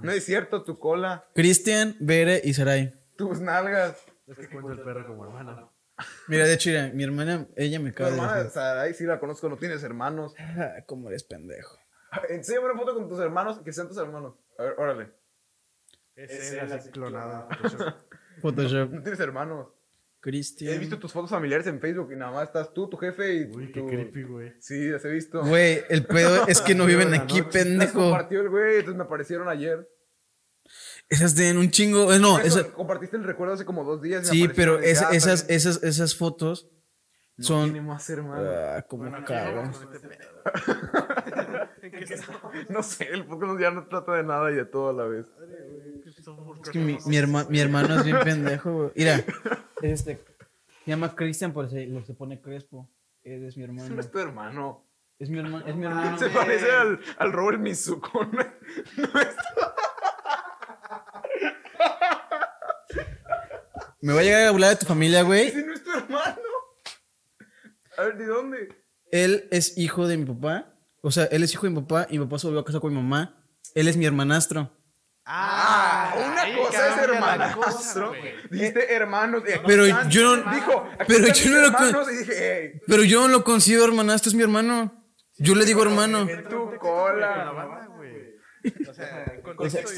Speaker 2: No es cierto, tu cola,
Speaker 1: Cristian, Bere y Sarai.
Speaker 2: tus nalgas.
Speaker 3: Es que cuento el perro como hermana.
Speaker 1: Mira, de hecho, mira, mi hermana, ella me
Speaker 2: Tu
Speaker 1: cae.
Speaker 2: hermana, Sarai, sí la conozco, no tienes hermanos.
Speaker 1: Ah, ¿Cómo eres pendejo?
Speaker 2: Enséñame una foto con tus hermanos, que sean tus hermanos. A ver, órale.
Speaker 3: Es él así clonada.
Speaker 1: Photoshop.
Speaker 2: No tienes hermanos. He
Speaker 1: Cristian.
Speaker 2: visto tus fotos familiares en Facebook y nada más estás tú, tu jefe y
Speaker 3: Pues, Uy, qué
Speaker 2: tu...
Speaker 3: creepy, güey.
Speaker 2: Sí, las he visto.
Speaker 1: Güey, el pedo es que no viven aquí,
Speaker 2: Las
Speaker 1: pendejo.
Speaker 2: compartió el güey, entonces me aparecieron ayer.
Speaker 1: Esas tienen un chingo. eh, No,
Speaker 2: Eso,
Speaker 1: esas-
Speaker 2: compartiste el recuerdo hace como dos días. y me
Speaker 1: sí,
Speaker 2: aparecieron
Speaker 1: pero
Speaker 2: de
Speaker 1: es-
Speaker 2: gata.
Speaker 1: esas, esas, esas fotos
Speaker 2: No tiene
Speaker 1: son.
Speaker 2: más hermanos.
Speaker 1: Ah, como cabrón.
Speaker 2: pues, No sé, el podcast ya no trata de nada y de todo a la vez.
Speaker 1: Es que mi, mi, herma- mi hermano es bien pendejo, güey. Mira, es este. Se llama Cristian, por eso le- se pone Crespo. Él es mi
Speaker 2: No
Speaker 1: hermano.
Speaker 2: es tu hermano.
Speaker 1: Es mi hermano. Es mi hermano.
Speaker 2: Se parece al, al Robert Mizuko. No es-
Speaker 1: Me va a llegar a hablar de tu familia, güey.
Speaker 2: ese no es tu hermano. A ver, ¿de dónde?
Speaker 1: Él es hijo de mi papá. O sea, él es hijo de mi papá y mi papá se volvió a casar con mi mamá. Él es mi hermanastro.
Speaker 2: Ah, una cosa es hermanastro. Dijiste hermanos. y aquí
Speaker 1: Pero
Speaker 2: están.
Speaker 1: yo no-
Speaker 2: Dijo, aquí
Speaker 1: pero
Speaker 2: están
Speaker 1: yo
Speaker 2: mis
Speaker 1: no lo con-
Speaker 2: hermanos y dije, hey,
Speaker 1: Pero yo no lo considero hermanastro, es mi hermano. Yo le digo hermano.
Speaker 2: en tu cola.
Speaker 3: Hermana, güey.
Speaker 1: O sea,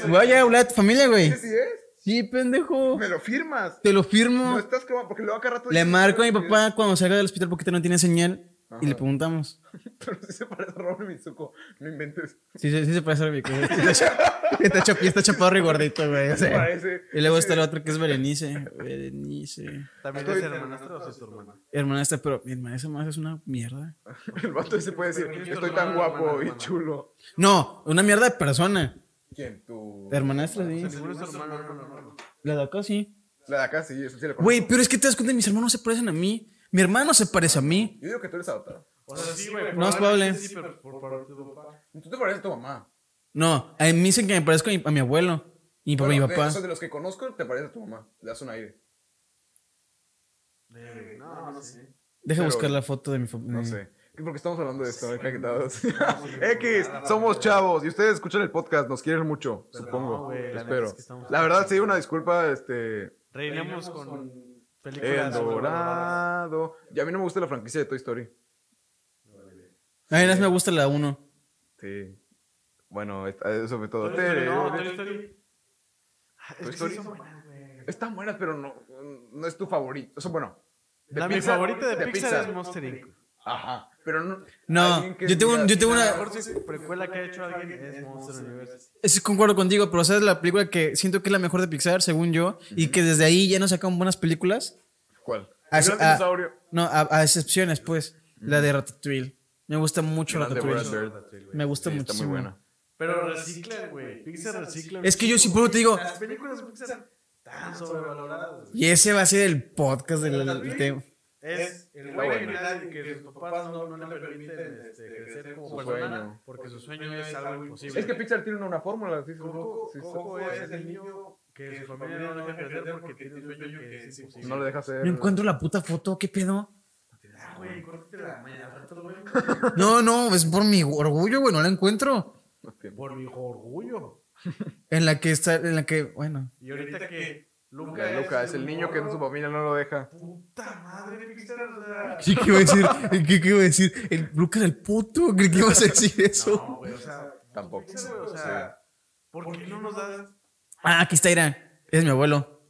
Speaker 1: me voy a llegar a hablar de tu familia, güey.
Speaker 2: ¿Qué sí es?
Speaker 1: Sí, pendejo.
Speaker 2: Me lo firmas.
Speaker 1: Te lo
Speaker 2: No
Speaker 1: firmo.
Speaker 2: estás como, porque luego acá rato.
Speaker 1: Le
Speaker 2: dices,
Speaker 1: marco a mi
Speaker 2: "Pero
Speaker 1: papá cuando salga del hospital porque no tiene señal. Y le preguntamos.
Speaker 2: Pero si se parece a Robert Mizuko, no inventes.
Speaker 1: Sí, sí, sí se parece a mi güey. Está, cha- está, cha- está chaparro y gordito, güey. o
Speaker 2: Se
Speaker 1: sea.
Speaker 2: parece.
Speaker 1: Y luego está el otro que es Berenice. Berenice.
Speaker 3: ¿También es hermanastro o es tu hermana?
Speaker 1: Hermanastra, pero mi hermanastra más es una mierda.
Speaker 2: El vato se puede decir, estoy tan guapo y chulo.
Speaker 1: No, una mierda de persona.
Speaker 2: ¿Quién? ¿Tú?
Speaker 1: La hermanastra, sí.
Speaker 3: Ninguno es tu hermano, hermano, hermano.
Speaker 1: La de acá, sí.
Speaker 2: La de acá sí, eso sí le conozco.
Speaker 1: Güey, pero es que te das cuenta, mis hermanos se parecen a mí. Mi hermano se parece a mí.
Speaker 2: Yo digo que tú eres adoptado.
Speaker 3: O sea, sí, güey.
Speaker 1: No es
Speaker 3: probablemente
Speaker 1: probable.
Speaker 3: Sí, pero por parte de tu papá.
Speaker 2: Tú te pareces a tu mamá.
Speaker 1: No, a mí dicen que me parezco a mi, a mi abuelo. Y mi papá,
Speaker 2: Bueno,
Speaker 1: mi
Speaker 2: de-
Speaker 1: papá.
Speaker 2: o sea, de los que conozco, te pareces a tu mamá. Le das un aire.
Speaker 3: Leve. Eh, No, no sé.
Speaker 1: Deja
Speaker 2: Pero-
Speaker 1: buscar la foto de mi fo-
Speaker 2: No
Speaker 1: de-
Speaker 2: sé. Porque estamos hablando de esto, ¿eh? Caquetados. X, somos chavos y ustedes escuchan el podcast, nos quieren mucho,
Speaker 3: no,
Speaker 2: supongo.
Speaker 3: güey, la neta
Speaker 2: Espero.
Speaker 3: es que estamos-
Speaker 2: La verdad, sí, una disculpa, este.
Speaker 3: Reinamos con
Speaker 2: El
Speaker 3: películas. sobrevaloradas.
Speaker 2: Dorado. Y a mí no me gusta la franquicia de Toy Story.
Speaker 1: A mí nada más me gusta la 1.
Speaker 2: Sí. Bueno, esta- eso sobre todo.
Speaker 3: Toy Story, No, Toy
Speaker 2: Tere-
Speaker 3: Story. Ah, es que sí
Speaker 2: Story?
Speaker 3: son buenas, güey.
Speaker 2: Están buenas, pero no, no es tu favorito. Eso, bueno. de
Speaker 3: La mi
Speaker 2: Pixar-
Speaker 3: favorita de, Pixar, es Monster Inc.
Speaker 2: Ajá. Pero no.
Speaker 1: No,
Speaker 2: alguien que
Speaker 1: yo tengo, un-
Speaker 2: diga-
Speaker 1: yo tengo
Speaker 3: La
Speaker 1: una.
Speaker 3: mejor precuela que ha hecho alguien es Monster Universe.
Speaker 1: Sí, concuerdo contigo, pero ¿sabes la película que siento que es la mejor de Pixar, según yo? Y que desde ahí ya no sacan buenas películas.
Speaker 2: ¿Cuál?
Speaker 1: A,
Speaker 2: El gran
Speaker 1: a-
Speaker 2: dinosaurio.
Speaker 1: no, a, a excepciones, pues. La de Ratatouille. Me gusta mucho
Speaker 2: Grande
Speaker 1: Ratatouille.
Speaker 2: Brad Bird.
Speaker 1: Me gusta
Speaker 2: Sí,
Speaker 1: mucho.
Speaker 2: está muy buena.
Speaker 3: Pero reciclan, güey. Pixar recicla.
Speaker 1: Es que yo sí puro te digo,
Speaker 3: Las películas de Pixar están sobrevaloradas. güey.
Speaker 1: y ese va a ser el podcast del del tema.
Speaker 3: Es el güey que, nadie- que sus papás no, no le permiten este, crecer como
Speaker 2: Su
Speaker 3: persona
Speaker 2: sueño.
Speaker 3: porque su sueño es algo imposible.
Speaker 2: Es que Pixar tiene una fórmula. sí, sí,
Speaker 3: Coco,
Speaker 2: sí, sí.
Speaker 3: Coco es el niño que su familia no deja crecer porque tiene un sueño que es imposible.
Speaker 2: No le deja hacer.
Speaker 1: No encuentro la puta foto, ¿qué pedo?
Speaker 3: Ah, güey, córtatela, mañana, al rato, güey.
Speaker 1: No, no, es por mi orgullo, güey, no la encuentro.
Speaker 3: Por mi orgullo.
Speaker 1: En la que está, en la que, bueno.
Speaker 3: Y ahorita que Luca,
Speaker 2: Luca, Luca es el niño que en su
Speaker 3: morro,
Speaker 2: familia no lo deja.
Speaker 3: Puta madre, Pixar. o sea,
Speaker 1: ¿Qué, qué iba a decir? ¿Qué, qué iba a decir? ¿El Lucas el puto? ¿Qué, qué ibas a decir eso?
Speaker 3: No, güey, o sea,
Speaker 2: Tampoco.
Speaker 3: Pixar, güey, o sea, ¿por qué no nos das?
Speaker 1: Ah, aquí está Ira. Es mi abuelo.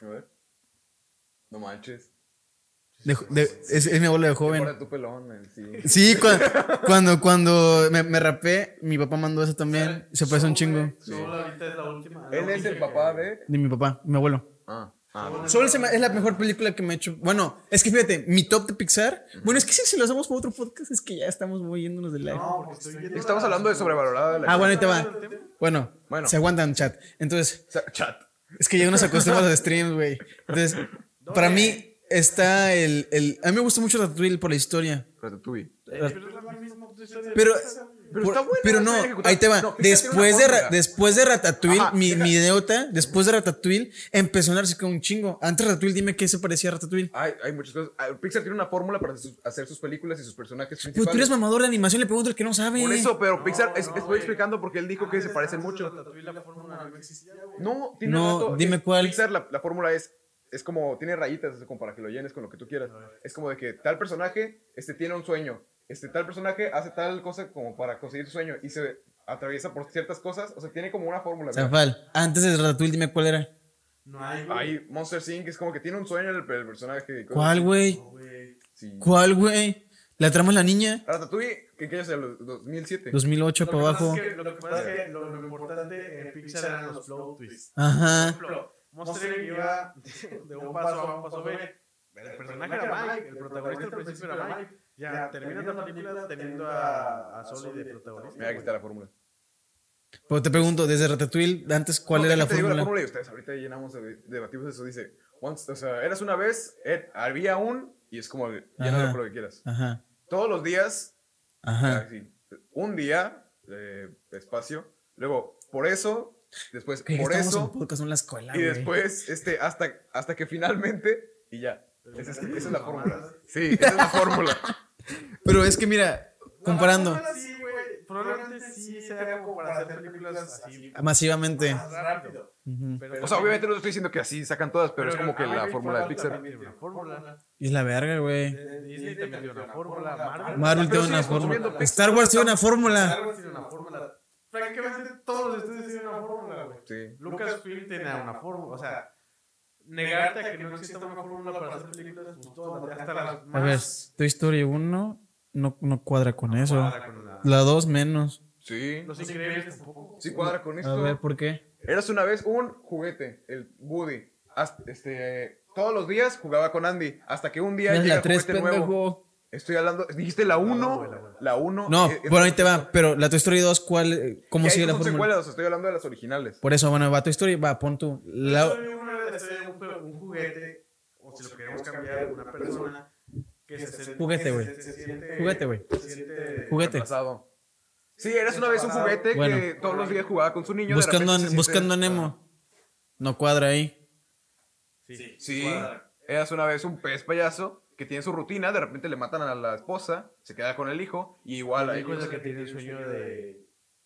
Speaker 2: A ver. No manches.
Speaker 1: De jo- de- es, es mi abuelo de joven.
Speaker 2: Ahora tu pelón, men, sí.
Speaker 1: Sí, cua- cuando, cuando me, me rapé, mi papá mandó eso también. Se parece Pues un chingo.
Speaker 3: Solo ahorita es la última.
Speaker 2: Él es el papá de.
Speaker 1: De mi papá, mi abuelo.
Speaker 2: Ah, ah. no.
Speaker 1: Sol se me- es la mejor película que me he hecho. Bueno, es que fíjate, mi top de Pixar. Bueno, es que si, si lo hacemos para otro podcast, es que ya estamos muy yéndonos del live.
Speaker 3: No, porque estoy viendo
Speaker 2: Estamos
Speaker 3: la-
Speaker 2: hablando de sobrevalorada de la.
Speaker 1: ah, bueno, ahí te va. Bueno,
Speaker 2: Bueno.
Speaker 1: se aguantan, chat. Entonces,
Speaker 2: O sea, Chat.
Speaker 1: es que ya uno se acostumbra a los streams, güey. Entonces, para mí está el, el- A mí me gusta mucho Ratatouille por la historia.
Speaker 2: Ratatouille.
Speaker 3: Eh, Pero es la misma historia de
Speaker 1: Pero.
Speaker 3: Pixar, güey.
Speaker 1: por-
Speaker 2: está buena,
Speaker 1: pero
Speaker 2: está
Speaker 1: no,
Speaker 2: bien ejecutada.
Speaker 1: ahí te va.
Speaker 2: No, fíjate
Speaker 1: después,
Speaker 2: una
Speaker 1: de, Ra-
Speaker 2: fórmula.
Speaker 1: después de Ratatouille,
Speaker 2: Ajá,
Speaker 1: mi,
Speaker 2: deja-
Speaker 1: mi idiota, después de Ratatouille, empezó a darse con un chingo. Antes de Ratatouille, dime qué se parecía a Ratatouille.
Speaker 2: Hay, hay muchas cosas. Ah, Pixar tiene una fórmula para sus- hacer sus películas y sus personajes
Speaker 1: Pero
Speaker 2: principales.
Speaker 1: Pues tú eres mamador de animación, le pregunto al que no sabe.
Speaker 2: Por eso, pero Pixar, es-
Speaker 3: no,
Speaker 2: estoy
Speaker 3: güey. Ah,
Speaker 2: explicando porque él dijo que se parecen mucho.
Speaker 3: Ratatouille, La fórmula no existía, güey.
Speaker 2: No, tiene
Speaker 1: No,
Speaker 2: rato.
Speaker 1: dime
Speaker 2: Es-
Speaker 1: cuál.
Speaker 2: Pixar, la, la fórmula es, es como, tiene rayitas, es como para que lo llenes con lo que tú quieras. Es como de que tal personaje este, tiene un sueño, este tal personaje hace tal cosa como para conseguir su sueño y se atraviesa por ciertas cosas, o sea, tiene como una fórmula. mira.
Speaker 1: Zafal, antes de Ratatouille, dime cuál era.
Speaker 3: No hay, güey.
Speaker 2: Ahí Monster Inc. es como que tiene un sueño el, el personaje. y cosas
Speaker 1: ¿Cuál,
Speaker 2: así.
Speaker 1: güey?
Speaker 3: No, güey.
Speaker 2: Sí.
Speaker 1: ¿Cuál, güey? La trama es la niña.
Speaker 2: Ratatouille, ¿qué qué año es el 2007?
Speaker 1: 2008
Speaker 3: Lo
Speaker 1: para
Speaker 3: que pasa
Speaker 1: abajo.
Speaker 3: es que- Lo que pasa es que lo lo importante en Pixar eran los plot twists.
Speaker 1: Ajá.
Speaker 3: ejemplo, Monster Inc. iba de- de un paso A un paso B. El personaje era Mike, el protagonista al principio era Mike. Ya termina la película teniendo a, a Soli de protagonista.
Speaker 2: Mira, aquí está la fórmula.
Speaker 1: Pero te pregunto, desde Ratatouille, antes, ¿cuál
Speaker 2: No,
Speaker 1: era
Speaker 2: es
Speaker 1: la
Speaker 2: que te digo
Speaker 1: fórmula?
Speaker 2: fórmula y ustedes ahorita llenamos, de- debatimos eso. Dice, once- o sea, eras una vez, eh, había un, y es como, llénalo
Speaker 1: Ajá.
Speaker 2: por lo que quieras.
Speaker 1: Ajá.
Speaker 2: Todos los días,
Speaker 1: Ajá.
Speaker 2: así, un día, eh, espacio, luego por eso, después
Speaker 1: Que
Speaker 2: por
Speaker 1: estamos en
Speaker 2: eso,
Speaker 1: podcast, no en la escuela,
Speaker 2: y
Speaker 1: güey.
Speaker 2: después, este, hasta, hasta que finalmente, y ya. Esa es, esa es la fórmula. Sí, esa es la fórmula.
Speaker 1: Pero es que mira, comparando
Speaker 3: Sí, güey. Probablemente sí sea como para hacer películas así
Speaker 1: masivamente.
Speaker 3: más rápido.
Speaker 1: Ujú.
Speaker 3: Pero
Speaker 2: O sea, obviamente no estoy diciendo que así sacan todas, pero es como que la fórmula de Pixar.
Speaker 3: También tiene una fórmula.
Speaker 1: Y es la verga, güey.
Speaker 3: Eh, Disney también tiene una fórmula. Marvel.
Speaker 1: Marvel
Speaker 2: Pero
Speaker 1: tiene una
Speaker 2: sigues consumiendo
Speaker 1: fórmula.
Speaker 2: Pixar.
Speaker 1: Star Wars tiene una
Speaker 3: Star
Speaker 1: fórmula.
Speaker 3: Wars tiene una fórmula. Francamente, todos los estudios tienen una fórmula, güey.
Speaker 2: Sí.
Speaker 3: Lucasfilm tiene una fórmula, o sea, negarte a que no exista una fórmula para hacer películas, pues todas, hasta las
Speaker 1: A ver,
Speaker 3: más
Speaker 1: Toy Story 1 no, no cuadra con eso.
Speaker 3: cuadra con la-
Speaker 1: La 2 menos.
Speaker 2: Sí.
Speaker 3: Los increíbles tampoco.
Speaker 2: Sí cuadra con
Speaker 1: A
Speaker 2: esto.
Speaker 1: ver, ¿por qué?
Speaker 2: Eras una vez un juguete, el Woody. Hasta- este, todos los días jugaba con Andy, hasta que un día
Speaker 1: Es
Speaker 2: llega
Speaker 1: la
Speaker 2: el
Speaker 1: 3,
Speaker 2: juguete nuevo.
Speaker 1: pendejo.
Speaker 2: Estoy hablando, dijiste la 1, la 1.
Speaker 1: No, bueno, ahí te va. Pero la Toy Story 2, ¿cuál, eh, ¿cómo
Speaker 2: Como
Speaker 1: sigue
Speaker 2: si
Speaker 1: la
Speaker 2: eh, son
Speaker 1: fórmula?
Speaker 2: secuelas, o sea, estoy hablando de las originales.
Speaker 1: Por eso, bueno, va Toy Story, va, pon tú. La-
Speaker 3: Soy una- soy un, ju- un juguete, o si lo queremos cambiar, una persona que se, se-
Speaker 1: Juguete,
Speaker 3: que se-
Speaker 1: güey.
Speaker 3: se- se siente-
Speaker 1: Juguete, güey.
Speaker 3: se siente-
Speaker 1: Juguete.
Speaker 2: Retrasado. Sí, eras una vez un juguete que
Speaker 1: Bueno.
Speaker 2: todos los días jugaba con su niño. de
Speaker 1: Buscando,
Speaker 2: repente se
Speaker 1: buscando a
Speaker 2: siente-
Speaker 1: Nemo. No cuadra ahí.
Speaker 3: Sí.
Speaker 2: Sí.
Speaker 3: cuadra.
Speaker 2: Eras una vez un pez payaso que tiene su rutina, de repente le matan a la esposa, se queda con el hijo, y igual ahí-
Speaker 3: hijo es el que tiene el sueño de.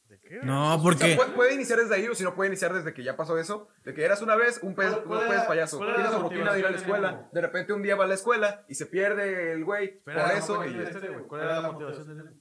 Speaker 3: ¿De qué?
Speaker 1: No,
Speaker 2: O sea,
Speaker 1: porque.
Speaker 2: pu- puede iniciar desde ahí, o si no puede iniciar desde que ya pasó eso, de que eras una vez un pez,
Speaker 3: ¿Cuál-
Speaker 2: un
Speaker 3: cuál
Speaker 2: pez
Speaker 3: era-
Speaker 2: payaso,
Speaker 3: cuál era
Speaker 2: tiene
Speaker 3: la
Speaker 2: su rutina de ir a la
Speaker 3: motivación del
Speaker 2: escuela,
Speaker 3: emo?
Speaker 2: de repente un día va a la escuela y se pierde el güey, por
Speaker 3: Espera,
Speaker 2: eso,
Speaker 3: no,
Speaker 2: y-
Speaker 3: espera, espera, güey, ¿Cuál era la motivación del emo?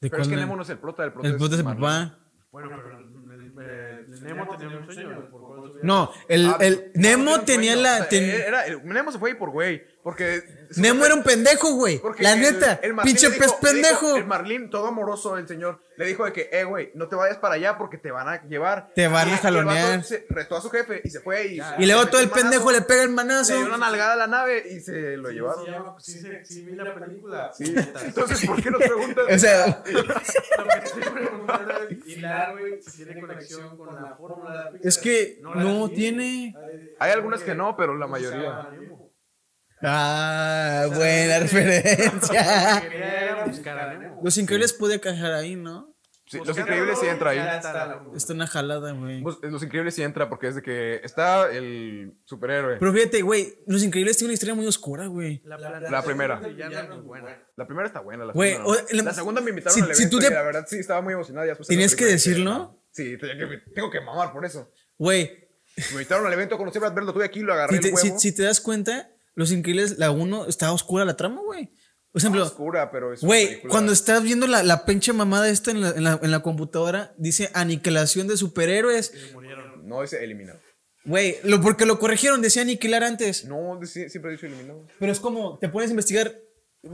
Speaker 1: ¿de
Speaker 2: pero es que
Speaker 1: cuál-
Speaker 2: Nemo no es el prota, el prota
Speaker 1: El puto de
Speaker 2: es
Speaker 1: su
Speaker 2: Marlon.
Speaker 1: papá.
Speaker 3: Bueno, pero el- el- el Nemo tenía un sueño. ¿por cuál sueño?
Speaker 1: No, el,
Speaker 2: Ah,
Speaker 1: el-
Speaker 2: no,
Speaker 1: Nemo
Speaker 2: era un
Speaker 1: tenía
Speaker 2: sueño, o
Speaker 1: la.
Speaker 2: sea,
Speaker 1: ten-
Speaker 2: era- el- Nemo se fue ahí por güey, porque...
Speaker 1: Nemo era un pendejo, güey.
Speaker 2: porque
Speaker 1: La
Speaker 2: el-
Speaker 1: neta,
Speaker 2: el Marlín
Speaker 1: pinche
Speaker 2: le
Speaker 1: pez
Speaker 2: dijo- le dijo-
Speaker 1: pendejo.
Speaker 2: el Marlín, todo amoroso, el señor, le dijo de que, eh, güey, no te vayas para allá porque te van a llevar.
Speaker 1: Te van
Speaker 2: Y
Speaker 1: a
Speaker 2: el
Speaker 1: jalonear.
Speaker 2: vato se retó a su jefe y se fue. Y,
Speaker 1: y luego
Speaker 2: metió
Speaker 1: todo el
Speaker 2: un manazo.
Speaker 1: pendejo le pega el
Speaker 2: Le
Speaker 1: manazo.
Speaker 2: dio una nalgada a la nave y se lo llevaron.
Speaker 3: Sí, ya, sí, sí, sí, vi la película.
Speaker 2: Sí. Entonces, ¿por qué nos preguntas?
Speaker 1: O sea,
Speaker 3: Lo que estoy preguntando es hilar, güey, si tiene conexión con la fórmula de la Pixar.
Speaker 1: es que
Speaker 3: la
Speaker 1: no tiene.
Speaker 2: Hay algunas que no, pero la mayoría.
Speaker 1: Ah, buena referencia.
Speaker 3: Quería era buscar a Nemo.
Speaker 1: Los increíbles puede cajar ahí, ¿no?
Speaker 2: Sí, los increíbles sí entra
Speaker 3: Ya
Speaker 2: ahí.
Speaker 3: está la-
Speaker 1: Está una jalada, güey.
Speaker 2: Pues, Los increíbles sí entra porque es de que está el superhéroe.
Speaker 1: Pero fíjate, güey, Los Increíbles tiene una historia muy oscura, güey.
Speaker 3: La,
Speaker 2: La primera.
Speaker 3: Ya no es buena.
Speaker 2: La primera está buena. La
Speaker 1: Güey,
Speaker 2: segunda, no.
Speaker 1: o- la-
Speaker 2: la, segunda me invitaron
Speaker 1: si-
Speaker 2: al evento
Speaker 1: si tú
Speaker 2: y
Speaker 1: te-
Speaker 2: la verdad sí estaba muy emocionada. ya después en la
Speaker 1: ¿Tenías que
Speaker 2: película dije,
Speaker 1: decirlo?
Speaker 2: "No". Sí, tenía que- tengo que mamar por eso.
Speaker 1: Güey,
Speaker 2: Me invitaron al evento, conocí a Brad Bird, lo tuve aquí, lo agarré
Speaker 1: si te,
Speaker 2: el
Speaker 1: si-
Speaker 2: huevo.
Speaker 1: si te das cuenta, Los Increíbles, la 1 está oscura la trama, güey. Por ejemplo,
Speaker 2: oscura, pero Ah, es una
Speaker 1: Güey,
Speaker 2: película-
Speaker 1: cuando estás viendo la, la pinche mamada esta en la, en la- en la computadora, dice aniquilación de superhéroes.
Speaker 2: No, dice eliminado.
Speaker 1: Güey, lo, porque lo corrigieron, decía aniquilar antes.
Speaker 2: No, dice- siempre he dicho eliminado.
Speaker 1: Pero es como, te pones a investigar,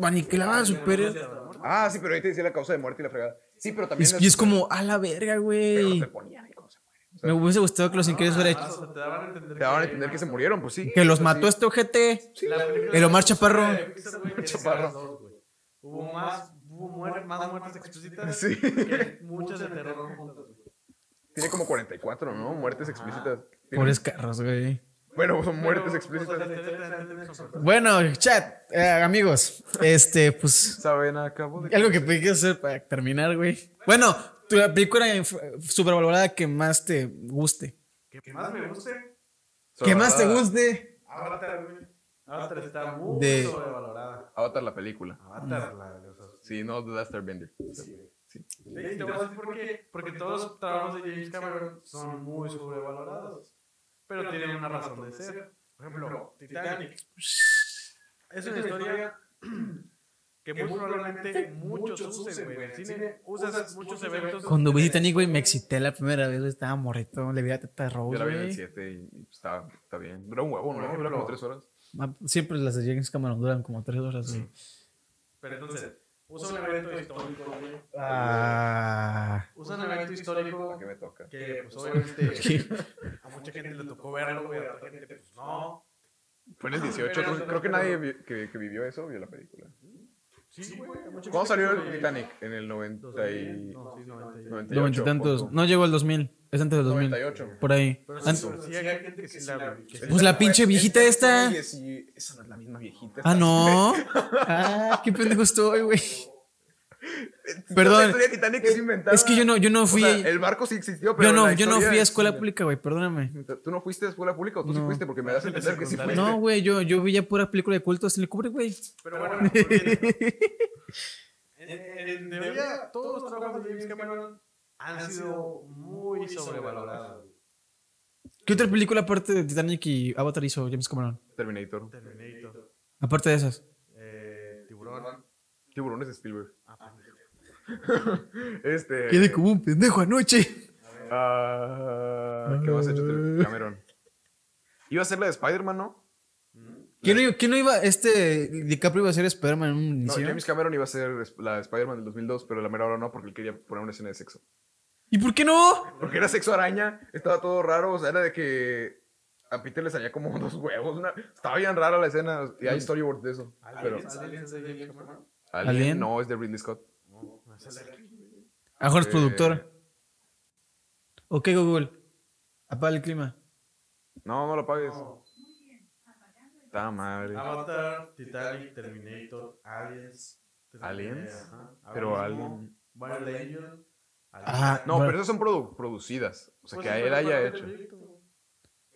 Speaker 1: aniquilaban a superhéroes.
Speaker 2: Ah, sí, pero ahí te decía la causa de muerte y la fregada. Sí, pero
Speaker 1: Y
Speaker 2: también...
Speaker 1: es, y es como, a la verga,
Speaker 2: Pero
Speaker 1: güey.
Speaker 2: te Ah, ponían ahí cómo se muere.
Speaker 1: Me hubiese gustado que los increíbles fueran
Speaker 3: O
Speaker 1: hechos.
Speaker 3: sea, te daban a entender
Speaker 2: Te daban a entender que se murieron, pues sí.
Speaker 1: Que los mató este ojete.
Speaker 3: La película
Speaker 1: El Omar
Speaker 3: de
Speaker 1: Chaparro.
Speaker 3: Pixar, güey, tiene
Speaker 2: Chaparro.
Speaker 3: esas dos, güey. Hubo más, hubo muer- más muertes explícitas
Speaker 2: Sí.
Speaker 3: que muchas de terror juntas, güey.
Speaker 2: Tiene como 44, ¿no? Muertes explícitas.
Speaker 1: Ah, Pobres carros, güey.
Speaker 2: Bueno, son
Speaker 3: pues,
Speaker 2: muertes
Speaker 3: O sea,
Speaker 2: explícitas.
Speaker 3: te- te- te- te- te- te-
Speaker 1: Bueno, chat, eh, amigos, este, pues
Speaker 2: Saben, acabo de...
Speaker 1: Algo que pedí que hacer para terminar, güey. Bueno, tu película inf- supervalorada que más te guste.
Speaker 3: que más me guste?
Speaker 1: Que más te guste.
Speaker 3: Avatar, güey. Avatar está muy
Speaker 1: De-
Speaker 3: sobrevalorada.
Speaker 2: Avatar la película.
Speaker 3: Avatar, la de los
Speaker 2: Sí, no The Last Airbender.
Speaker 3: Sí, te voy a decir por qué. Porque todos los trabajos de James Cameron son muy sobrevalorados. Pero tienen una razón de ser. Por ejemplo, Titanic. Es una historia que muy probablemente muchos usen, güey. En el cine usas muchos eventos.
Speaker 1: Cuando vi Titanic, güey, me excité la primera vez, güey, Estaba morrito, le vi a Teta
Speaker 2: Yo
Speaker 1: Rose,
Speaker 2: la vi en el
Speaker 1: güey.
Speaker 2: 7 y y está, está bien. Dura un huevo, ¿no? Dura como 3 horas.
Speaker 1: Ah, Siempre las de James Cameron duran como tres horas, güey.
Speaker 3: Pero entonces, usa un evento histórico, güey.
Speaker 1: Ah.
Speaker 3: Usa un evento histórico
Speaker 2: ¿Qué me toca?
Speaker 3: que, pues, obviamente, a mucha gente le tocó verlo, güey. A otra gente, pues, no.
Speaker 2: Fue en el 18. Creo, Ah, creo que nadie vi- que, que vivió eso vio la película.
Speaker 3: Sí, güey. a mucha
Speaker 2: ¿Cuándo
Speaker 3: gente
Speaker 2: salió
Speaker 3: que-
Speaker 2: el Titanic? En el 90 y...
Speaker 3: No, sí, 98.
Speaker 1: Noventa
Speaker 2: 98.
Speaker 1: y tantos.
Speaker 2: punto.
Speaker 1: No llegó al 2000. Es antes del 2000.
Speaker 2: 98.
Speaker 1: Por ahí.
Speaker 3: Pero
Speaker 1: Ant-
Speaker 3: sí, sí hay gente que sí la vi. que-
Speaker 1: Pues la pinche viejita
Speaker 2: Esta
Speaker 1: esta.
Speaker 2: fue en el 10 y- Esa no es la misma viejita.
Speaker 1: Ah, no. Ah, qué pendejo estoy, güey.
Speaker 2: La
Speaker 1: Perdón.
Speaker 2: historia de Titanic es inventada.
Speaker 1: Es que yo no, yo no
Speaker 2: O
Speaker 1: fui.
Speaker 2: sea, el barco sí existió, pero.
Speaker 1: Yo no,
Speaker 2: la
Speaker 1: yo no
Speaker 2: historia
Speaker 1: fui a
Speaker 2: es-
Speaker 1: escuela pública, güey, perdóname.
Speaker 2: ¿Tú no fuiste a escuela pública o tú sí
Speaker 1: No.
Speaker 2: fuiste? Porque me das a entender que sí fuiste.
Speaker 1: No, güey, yo, yo vi ya pura película de culto hasta le cubre, güey.
Speaker 3: Pero bueno, en, en- en teoría, todos los trabajos de James Cameron han sido muy sobrevalorados.
Speaker 1: ¿Qué otra película aparte de Titanic y Avatar hizo James Cameron?
Speaker 2: Terminator.
Speaker 3: Terminator,
Speaker 1: Aparte de esas.
Speaker 3: eh, Tiburón.
Speaker 2: Tiburones de Spielberg. este.
Speaker 1: Quedé como un pendejo anoche.
Speaker 2: ah, ¿Qué más has hecho,
Speaker 1: Eh.
Speaker 2: Ter- Cameron? Iba a ser la de Spider-Man, ¿no?
Speaker 1: ¿Quién no, iba- quién no iba? Este DiCaprio iba a ser Spider-Man en un
Speaker 2: No,
Speaker 1: inicio.
Speaker 2: James Cameron iba a ser la de Spider-Man del 2002, pero la mera hora no, porque él quería poner una escena de sexo.
Speaker 1: ¿Y por qué no?
Speaker 2: Porque era sexo araña, estaba todo raro, o sea, era de que a Peter le salía como dos huevos. una- Estaba bien rara la escena, y hay storyboard de eso. Pero,
Speaker 3: ¿Aliens? ¿Aliens de James Cameron?
Speaker 2: ¿Alien?
Speaker 1: ¿Alien?
Speaker 2: No, es de Ridley Scott.
Speaker 3: No sé si-
Speaker 1: A Jorge
Speaker 2: Eh.
Speaker 1: productor. Ok, Google. Apaga el clima.
Speaker 2: No, no lo pagues. Está madre.
Speaker 3: Ah, Avatar, Titanic, Terminator, Aliens.
Speaker 2: ¿Aliens?
Speaker 3: Ajá.
Speaker 2: Pero
Speaker 3: Abismo,
Speaker 2: Alien-
Speaker 3: Battle Angel.
Speaker 1: Ajá.
Speaker 2: No,
Speaker 1: Bueno.
Speaker 2: pero esas son produ- producidas. O sea,
Speaker 3: Pues
Speaker 2: que
Speaker 3: sí,
Speaker 2: a él
Speaker 3: pero
Speaker 2: haya
Speaker 3: parte del
Speaker 2: hecho.
Speaker 3: proyecto, güey.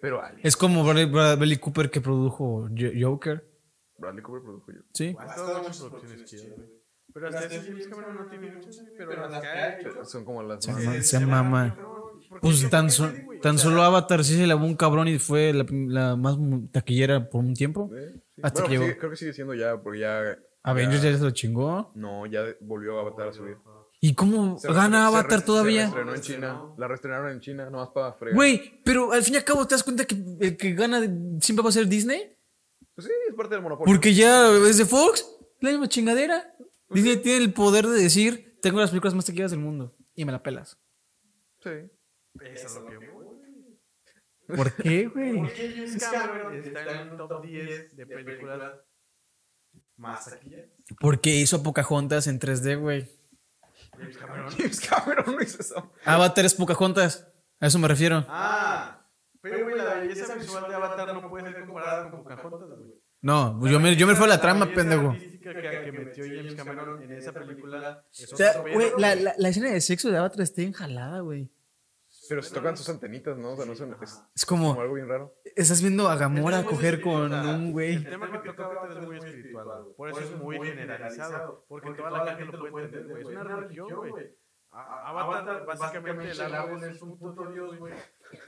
Speaker 2: Pero Alien.
Speaker 1: Es como Bradley, Bradley Cooper que produjo Jo- Joker.
Speaker 2: Bradley Cooper produjo yo.
Speaker 1: Sí.
Speaker 3: Ha estado en muchas producciones chidas, güey. Pero hasta ese James Cameron no tiene muchas, güey, pero las que ha hecho.
Speaker 2: Son como las
Speaker 1: Se
Speaker 2: más-
Speaker 1: maman, se maman. Pues tan, so- tan solo Avatar sí se lavó un cabrón y fue la, la más mu- taquillera por un tiempo.
Speaker 2: ¿eh? Sí.
Speaker 1: Hasta
Speaker 2: Bueno,
Speaker 1: que
Speaker 2: sí,
Speaker 1: llegó.
Speaker 2: creo que sigue siendo ya, porque ya.
Speaker 1: Avengers
Speaker 2: ya-
Speaker 1: ya se lo chingó.
Speaker 2: No, ya volvió a Avatar a subir.
Speaker 1: ¿Y cómo
Speaker 2: Se
Speaker 1: gana
Speaker 2: re- se
Speaker 1: Avatar
Speaker 2: re-
Speaker 1: todavía?
Speaker 2: Se reestrenó en China. La reestrenaron en China, nomás para fregar.
Speaker 1: Güey, pero al fin y al cabo te das cuenta que el que gana siempre va a ser Disney.
Speaker 2: Pues sí, es parte del monopolio.
Speaker 1: Porque ya es de Fox, la misma chingadera.
Speaker 2: Pues
Speaker 1: Disney tiene el poder de decir, tengo las películas más taquilleras del mundo y me la pelas.
Speaker 2: Sí.
Speaker 1: ¿Por qué, güey?
Speaker 3: ¿Por qué James Cameron está en un top 10 de películas más taquilleras?
Speaker 1: Porque hizo Pocahontas en 3D, güey.
Speaker 3: James Cameron.
Speaker 2: James Cameron no hizo eso.
Speaker 1: Avatar es Ah, Pocahontas. A eso me refiero.
Speaker 3: Ah, pero güey, la belleza visual de Avatar no puede ser comparada con Pocahontas, güey.
Speaker 1: No, pues yo me, yo me fui a la trama,
Speaker 3: belleza
Speaker 1: pendejo.
Speaker 3: artística que, que metió James Cameron en esa película. es
Speaker 1: O sea,
Speaker 3: otro
Speaker 1: güey,
Speaker 3: pedo,
Speaker 1: la,
Speaker 3: güey.
Speaker 1: la- la escena de sexo de Avatar está enjalada, güey.
Speaker 2: Pero se tocan sus antenitas, ¿no? O sea, no son, es
Speaker 1: Es
Speaker 2: como
Speaker 1: como,
Speaker 2: algo bien raro.
Speaker 1: estás viendo a Gamora
Speaker 3: Es muy
Speaker 1: coger
Speaker 3: espiritual.
Speaker 1: con un güey.
Speaker 3: El tema que toca Avatar es muy espiritual, güey. por eso es muy generalizado, porque toda la gente lo puede entender, güey. Es una religión, güey. A- Avatar, básicamente, el árbol es un puto dios, güey.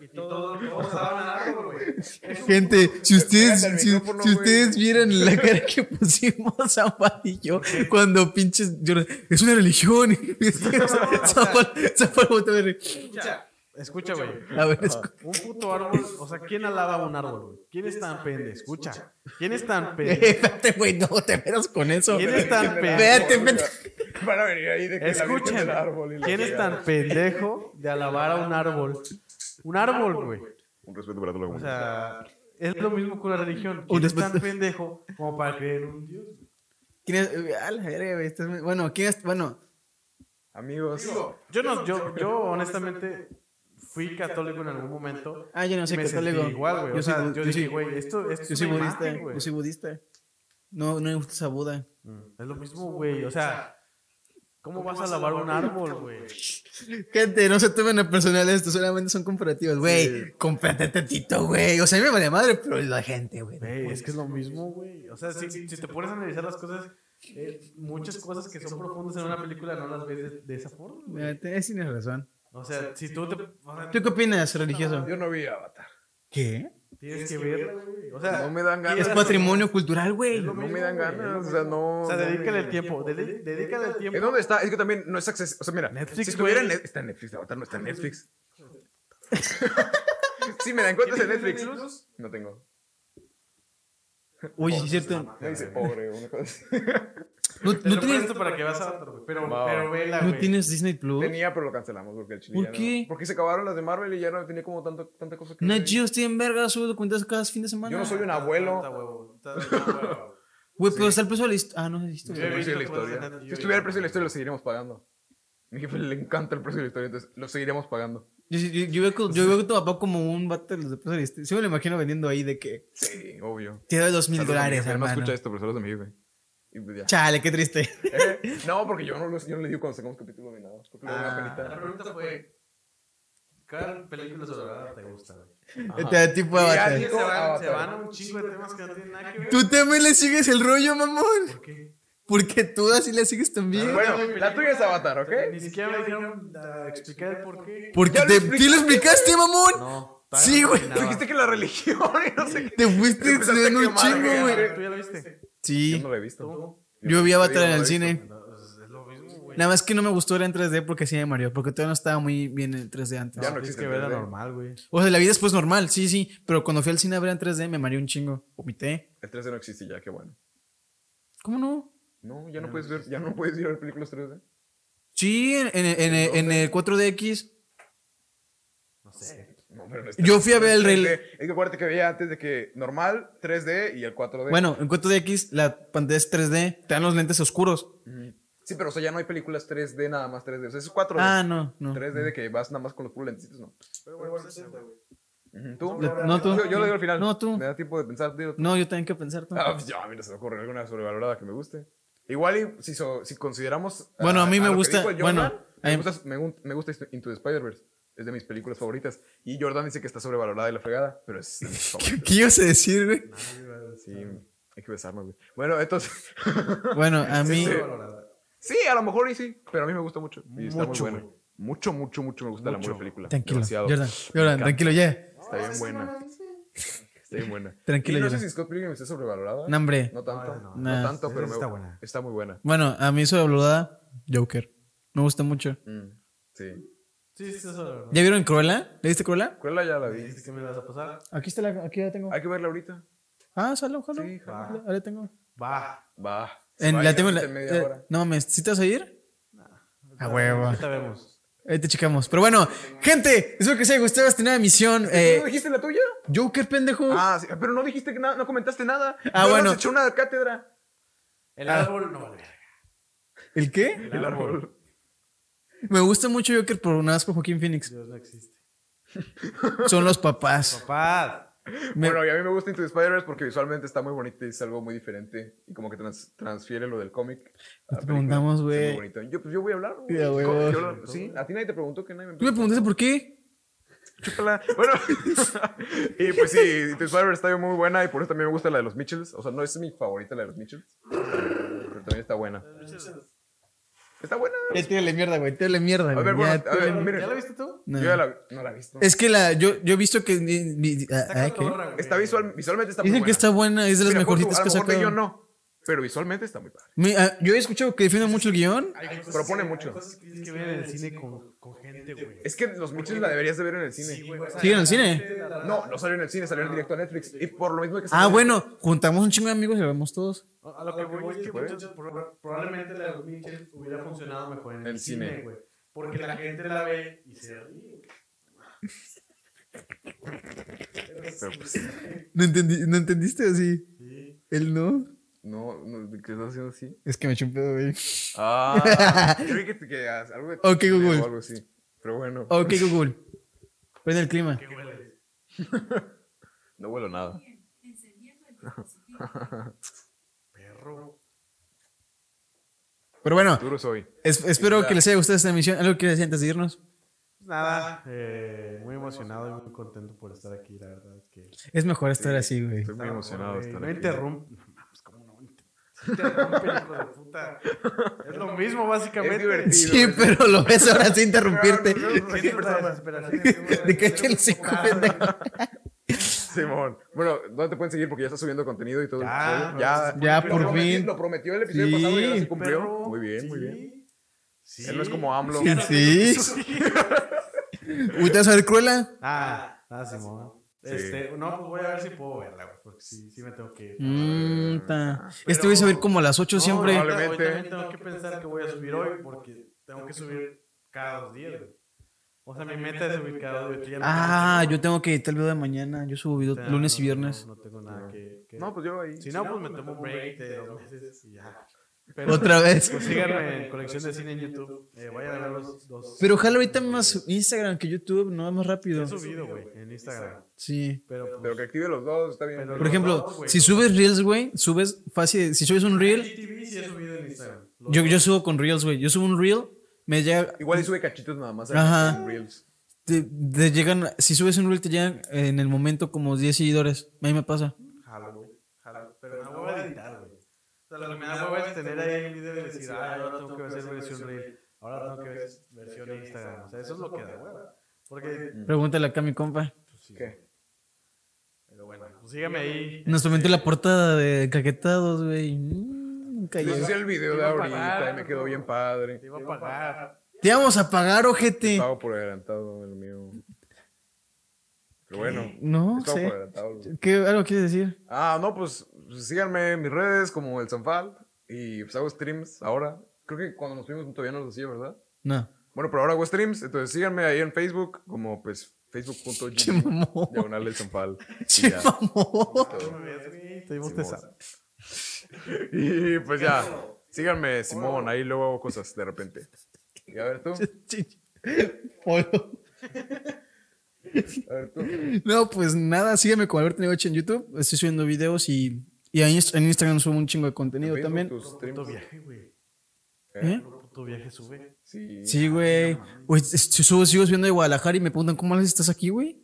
Speaker 3: Y todos, todos adoran al árbol, güey. Es un
Speaker 1: Gente, si ustedes,
Speaker 2: Pégate al
Speaker 1: si,
Speaker 2: micrófono,
Speaker 1: si
Speaker 2: güey.
Speaker 1: ustedes vieran la cara que pusimos a Zapad y yo cuando pinches lloran, es una religión. Zapad, Zapad, voltea a ver.
Speaker 3: Escucha, escucha, güey.
Speaker 1: A ver, escu-
Speaker 3: Un puto árbol, o sea, ¿quién alaba un árbol? güey? ¿Quién es tan pende? Escucha. ¿Quién es tan pende?
Speaker 1: espérate, güey, no te metas con eso.
Speaker 3: ¿Quién es tan
Speaker 1: Espérate,
Speaker 3: pendejo?
Speaker 1: espérate.
Speaker 2: Van a venir ahí de que la Virgen
Speaker 3: Escuchen.
Speaker 2: del árbol y la
Speaker 3: ¿Quién es
Speaker 2: chingada.
Speaker 3: tan pendejo de alabar a un árbol? Un árbol, güey.
Speaker 2: Un respeto para toda la
Speaker 3: O
Speaker 2: comunidad.
Speaker 3: sea, es lo mismo que una religión.
Speaker 1: Un
Speaker 3: ¿Quién es tan
Speaker 1: respeto.
Speaker 3: pendejo como para creer en un dios?
Speaker 1: ¿Quién es? A la verga, güey, estás muy- Bueno, ¿quién es? Bueno,
Speaker 2: Amigos.
Speaker 3: Yo no, yo, yo honestamente fui católico en algún momento.
Speaker 1: ah, yo no soy
Speaker 3: me sentí
Speaker 1: católico.
Speaker 3: igual, güey. O
Speaker 1: Yo soy
Speaker 3: sea,
Speaker 1: bu-
Speaker 3: yo
Speaker 1: yo
Speaker 3: dije,
Speaker 1: soy-
Speaker 3: güey, esto, esto
Speaker 1: Yo
Speaker 3: es
Speaker 1: soy
Speaker 3: una
Speaker 1: budista,
Speaker 3: imagen, güey.
Speaker 1: yo soy budista. No, no me gusta esa Buda.
Speaker 3: Mm, Es lo mismo, güey. O sea, ¿cómo vas a alabar un árbol, güey?
Speaker 1: Gente, no se tomen a personal esto, solamente son comparativos. Güey, cómprate tantito, güey. O sea, a mí me vale madre, pero la gente, güey.
Speaker 3: Güey, es que es lo mismo, güey. O sea, si, si te pones a analizar las cosas, eh, muchas cosas que son profundas en una película no las ves de, de esa forma, güey.
Speaker 1: Es tienes razón.
Speaker 3: O sea, si tú te... o sea,
Speaker 1: ¿Tú qué opinas,
Speaker 3: Ah,
Speaker 1: religioso?
Speaker 2: Yo no vi Avatar.
Speaker 1: ¿Qué?
Speaker 3: tienes que verla, güey. O sea,
Speaker 2: No me dan ganas.
Speaker 1: Es patrimonio cultural, güey.
Speaker 2: No me dan ganas. O sea, no.
Speaker 3: O sea,
Speaker 2: no me-
Speaker 3: dedícale el tiempo. dedí- Dedícale el
Speaker 2: ¿En
Speaker 3: tiempo.
Speaker 2: dónde está? Es que también no es accesible. O sea, mira,
Speaker 3: Netflix,
Speaker 2: si estuviera en
Speaker 3: güey.
Speaker 2: Net- está en Netflix, Avatar no está en Netflix. sí, me la encuentras en Netflix. No tengo.
Speaker 1: Oye, es cierto.
Speaker 2: Me dice pobre, una cosa así.
Speaker 1: ¿No,
Speaker 3: Te
Speaker 1: no
Speaker 3: lo
Speaker 1: tienes,
Speaker 3: presto para que vas a otro, güey. Pero,
Speaker 2: Va.
Speaker 3: pero vela,
Speaker 1: ¿no
Speaker 3: güey.
Speaker 1: tienes Disney Plus?
Speaker 2: Tenía, pero lo cancelamos porque el chile
Speaker 1: ¿Por
Speaker 2: ya no-
Speaker 1: qué?
Speaker 2: Porque se acabaron las de Marvel y ya no tenía como tanto, tanta cosa que.
Speaker 1: Nat
Speaker 2: ver.
Speaker 1: Geo estoy en verga, subo documentales cada fin de semana.
Speaker 2: Yo no soy un
Speaker 3: Está-
Speaker 2: abuelo.
Speaker 3: está huevo, está de huevo.
Speaker 1: Güey, pero está el peso de la historia. Ah, no, he visto.
Speaker 2: Yo he
Speaker 3: Yo he
Speaker 2: visto la
Speaker 3: visto cosas
Speaker 2: historia.
Speaker 3: en el-
Speaker 2: Si estuviera el precio de la historia, lo seguiremos pagando. A mi jefe le encanta el precio de la historia, entonces lo seguiremos pagando.
Speaker 1: Yo, yo, yo veo,
Speaker 2: Pues
Speaker 1: que- yo veo que tu papá como un vato de los de peso de la historia. Sí me lo imagino vendiendo ahí de que
Speaker 2: Sí, obvio.
Speaker 1: te doy dos mil
Speaker 2: Saludos a mi
Speaker 1: dólares,
Speaker 2: jefe, No
Speaker 1: hermano.
Speaker 2: escucha esto, pero saludos a mi jefe. Y pues ya.
Speaker 1: Chale, qué triste.
Speaker 2: Eh, no, porque yo no, lo- yo no le digo cuando sacamos capítulo de nada. Porque luego me da
Speaker 3: La
Speaker 2: penita.
Speaker 3: pregunta fue: ¿Qué películas sobre Avatar te gustan? güey?
Speaker 1: Este tipo de
Speaker 2: Y
Speaker 1: Avatar.
Speaker 2: alguien-
Speaker 3: Se van, se
Speaker 2: Avatar.
Speaker 3: Ah, van a un chingo de temas que no tienen nada que ver.
Speaker 1: Tú también le sigues el rollo, mamón.
Speaker 3: ¿Por qué?
Speaker 1: Porque tú así le sigues también.
Speaker 2: Bueno, la tuya es Avatar, ¿ok?
Speaker 3: Ni siquiera me dijeron a explicar el por qué.
Speaker 1: Porque
Speaker 2: ya lo
Speaker 1: te,
Speaker 2: expliqué.
Speaker 1: ¿sí lo explicaste, mamón.
Speaker 3: No.
Speaker 1: Sí, güey,
Speaker 2: Tú dijiste que la religión y no sé qué.
Speaker 1: Te fuiste
Speaker 2: Empezaste
Speaker 1: estudiando
Speaker 2: a
Speaker 1: un
Speaker 2: quemar,
Speaker 1: chingo,
Speaker 2: güey.
Speaker 1: güey.
Speaker 3: ¿Tú ya lo viste?
Speaker 2: Yo
Speaker 1: Sí.
Speaker 2: no lo he visto.
Speaker 3: ¿Tú?
Speaker 1: Yo vi Avatar en
Speaker 2: no lo
Speaker 1: el
Speaker 2: he
Speaker 1: cine.
Speaker 3: No, pues, es lo mismo, güey.
Speaker 1: Nada más que no me gustó era en 3D porque sí me mareó. Porque todavía no estaba muy bien el 3D antes.
Speaker 2: Ya no
Speaker 3: Tienes
Speaker 2: existe
Speaker 3: que
Speaker 2: el
Speaker 3: verla
Speaker 2: DVD.
Speaker 3: normal, güey.
Speaker 1: O sea, la vida después normal, sí, sí. Pero cuando fui al cine a ver en 3D me mareé un chingo. Vomité.
Speaker 2: El 3D no existe ya, qué bueno.
Speaker 1: ¿Cómo no?
Speaker 2: No, ya no puedes ver, ya no puedes ver películas 3D.
Speaker 1: Sí, en, en- en- en- en el 4DX.
Speaker 3: No sé.
Speaker 2: No, pero no está.
Speaker 1: Yo fui a ver el Rey.
Speaker 2: 3D. Es que acuérdate que veía antes de que normal, 3D y el 4D.
Speaker 1: Bueno, en 4DX la pantalla es 3D. Te dan los lentes oscuros.
Speaker 2: Ujú. Sí, pero o sea, ya no hay películas 3D nada más 3D. O sea, eso es 4D.
Speaker 1: Ah, no, no.
Speaker 2: 3D de que vas nada más con los puros lentecitos, no. Ujú. ¿Tú?
Speaker 1: No, no, tú.
Speaker 2: Yo, yo lo digo al final.
Speaker 1: No, tú.
Speaker 2: Me da tiempo de pensar, digo,
Speaker 1: No, yo también que pensar. tú.
Speaker 2: Ah, pues ya, mira, se me ocurre alguna sobrevalorada que me guste. Igual y si, so- si consideramos... ah,
Speaker 1: Bueno, a mí me
Speaker 2: lo que
Speaker 1: gusta-
Speaker 2: dijo el
Speaker 1: bueno,
Speaker 2: Jordan,
Speaker 1: a mí-
Speaker 2: me, gusta, me, gun- me gusta Into the Spider-Verse. Es de mis películas favoritas. Y Jordan dice que está sobrevalorada de la fregada, pero es de mis
Speaker 1: ¿Qué,
Speaker 2: favoritas.
Speaker 1: qué ibas a decir, güey?
Speaker 2: Sí, hay que besarnos, güey. Bueno, entonces.
Speaker 1: Bueno, a mí.
Speaker 2: sí, a lo mejor y sí, pero a mí me gusta mucho. Y está
Speaker 3: Mucho,
Speaker 2: muy buena. Mucho, mucho, mucho me gusta la amor de película.
Speaker 1: Tranquilo,
Speaker 2: Demasiado.
Speaker 1: Jordan. Jordan, tranquilo, ya.
Speaker 2: Está bien buena. Está bien buena.
Speaker 1: Tranquilo,
Speaker 2: Y no sé
Speaker 1: Jordan.
Speaker 2: si Scott Pilgrim está sobrevalorada.
Speaker 1: No, hombre.
Speaker 2: No tanto. No,
Speaker 1: no.
Speaker 2: tanto, pero me-
Speaker 3: Está buena.
Speaker 2: está muy buena.
Speaker 1: Bueno, a mí sobrevalorada, Joker. Me gusta mucho.
Speaker 2: Mm, sí.
Speaker 3: Sí, sí, eso.
Speaker 1: ¿Ya vieron Cruella? ¿Le diste Cruella?
Speaker 2: ¿Cuál ya la
Speaker 3: ¿Me
Speaker 2: vi?
Speaker 3: dijiste que me la vas a pasar?
Speaker 1: Aquí está la, aquí la tengo.
Speaker 2: Hay que verla ahorita.
Speaker 1: Ah, sale, ojalá.
Speaker 2: Sí,
Speaker 3: jala.
Speaker 1: Ahí la tengo.
Speaker 3: Va.
Speaker 2: Va.
Speaker 1: En-
Speaker 2: Va,
Speaker 1: la
Speaker 2: ya
Speaker 1: tengo en la-
Speaker 2: ahorita en media
Speaker 1: eh,
Speaker 2: hora.
Speaker 1: no mames, ¿sí te vas a ir? A huevo.
Speaker 3: Ya vemos.
Speaker 1: Ahí te checamos. Pero bueno, gente, espero que os haya gustado esta nueva misión.
Speaker 2: ¿Tú
Speaker 1: Eh,
Speaker 2: no dijiste la tuya?
Speaker 1: Joker, pendejo.
Speaker 2: Ah, sí, pero no dijiste que nada, no comentaste nada.
Speaker 1: Ah,
Speaker 2: no
Speaker 1: bueno.
Speaker 2: Has hecho una cátedra.
Speaker 3: El árbol no vale.
Speaker 1: ¿El qué?
Speaker 2: El árbol.
Speaker 1: Me gusta mucho Joker por un asco Joaquín Phoenix.
Speaker 3: Dios no existe.
Speaker 1: Son los papás.
Speaker 3: Papá.
Speaker 1: Me-
Speaker 2: Bueno, y a mí me gusta Into the Spider-Verse porque visualmente está muy bonito y es algo muy diferente. Y como que trans- transfiere lo del cómic. a la
Speaker 1: te
Speaker 2: película.
Speaker 1: preguntamos,
Speaker 2: Es muy
Speaker 1: güey.
Speaker 2: bonito. Yo, pues yo voy a hablar. güey.
Speaker 1: Sí, a huevo.
Speaker 2: ¿Cómo- yo lo- Sí, a ti nadie te preguntó que nadie me
Speaker 1: ¿Tú me preguntaste por qué?
Speaker 2: Chúpala. Bueno, y pues sí, Into the Spider-Verse está muy buena y por eso también me gusta la de los Mitchells. O sea, no es mi favorita la de los Mitchells, pero también está buena. Está buena.
Speaker 1: Ya tírale mierda, güey. Tírale mierda,
Speaker 2: A
Speaker 1: güey.
Speaker 2: ver,
Speaker 1: Ya,
Speaker 2: bueno, a
Speaker 1: tírale-
Speaker 2: ver, miren.
Speaker 3: ¿Ya la viste tú?
Speaker 1: No.
Speaker 2: Yo ya la, no la he visto.
Speaker 1: Es que la, yo, yo he visto que. ni- ni- ah, ah, ¿qué?
Speaker 3: Ahora, güey.
Speaker 2: Está visual, visualmente está muy
Speaker 1: Dicen
Speaker 2: buena.
Speaker 1: que está buena, es de las
Speaker 2: Mira, Joto,
Speaker 1: mejorcitas que ha
Speaker 2: A lo mejor de
Speaker 1: sacado.
Speaker 2: guión no, pero visualmente está muy padre.
Speaker 1: Me- ah, yo he escuchado que defienden mucho el guión.
Speaker 2: Propone mucho.
Speaker 3: pues Cosas que tienes que ver en el cine con, con gente, güey.
Speaker 2: Es que los Mitchells la deberías de ver en el cine.
Speaker 1: ¿Siguen en el cine?
Speaker 2: No, no salió en el cine, salió en directo a Netflix. Y por lo mismo que
Speaker 1: Ah, bueno, juntamos un chingo de amigos y lo vemos todos.
Speaker 3: A lo que voy es que muchachos, pro- probablemente la de los Mitchell hubiera funcionado mejor en el,
Speaker 2: El cine.
Speaker 3: cine, güey. Porque la gente la ve y se ríe.
Speaker 2: Pero, pues,
Speaker 1: ¿No, entendí- ¿no entendiste así?
Speaker 3: Sí.
Speaker 1: ¿Él no?
Speaker 2: no, no, ¿qué estás haciendo así?
Speaker 1: Es que me eché un pedo, güey.
Speaker 2: Ah, creí que, que, haz algo de
Speaker 1: Ok, Google.
Speaker 2: o algo así. Pero bueno,
Speaker 1: Ok, Google. Prende el clima.
Speaker 3: ¿Qué huele?
Speaker 2: no huelo nada.
Speaker 3: Perro.
Speaker 1: Pero bueno,
Speaker 2: Duro soy.
Speaker 1: es- espero que les haya gustado esta emisión. ¿Algo que les antes de irnos?
Speaker 3: Nada. Eh, muy emocionado y muy contento por estar aquí, la verdad. es Que...
Speaker 1: Es mejor estar así, güey.
Speaker 2: Estoy muy emocionado de
Speaker 3: Güey,
Speaker 2: estar
Speaker 3: No
Speaker 2: aquí.
Speaker 3: interrumpe. No mames, ¿cómo no? Inter- sí Interrumpe, hijo de puta. Es lo mismo, básicamente.
Speaker 2: Es divertido.
Speaker 1: Sí, pero lo ves ahora sin interrumpirte.
Speaker 3: Siento la desesperación que hubo
Speaker 1: De que te lo seco, pendejo.
Speaker 2: Simón. Bueno, ¿dónde te pueden seguir? Porque ya estás subiendo contenido y todo. el
Speaker 3: Ya,
Speaker 2: rollo.
Speaker 3: no,
Speaker 2: ya,
Speaker 1: Ya,
Speaker 2: Pero
Speaker 1: por
Speaker 2: lo prometi-
Speaker 1: fin.
Speaker 2: Lo prometió el episodio
Speaker 1: Sí,
Speaker 2: pasado y ya se
Speaker 1: perro,
Speaker 2: cumplió.
Speaker 3: Perro,
Speaker 2: Muy bien, muy
Speaker 3: sí.
Speaker 2: bien.
Speaker 3: Sí.
Speaker 2: Él no es como AMLO.
Speaker 1: Sí. Uy, ¿te vas a ver cruela?
Speaker 3: Ah, ah, Simón.
Speaker 2: Sí.
Speaker 3: Este, no, pues voy a ver si puedo verla, güey, porque sí, sí me tengo que ir.
Speaker 1: Mm, ta. Este voy a ver como a las 8
Speaker 3: No,
Speaker 1: siempre.
Speaker 3: ahorita- hoy
Speaker 2: Probablemente.
Speaker 3: también tengo que pensar que voy a subir hoy porque tengo que subir cada dos días, güey. O sea, mi meta es subir cada dos días.
Speaker 1: Ah, yo tengo que editar el video de mañana. Yo subo video
Speaker 3: O sea,
Speaker 1: lunes y
Speaker 3: no-
Speaker 1: viernes.
Speaker 3: No, no tengo nada que. que-
Speaker 2: No, pues yo ahí.
Speaker 3: si no, pues me tomo un break de dos meses y ya. Pero,
Speaker 1: Otra vez.
Speaker 3: Pues síganme en Colección de Cine en YouTube. Eh, vayan a ver los dos.
Speaker 1: Pero ojalá ahorita más Instagram que YouTube, no más rápido.
Speaker 3: he subido, güey, en Instagram.
Speaker 1: Sí.
Speaker 3: Pero,
Speaker 2: Pero
Speaker 3: pues,
Speaker 2: que active los dos, está bien.
Speaker 3: Pero-
Speaker 1: Por ejemplo, si subes Reels, güey, subes fácil. Si subes un Reel,
Speaker 3: IGTV sí he subido en Instagram. Los
Speaker 1: yo, yo subo con Reels, güey. Yo subo un Reel, me llega.
Speaker 2: Igual y sube cachitos nada más.
Speaker 1: Ajá.
Speaker 2: en Reels.
Speaker 1: Te, te llegan. Si subes un Reel, te llegan eh, en el momento como 10 seguidores. A mí me pasa.
Speaker 3: Jalo, güey. Jalo. Pero me voy a editar, güey. O sea, lo que me da hueva es tener ahí el video y decir, ah, ahora tengo que hacer versión reel. Ahora tengo que ver versión Instagram. O sea, eso es lo que da hueva. Porque,
Speaker 1: Pregúntale acá a mi compa.
Speaker 3: pues sí.
Speaker 2: ¿Qué?
Speaker 3: Pero bueno, pues sígame ahí.
Speaker 1: Nos comentó la portada de Caquetados, güey. Mm, nunca
Speaker 2: Les
Speaker 1: llegó.
Speaker 2: hice el video de
Speaker 3: Te iba a
Speaker 2: ahorita
Speaker 3: pagar,
Speaker 2: y me quedó
Speaker 3: bro.
Speaker 2: bien padre.
Speaker 3: Te iba a pagar.
Speaker 1: Te vamos a pagar, ojete.
Speaker 2: Pago por adelantado el mío. Pero bueno.
Speaker 1: No
Speaker 2: es pago
Speaker 1: sé.
Speaker 2: por adelantado, güey.
Speaker 1: ¿Qué, ¿Algo quieres decir?
Speaker 2: Ah, no, pues síganme en mis redes como el Sanfal. Y pues hago streams ahora. Creo que cuando nos vimos todavía no lo hacía, ¿verdad?
Speaker 1: No.
Speaker 2: Bueno, pero ahora hago streams, entonces síganme ahí en Facebook como pues
Speaker 1: Che
Speaker 2: facebook.gg
Speaker 1: mamón.
Speaker 2: diagonal el Sanfal.
Speaker 1: Che mamón.
Speaker 3: No me ves, güey. Estoy bostezando.
Speaker 2: Y pues ya, síganme Simón, ahí luego hago cosas de repente. Y a ver tú,
Speaker 1: Che- Polo.
Speaker 2: a ver tú.
Speaker 1: No, pues nada, sígueme como Alberto Negoche en YouTube. Estoy subiendo videos y, y ahí en Inst- en Instagram subo un chingo de contenido
Speaker 2: Facebook,
Speaker 1: también.
Speaker 2: tus
Speaker 3: Puto
Speaker 2: streams.
Speaker 3: viaje, güey.
Speaker 1: ¿Eh?
Speaker 3: Puro puto puto viaje sube.
Speaker 2: Sí.
Speaker 1: Sí, güey. Güey, es- si subo- sigo subiendo de Guadalajara y me preguntan, ¿cómo haces estás aquí, güey?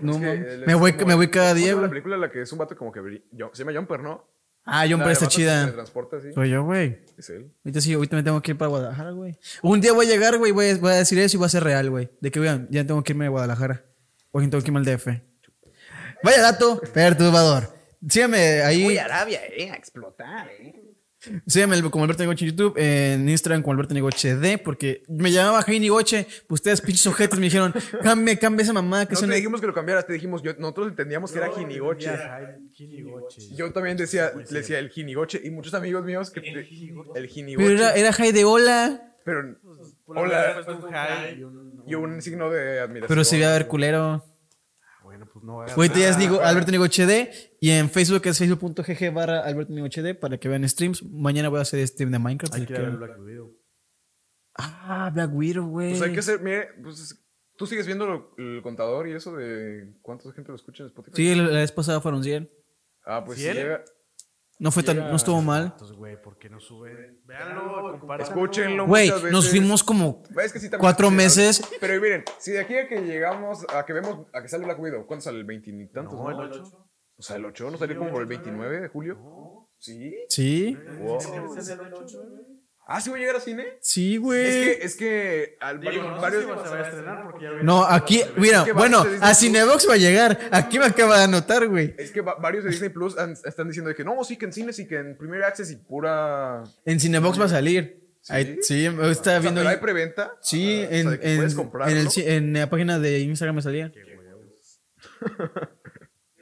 Speaker 1: No,
Speaker 2: Es que
Speaker 1: mames.
Speaker 2: él
Speaker 1: me
Speaker 2: es
Speaker 1: voy,
Speaker 2: como
Speaker 1: me
Speaker 2: el-
Speaker 1: voy cada
Speaker 2: ¿cómo se
Speaker 1: día,
Speaker 2: llama La
Speaker 1: güey.
Speaker 2: película en la que es un vato como que. bri- yo- se llama Jumper, ¿no?
Speaker 1: Ah,
Speaker 2: La
Speaker 1: John
Speaker 2: de
Speaker 1: Pero está
Speaker 2: vato que Se
Speaker 1: chida.
Speaker 2: transporta, sí.
Speaker 1: Soy yo, güey.
Speaker 2: Es él.
Speaker 1: Ahorita sí, ahorita me tengo que ir para Guadalajara, güey. Un día voy a llegar, güey, voy, a- voy a decir eso y va a ser real, güey. De que, vean, ya tengo que irme a Guadalajara. O tengo que irme al DF. Vaya dato perturbador. Síganme ahí.
Speaker 5: Arabia, eh, a explotar, eh.
Speaker 1: Síganme el- como Alberto Negoche en YouTube, en Instagram como Alberto Negoche D, porque me llamaba Jaime Negoche, ustedes pinches ojetes me dijeron, cambie, cambie esa mamá que
Speaker 2: No
Speaker 1: son...
Speaker 2: te dijimos que lo cambiaras, te dijimos. yo- nosotros entendíamos que era Hinigoche. Yo también decía, le decía el Hinigoche y muchos amigos míos que. El
Speaker 1: Pero era,
Speaker 2: Hinigoche.
Speaker 1: era Jaide Hola,
Speaker 2: Pero.
Speaker 3: Hola.
Speaker 2: Hola. Y un signo de admiración.
Speaker 1: pero se veía ver culero.
Speaker 3: Bueno, pues no hagas
Speaker 1: Ahorita ya es
Speaker 3: nada.
Speaker 1: digo Alberto Negoche D, y en Facebook es facebook.gg barra Alberto Negoche D para que vean streams. Mañana voy a hacer stream de Minecraft.
Speaker 3: Hay
Speaker 1: así
Speaker 3: que ir a ver
Speaker 1: que-
Speaker 3: Black Widow.
Speaker 1: Ah, Black Widow, güey.
Speaker 2: Pues hay que hacer. Mire, pues. Tú sigues viendo lo- el contador y eso de cuánta gente lo escucha en Spotify.
Speaker 1: Sí, la la vez pasada fueron 100.
Speaker 2: Ah, pues si
Speaker 3: ¿Cien?
Speaker 2: llega.
Speaker 1: No fue tan,
Speaker 2: Llega-
Speaker 1: no estuvo mal.
Speaker 3: Entonces, güey, ¿por qué no suben? Véanlo, compártanlo.
Speaker 2: Escúchenlo.
Speaker 1: Güey,
Speaker 2: muchas
Speaker 1: nos
Speaker 2: veces-
Speaker 1: fuimos como
Speaker 2: Es que sí, también
Speaker 1: cuatro
Speaker 2: es considerable.
Speaker 1: meses.
Speaker 2: Pero miren, si de aquí a que llegamos, a que vemos, a que sale Black Widow, ¿cuándo sale? ¿El 20 y tantos?
Speaker 3: No,
Speaker 2: No,
Speaker 3: el 8.
Speaker 2: O sea, el 8, ¿no salió como por el 29 de julio? ¿Sí?
Speaker 1: Sí,
Speaker 2: Wow. ¿Ah, sí voy a llegar al cine?
Speaker 1: sí, güey.
Speaker 2: Es que, es que, al- bueno, varios...
Speaker 3: se va a este, estrenar porque ya
Speaker 1: No, aquí, mira,
Speaker 2: que va
Speaker 1: bueno,
Speaker 2: a ser
Speaker 1: a
Speaker 2: Disney
Speaker 1: Cinebox va a llegar. Aquí me acaba de anotar, güey.
Speaker 2: Es que va- varios de Disney Plus han- están diciendo de que no, sí que en cines y que en Premier Access y pura...
Speaker 1: En Cinebox va a salir.
Speaker 2: ¿Sí?
Speaker 1: Ahí- Sí, me estaba
Speaker 2: O sea,
Speaker 1: viendo.
Speaker 2: ¿pero hay
Speaker 1: ahí.
Speaker 2: preventa?
Speaker 1: Sí,
Speaker 2: Ah, o sea,
Speaker 1: en,
Speaker 2: de que
Speaker 1: en,
Speaker 2: puedes comprarlo.
Speaker 1: en el ci- en la página de Instagram me salía.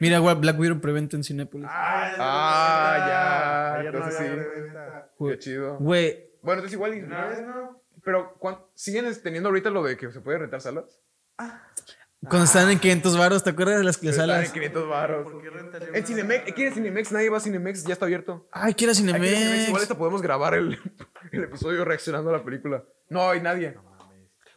Speaker 1: Mira, güey, Black Widow preventa en Cinepolis.
Speaker 2: Ah, ya.
Speaker 3: Ayer no
Speaker 2: Entonces
Speaker 3: había
Speaker 2: sí.
Speaker 3: preventa.
Speaker 2: Qué chido.
Speaker 1: Güey,
Speaker 2: Bueno, entonces igual... y-
Speaker 3: Una vez no.
Speaker 2: Pero, ¿cuán- ¿siguen este, teniendo ahorita lo de que se puede rentar salas?
Speaker 1: cuando están en 500 baros, ¿te acuerdas de las, las
Speaker 2: Ah. Están
Speaker 1: salas?
Speaker 2: en 500 baros.
Speaker 3: ¿Por qué rentaría
Speaker 2: En
Speaker 3: una-
Speaker 2: Cinemex, ¿eh? ¿quién es Cinemex? Nadie va a Cinemex, ya está abierto.
Speaker 1: Ay, quiero
Speaker 2: Hay que ir a Cinemex, Igual
Speaker 1: Cinemex.
Speaker 2: hasta podemos grabar el, el episodio reaccionando a la película. No hay nadie.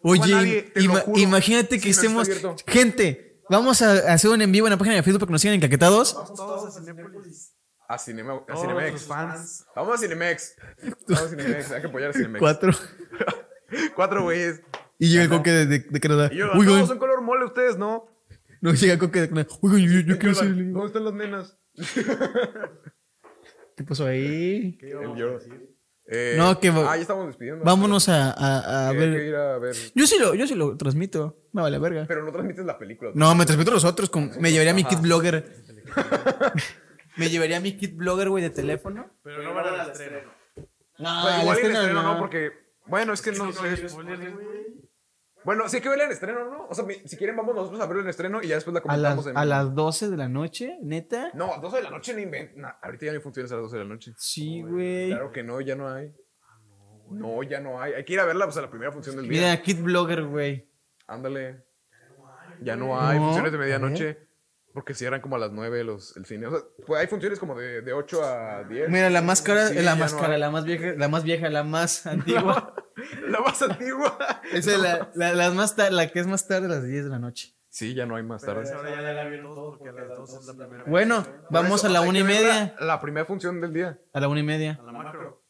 Speaker 1: Oye,
Speaker 2: No va nadie, te lo
Speaker 1: ima-
Speaker 2: juro.
Speaker 1: imagínate que
Speaker 2: Cinemex está
Speaker 1: estemos.
Speaker 2: abierto.
Speaker 1: Gente, vamos a hacer un en vivo en la página de Facebook para que nos sigan encaquetados.
Speaker 3: Vamos todos a Cinépolis.
Speaker 2: A, Cinema- a
Speaker 3: Todos los
Speaker 2: Cinemex.
Speaker 3: fans.
Speaker 2: Vamos a Cinemex. Vamos a Cinemex. Hay que apoyar a Cinemex.
Speaker 1: Cuatro.
Speaker 2: Cuatro güeyes.
Speaker 1: Y llega el coque de, de, de Canadá.
Speaker 2: Y yo, "Ah,
Speaker 1: Uy,
Speaker 2: todos
Speaker 1: güey.
Speaker 2: son color mole ustedes, ¿no?
Speaker 1: No llega Coque de Canadá. Oigan, yo, yo quiero ser. el-
Speaker 2: ¿Dónde están las nenas?
Speaker 1: ¿Qué pasó ahí?
Speaker 3: ¿Qué íbamos
Speaker 2: El yo.
Speaker 3: a decir?
Speaker 2: Eh,
Speaker 1: No, que va-
Speaker 2: Ah, ya estamos despidiendo.
Speaker 1: Vámonos a, a- a
Speaker 2: Hay que
Speaker 1: ver.
Speaker 2: ir a ver.
Speaker 1: Yo sí, lo, yo sí lo transmito. Me vale verga.
Speaker 2: Pero no transmites la película.
Speaker 1: No, me transmito a los otros. Con, me llevaría a mi kit blogger. me llevaría a mi kit blogger, güey, de teléfono.
Speaker 3: Pero no van a la estreno.
Speaker 1: No,
Speaker 2: O sea, igual
Speaker 1: la
Speaker 2: el
Speaker 1: escena
Speaker 2: estreno no,
Speaker 1: no.
Speaker 2: porque. Bueno, es que no sé.
Speaker 3: Spoiler, güey.
Speaker 2: Bueno, sí hay que verla en estreno, ¿no? O sea, mi- si quieren, vamos nosotros a verla en estreno y ya después la
Speaker 1: A las,
Speaker 2: comentamos en.
Speaker 1: a las 12 de la noche, neta.
Speaker 2: No, a 12 de la noche no inventen. ahorita ya no hay funciones a las 12 de la noche.
Speaker 1: Sí, güey.
Speaker 2: Claro que no, ya no hay. Ah, No, ya no hay. Hay que ir a verla, pues a la primera función del día.
Speaker 1: Mira, kit blogger, güey.
Speaker 2: Ándale. Ya no hay
Speaker 1: No,
Speaker 2: funciones de
Speaker 1: a
Speaker 2: medianoche. Porque cierran como a las 9 los, el cine. O sea, pues hay funciones como de, de 8 a 10.
Speaker 1: Mira, la máscara,
Speaker 2: Sí,
Speaker 1: la
Speaker 2: ya no
Speaker 1: máscara,
Speaker 2: hay.
Speaker 1: la más vieja, la más vieja, la más antigua.
Speaker 2: La más antigua.
Speaker 1: Esa es la, la, las más tar- la que es más tarde, a las 10 de la noche.
Speaker 2: Sí, ya no hay más tarde.
Speaker 3: Ahora ya la vieron todos porque a las 12 es la primera.
Speaker 1: Bueno,
Speaker 2: Por
Speaker 1: vamos
Speaker 2: eso,
Speaker 1: a la
Speaker 2: hay
Speaker 1: una y
Speaker 2: que verla
Speaker 1: media.
Speaker 2: La, primera función del día.
Speaker 1: A la una y media.
Speaker 3: A la macro.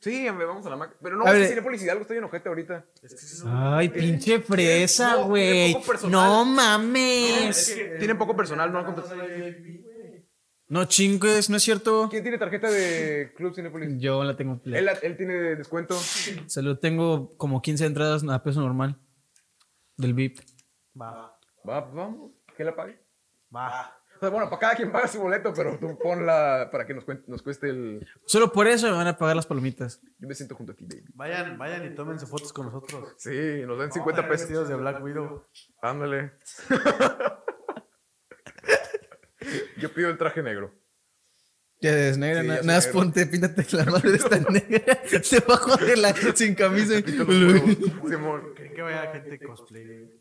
Speaker 2: Sí, hombre, vamos a la mac. Pero no,
Speaker 1: A
Speaker 2: es que
Speaker 1: ver.
Speaker 2: Cinépolis Hidalgo está bien ojete ahorita.
Speaker 3: Es que sí
Speaker 1: Ay, pinche fresa,
Speaker 2: no,
Speaker 1: güey.
Speaker 2: tiene poco personal.
Speaker 1: No
Speaker 3: es
Speaker 1: mames.
Speaker 3: que-
Speaker 2: Tienen poco personal, no han
Speaker 3: son-
Speaker 2: contratado.
Speaker 1: No chingues, ¿no es cierto?
Speaker 2: ¿Quién tiene tarjeta de Club Cinépolis?
Speaker 1: Yo la tengo. plena.
Speaker 2: Él, él tiene descuento.
Speaker 1: Se lo tengo como 15 entradas a peso normal. Del VIP.
Speaker 3: Va.
Speaker 2: Va, vamos. Que la pague.
Speaker 3: Va.
Speaker 2: O sea, bueno, para cada quien paga su boleto, pero tú ponla para que nos, cuen- nos cueste el.
Speaker 1: Solo por eso me van a pagar las palomitas.
Speaker 2: Yo me siento junto a ti, baby.
Speaker 3: Vayan, vayan y tómense fotos con nosotros.
Speaker 2: Sí, nos dan 50
Speaker 3: Vayan
Speaker 2: pesos.
Speaker 3: Vestidos de Black Widow.
Speaker 2: Ándale. Yo pido el traje negro.
Speaker 1: Ya es negra,
Speaker 2: Sí,
Speaker 1: na-
Speaker 2: ya es
Speaker 1: nada más
Speaker 2: negro.
Speaker 1: ponte, píntate la madre esta negra. Se va a joder la sin camisa.
Speaker 2: Pito los huevos. Simón.
Speaker 3: ¿Creen que vaya gente cosplay? güey?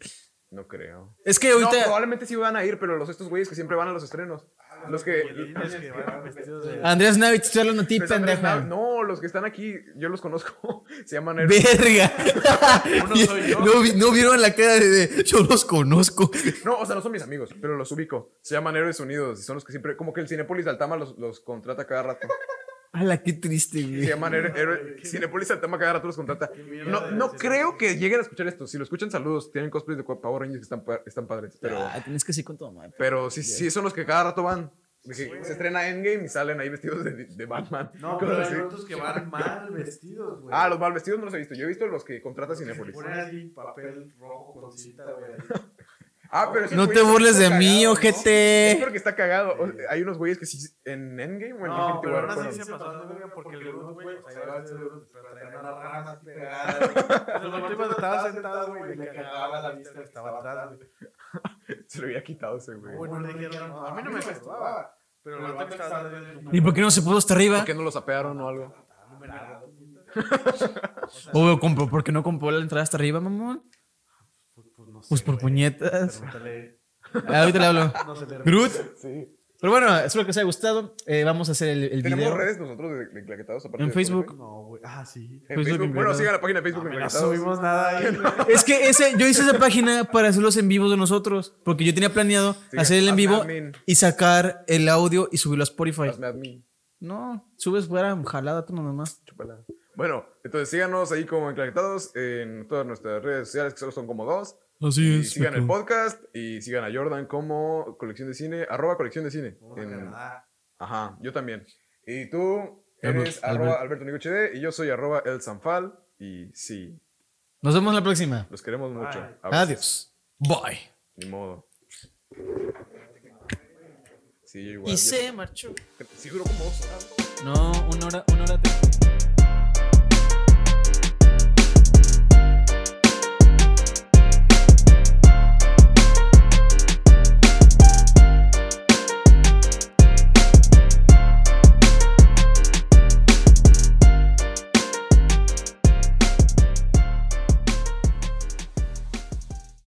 Speaker 2: No creo.
Speaker 1: Es que
Speaker 2: No,
Speaker 1: ahorita.
Speaker 2: probablemente sí van a ir, pero los estos güeyes que siempre van a los estrenos. Los que.
Speaker 3: Niños que vayan vestidos de.
Speaker 1: Andrés Navi, te estoy hablando a ti,
Speaker 2: Pues, Andrés
Speaker 1: pendeja.
Speaker 2: Nav- No, los que están aquí, yo los conozco. Se llaman Eros.
Speaker 1: Verga.
Speaker 3: Uno soy yo.
Speaker 1: No, vi- no vieron la cara de, de, yo los conozco.
Speaker 2: No, o sea, no son mis amigos, pero los ubico. Se llaman Héroes Unidos y son los que siempre. Como que el Cinépolis de Altama los, los contrata cada rato.
Speaker 1: Ala, qué triste,
Speaker 2: Se
Speaker 1: güey.
Speaker 2: llaman héroe- héroe- Cinepolis Altama cada rato los contrata. No, no creo que lleguen a escuchar esto. Si lo escuchan, saludos. Tienen cosplays de Power Rangers que están, pa- están padres. Pero,
Speaker 1: Ah, tienes que ser con todo, madre.
Speaker 2: pero sí, sí, son los que cada rato van. De que se estrena Endgame y salen ahí vestidos de, de Batman.
Speaker 3: No,
Speaker 2: Cosas
Speaker 3: pero
Speaker 2: así.
Speaker 3: hay otros que van mal vestidos, güey.
Speaker 2: Ah, los mal vestidos no los he visto. Yo he visto los que contrata Cinepolis.
Speaker 3: Ponen así papel rojo con cita, güey. ahí.
Speaker 2: Ah, pero
Speaker 1: No te burles de mí,
Speaker 2: Es
Speaker 1: ojete.
Speaker 2: porque está cagado. O sea, hay unos güeyes que sí en Endgame o en
Speaker 3: No,
Speaker 2: Infinity
Speaker 3: pero
Speaker 2: War
Speaker 3: ahora
Speaker 2: fueron.
Speaker 3: sí se pasaron de verga porque algunos, güey, o sea, iba a ser unos, pero traían a la raja así pegada. güey. Los últimos estaba sentado, güey, y le cagaba la vista que estaba atrás, güey.
Speaker 2: Se lo había quitado ese güey.
Speaker 3: Bueno, le dijeron, no, a mí no me gustaba. Pero el vato que estaba atrás de él,
Speaker 1: ¿Y por qué no se puso hasta arriba?
Speaker 2: ¿Por qué no lo sapearon o algo?
Speaker 3: numerado.
Speaker 1: Obvio, compró, ¿por qué no compró la entrada hasta arriba, mamón?
Speaker 3: Pues no sé,
Speaker 1: Pues por
Speaker 3: güey.
Speaker 1: puñetas.
Speaker 3: Pregúntale.
Speaker 1: Ah, ahorita le hablo.
Speaker 3: No se le
Speaker 1: Groot.
Speaker 2: Sí.
Speaker 1: Pero bueno, espero que les haya gustado. Eh, vamos a hacer el, el
Speaker 2: Tenemos
Speaker 1: video.
Speaker 2: redes nosotros de, de Claquetados aparte.
Speaker 1: En
Speaker 2: de
Speaker 1: Facebook.
Speaker 2: Spotify?
Speaker 3: No, güey. Ah, sí.
Speaker 2: En
Speaker 1: Facebook
Speaker 2: Facebook. Bueno,
Speaker 1: Claquetados.
Speaker 2: sigan la página de Facebook de
Speaker 3: No
Speaker 2: Claquetados.
Speaker 3: subimos nada ahí. güey.
Speaker 1: Es que ese, yo hice esa página para hacer los en vivos de nosotros. Porque yo tenía planeado
Speaker 2: Sí,
Speaker 1: hacer el en
Speaker 2: hazme
Speaker 1: vivo
Speaker 2: admin.
Speaker 1: y sacar el audio y subirlo a Spotify.
Speaker 2: Hazme admin.
Speaker 1: No, subes fuera, jalada tú nomás.
Speaker 2: Chúpala. Bueno, entonces síganos ahí como Enclaquetados en todas nuestras redes sociales, que solo son como dos.
Speaker 1: Así
Speaker 2: Y sigan el podcast y sigan a Jordan como colección de cine, arroba colección de cine. en-
Speaker 3: Nada.
Speaker 2: ajá, yo también. Y tú
Speaker 1: Albert,
Speaker 2: eres arroba Alberto Nico HD y yo soy arroba El Sanfal. Y sí,
Speaker 1: Nos vemos la próxima.
Speaker 2: los queremos mucho.
Speaker 3: Bye.
Speaker 2: A veces,
Speaker 1: Adiós. Bye.
Speaker 2: Ni modo. Sí, yo igual.
Speaker 1: Y
Speaker 2: yo-
Speaker 1: se marchó.
Speaker 2: Sí duró como dos horas.
Speaker 1: No, una hora, una hora. tres.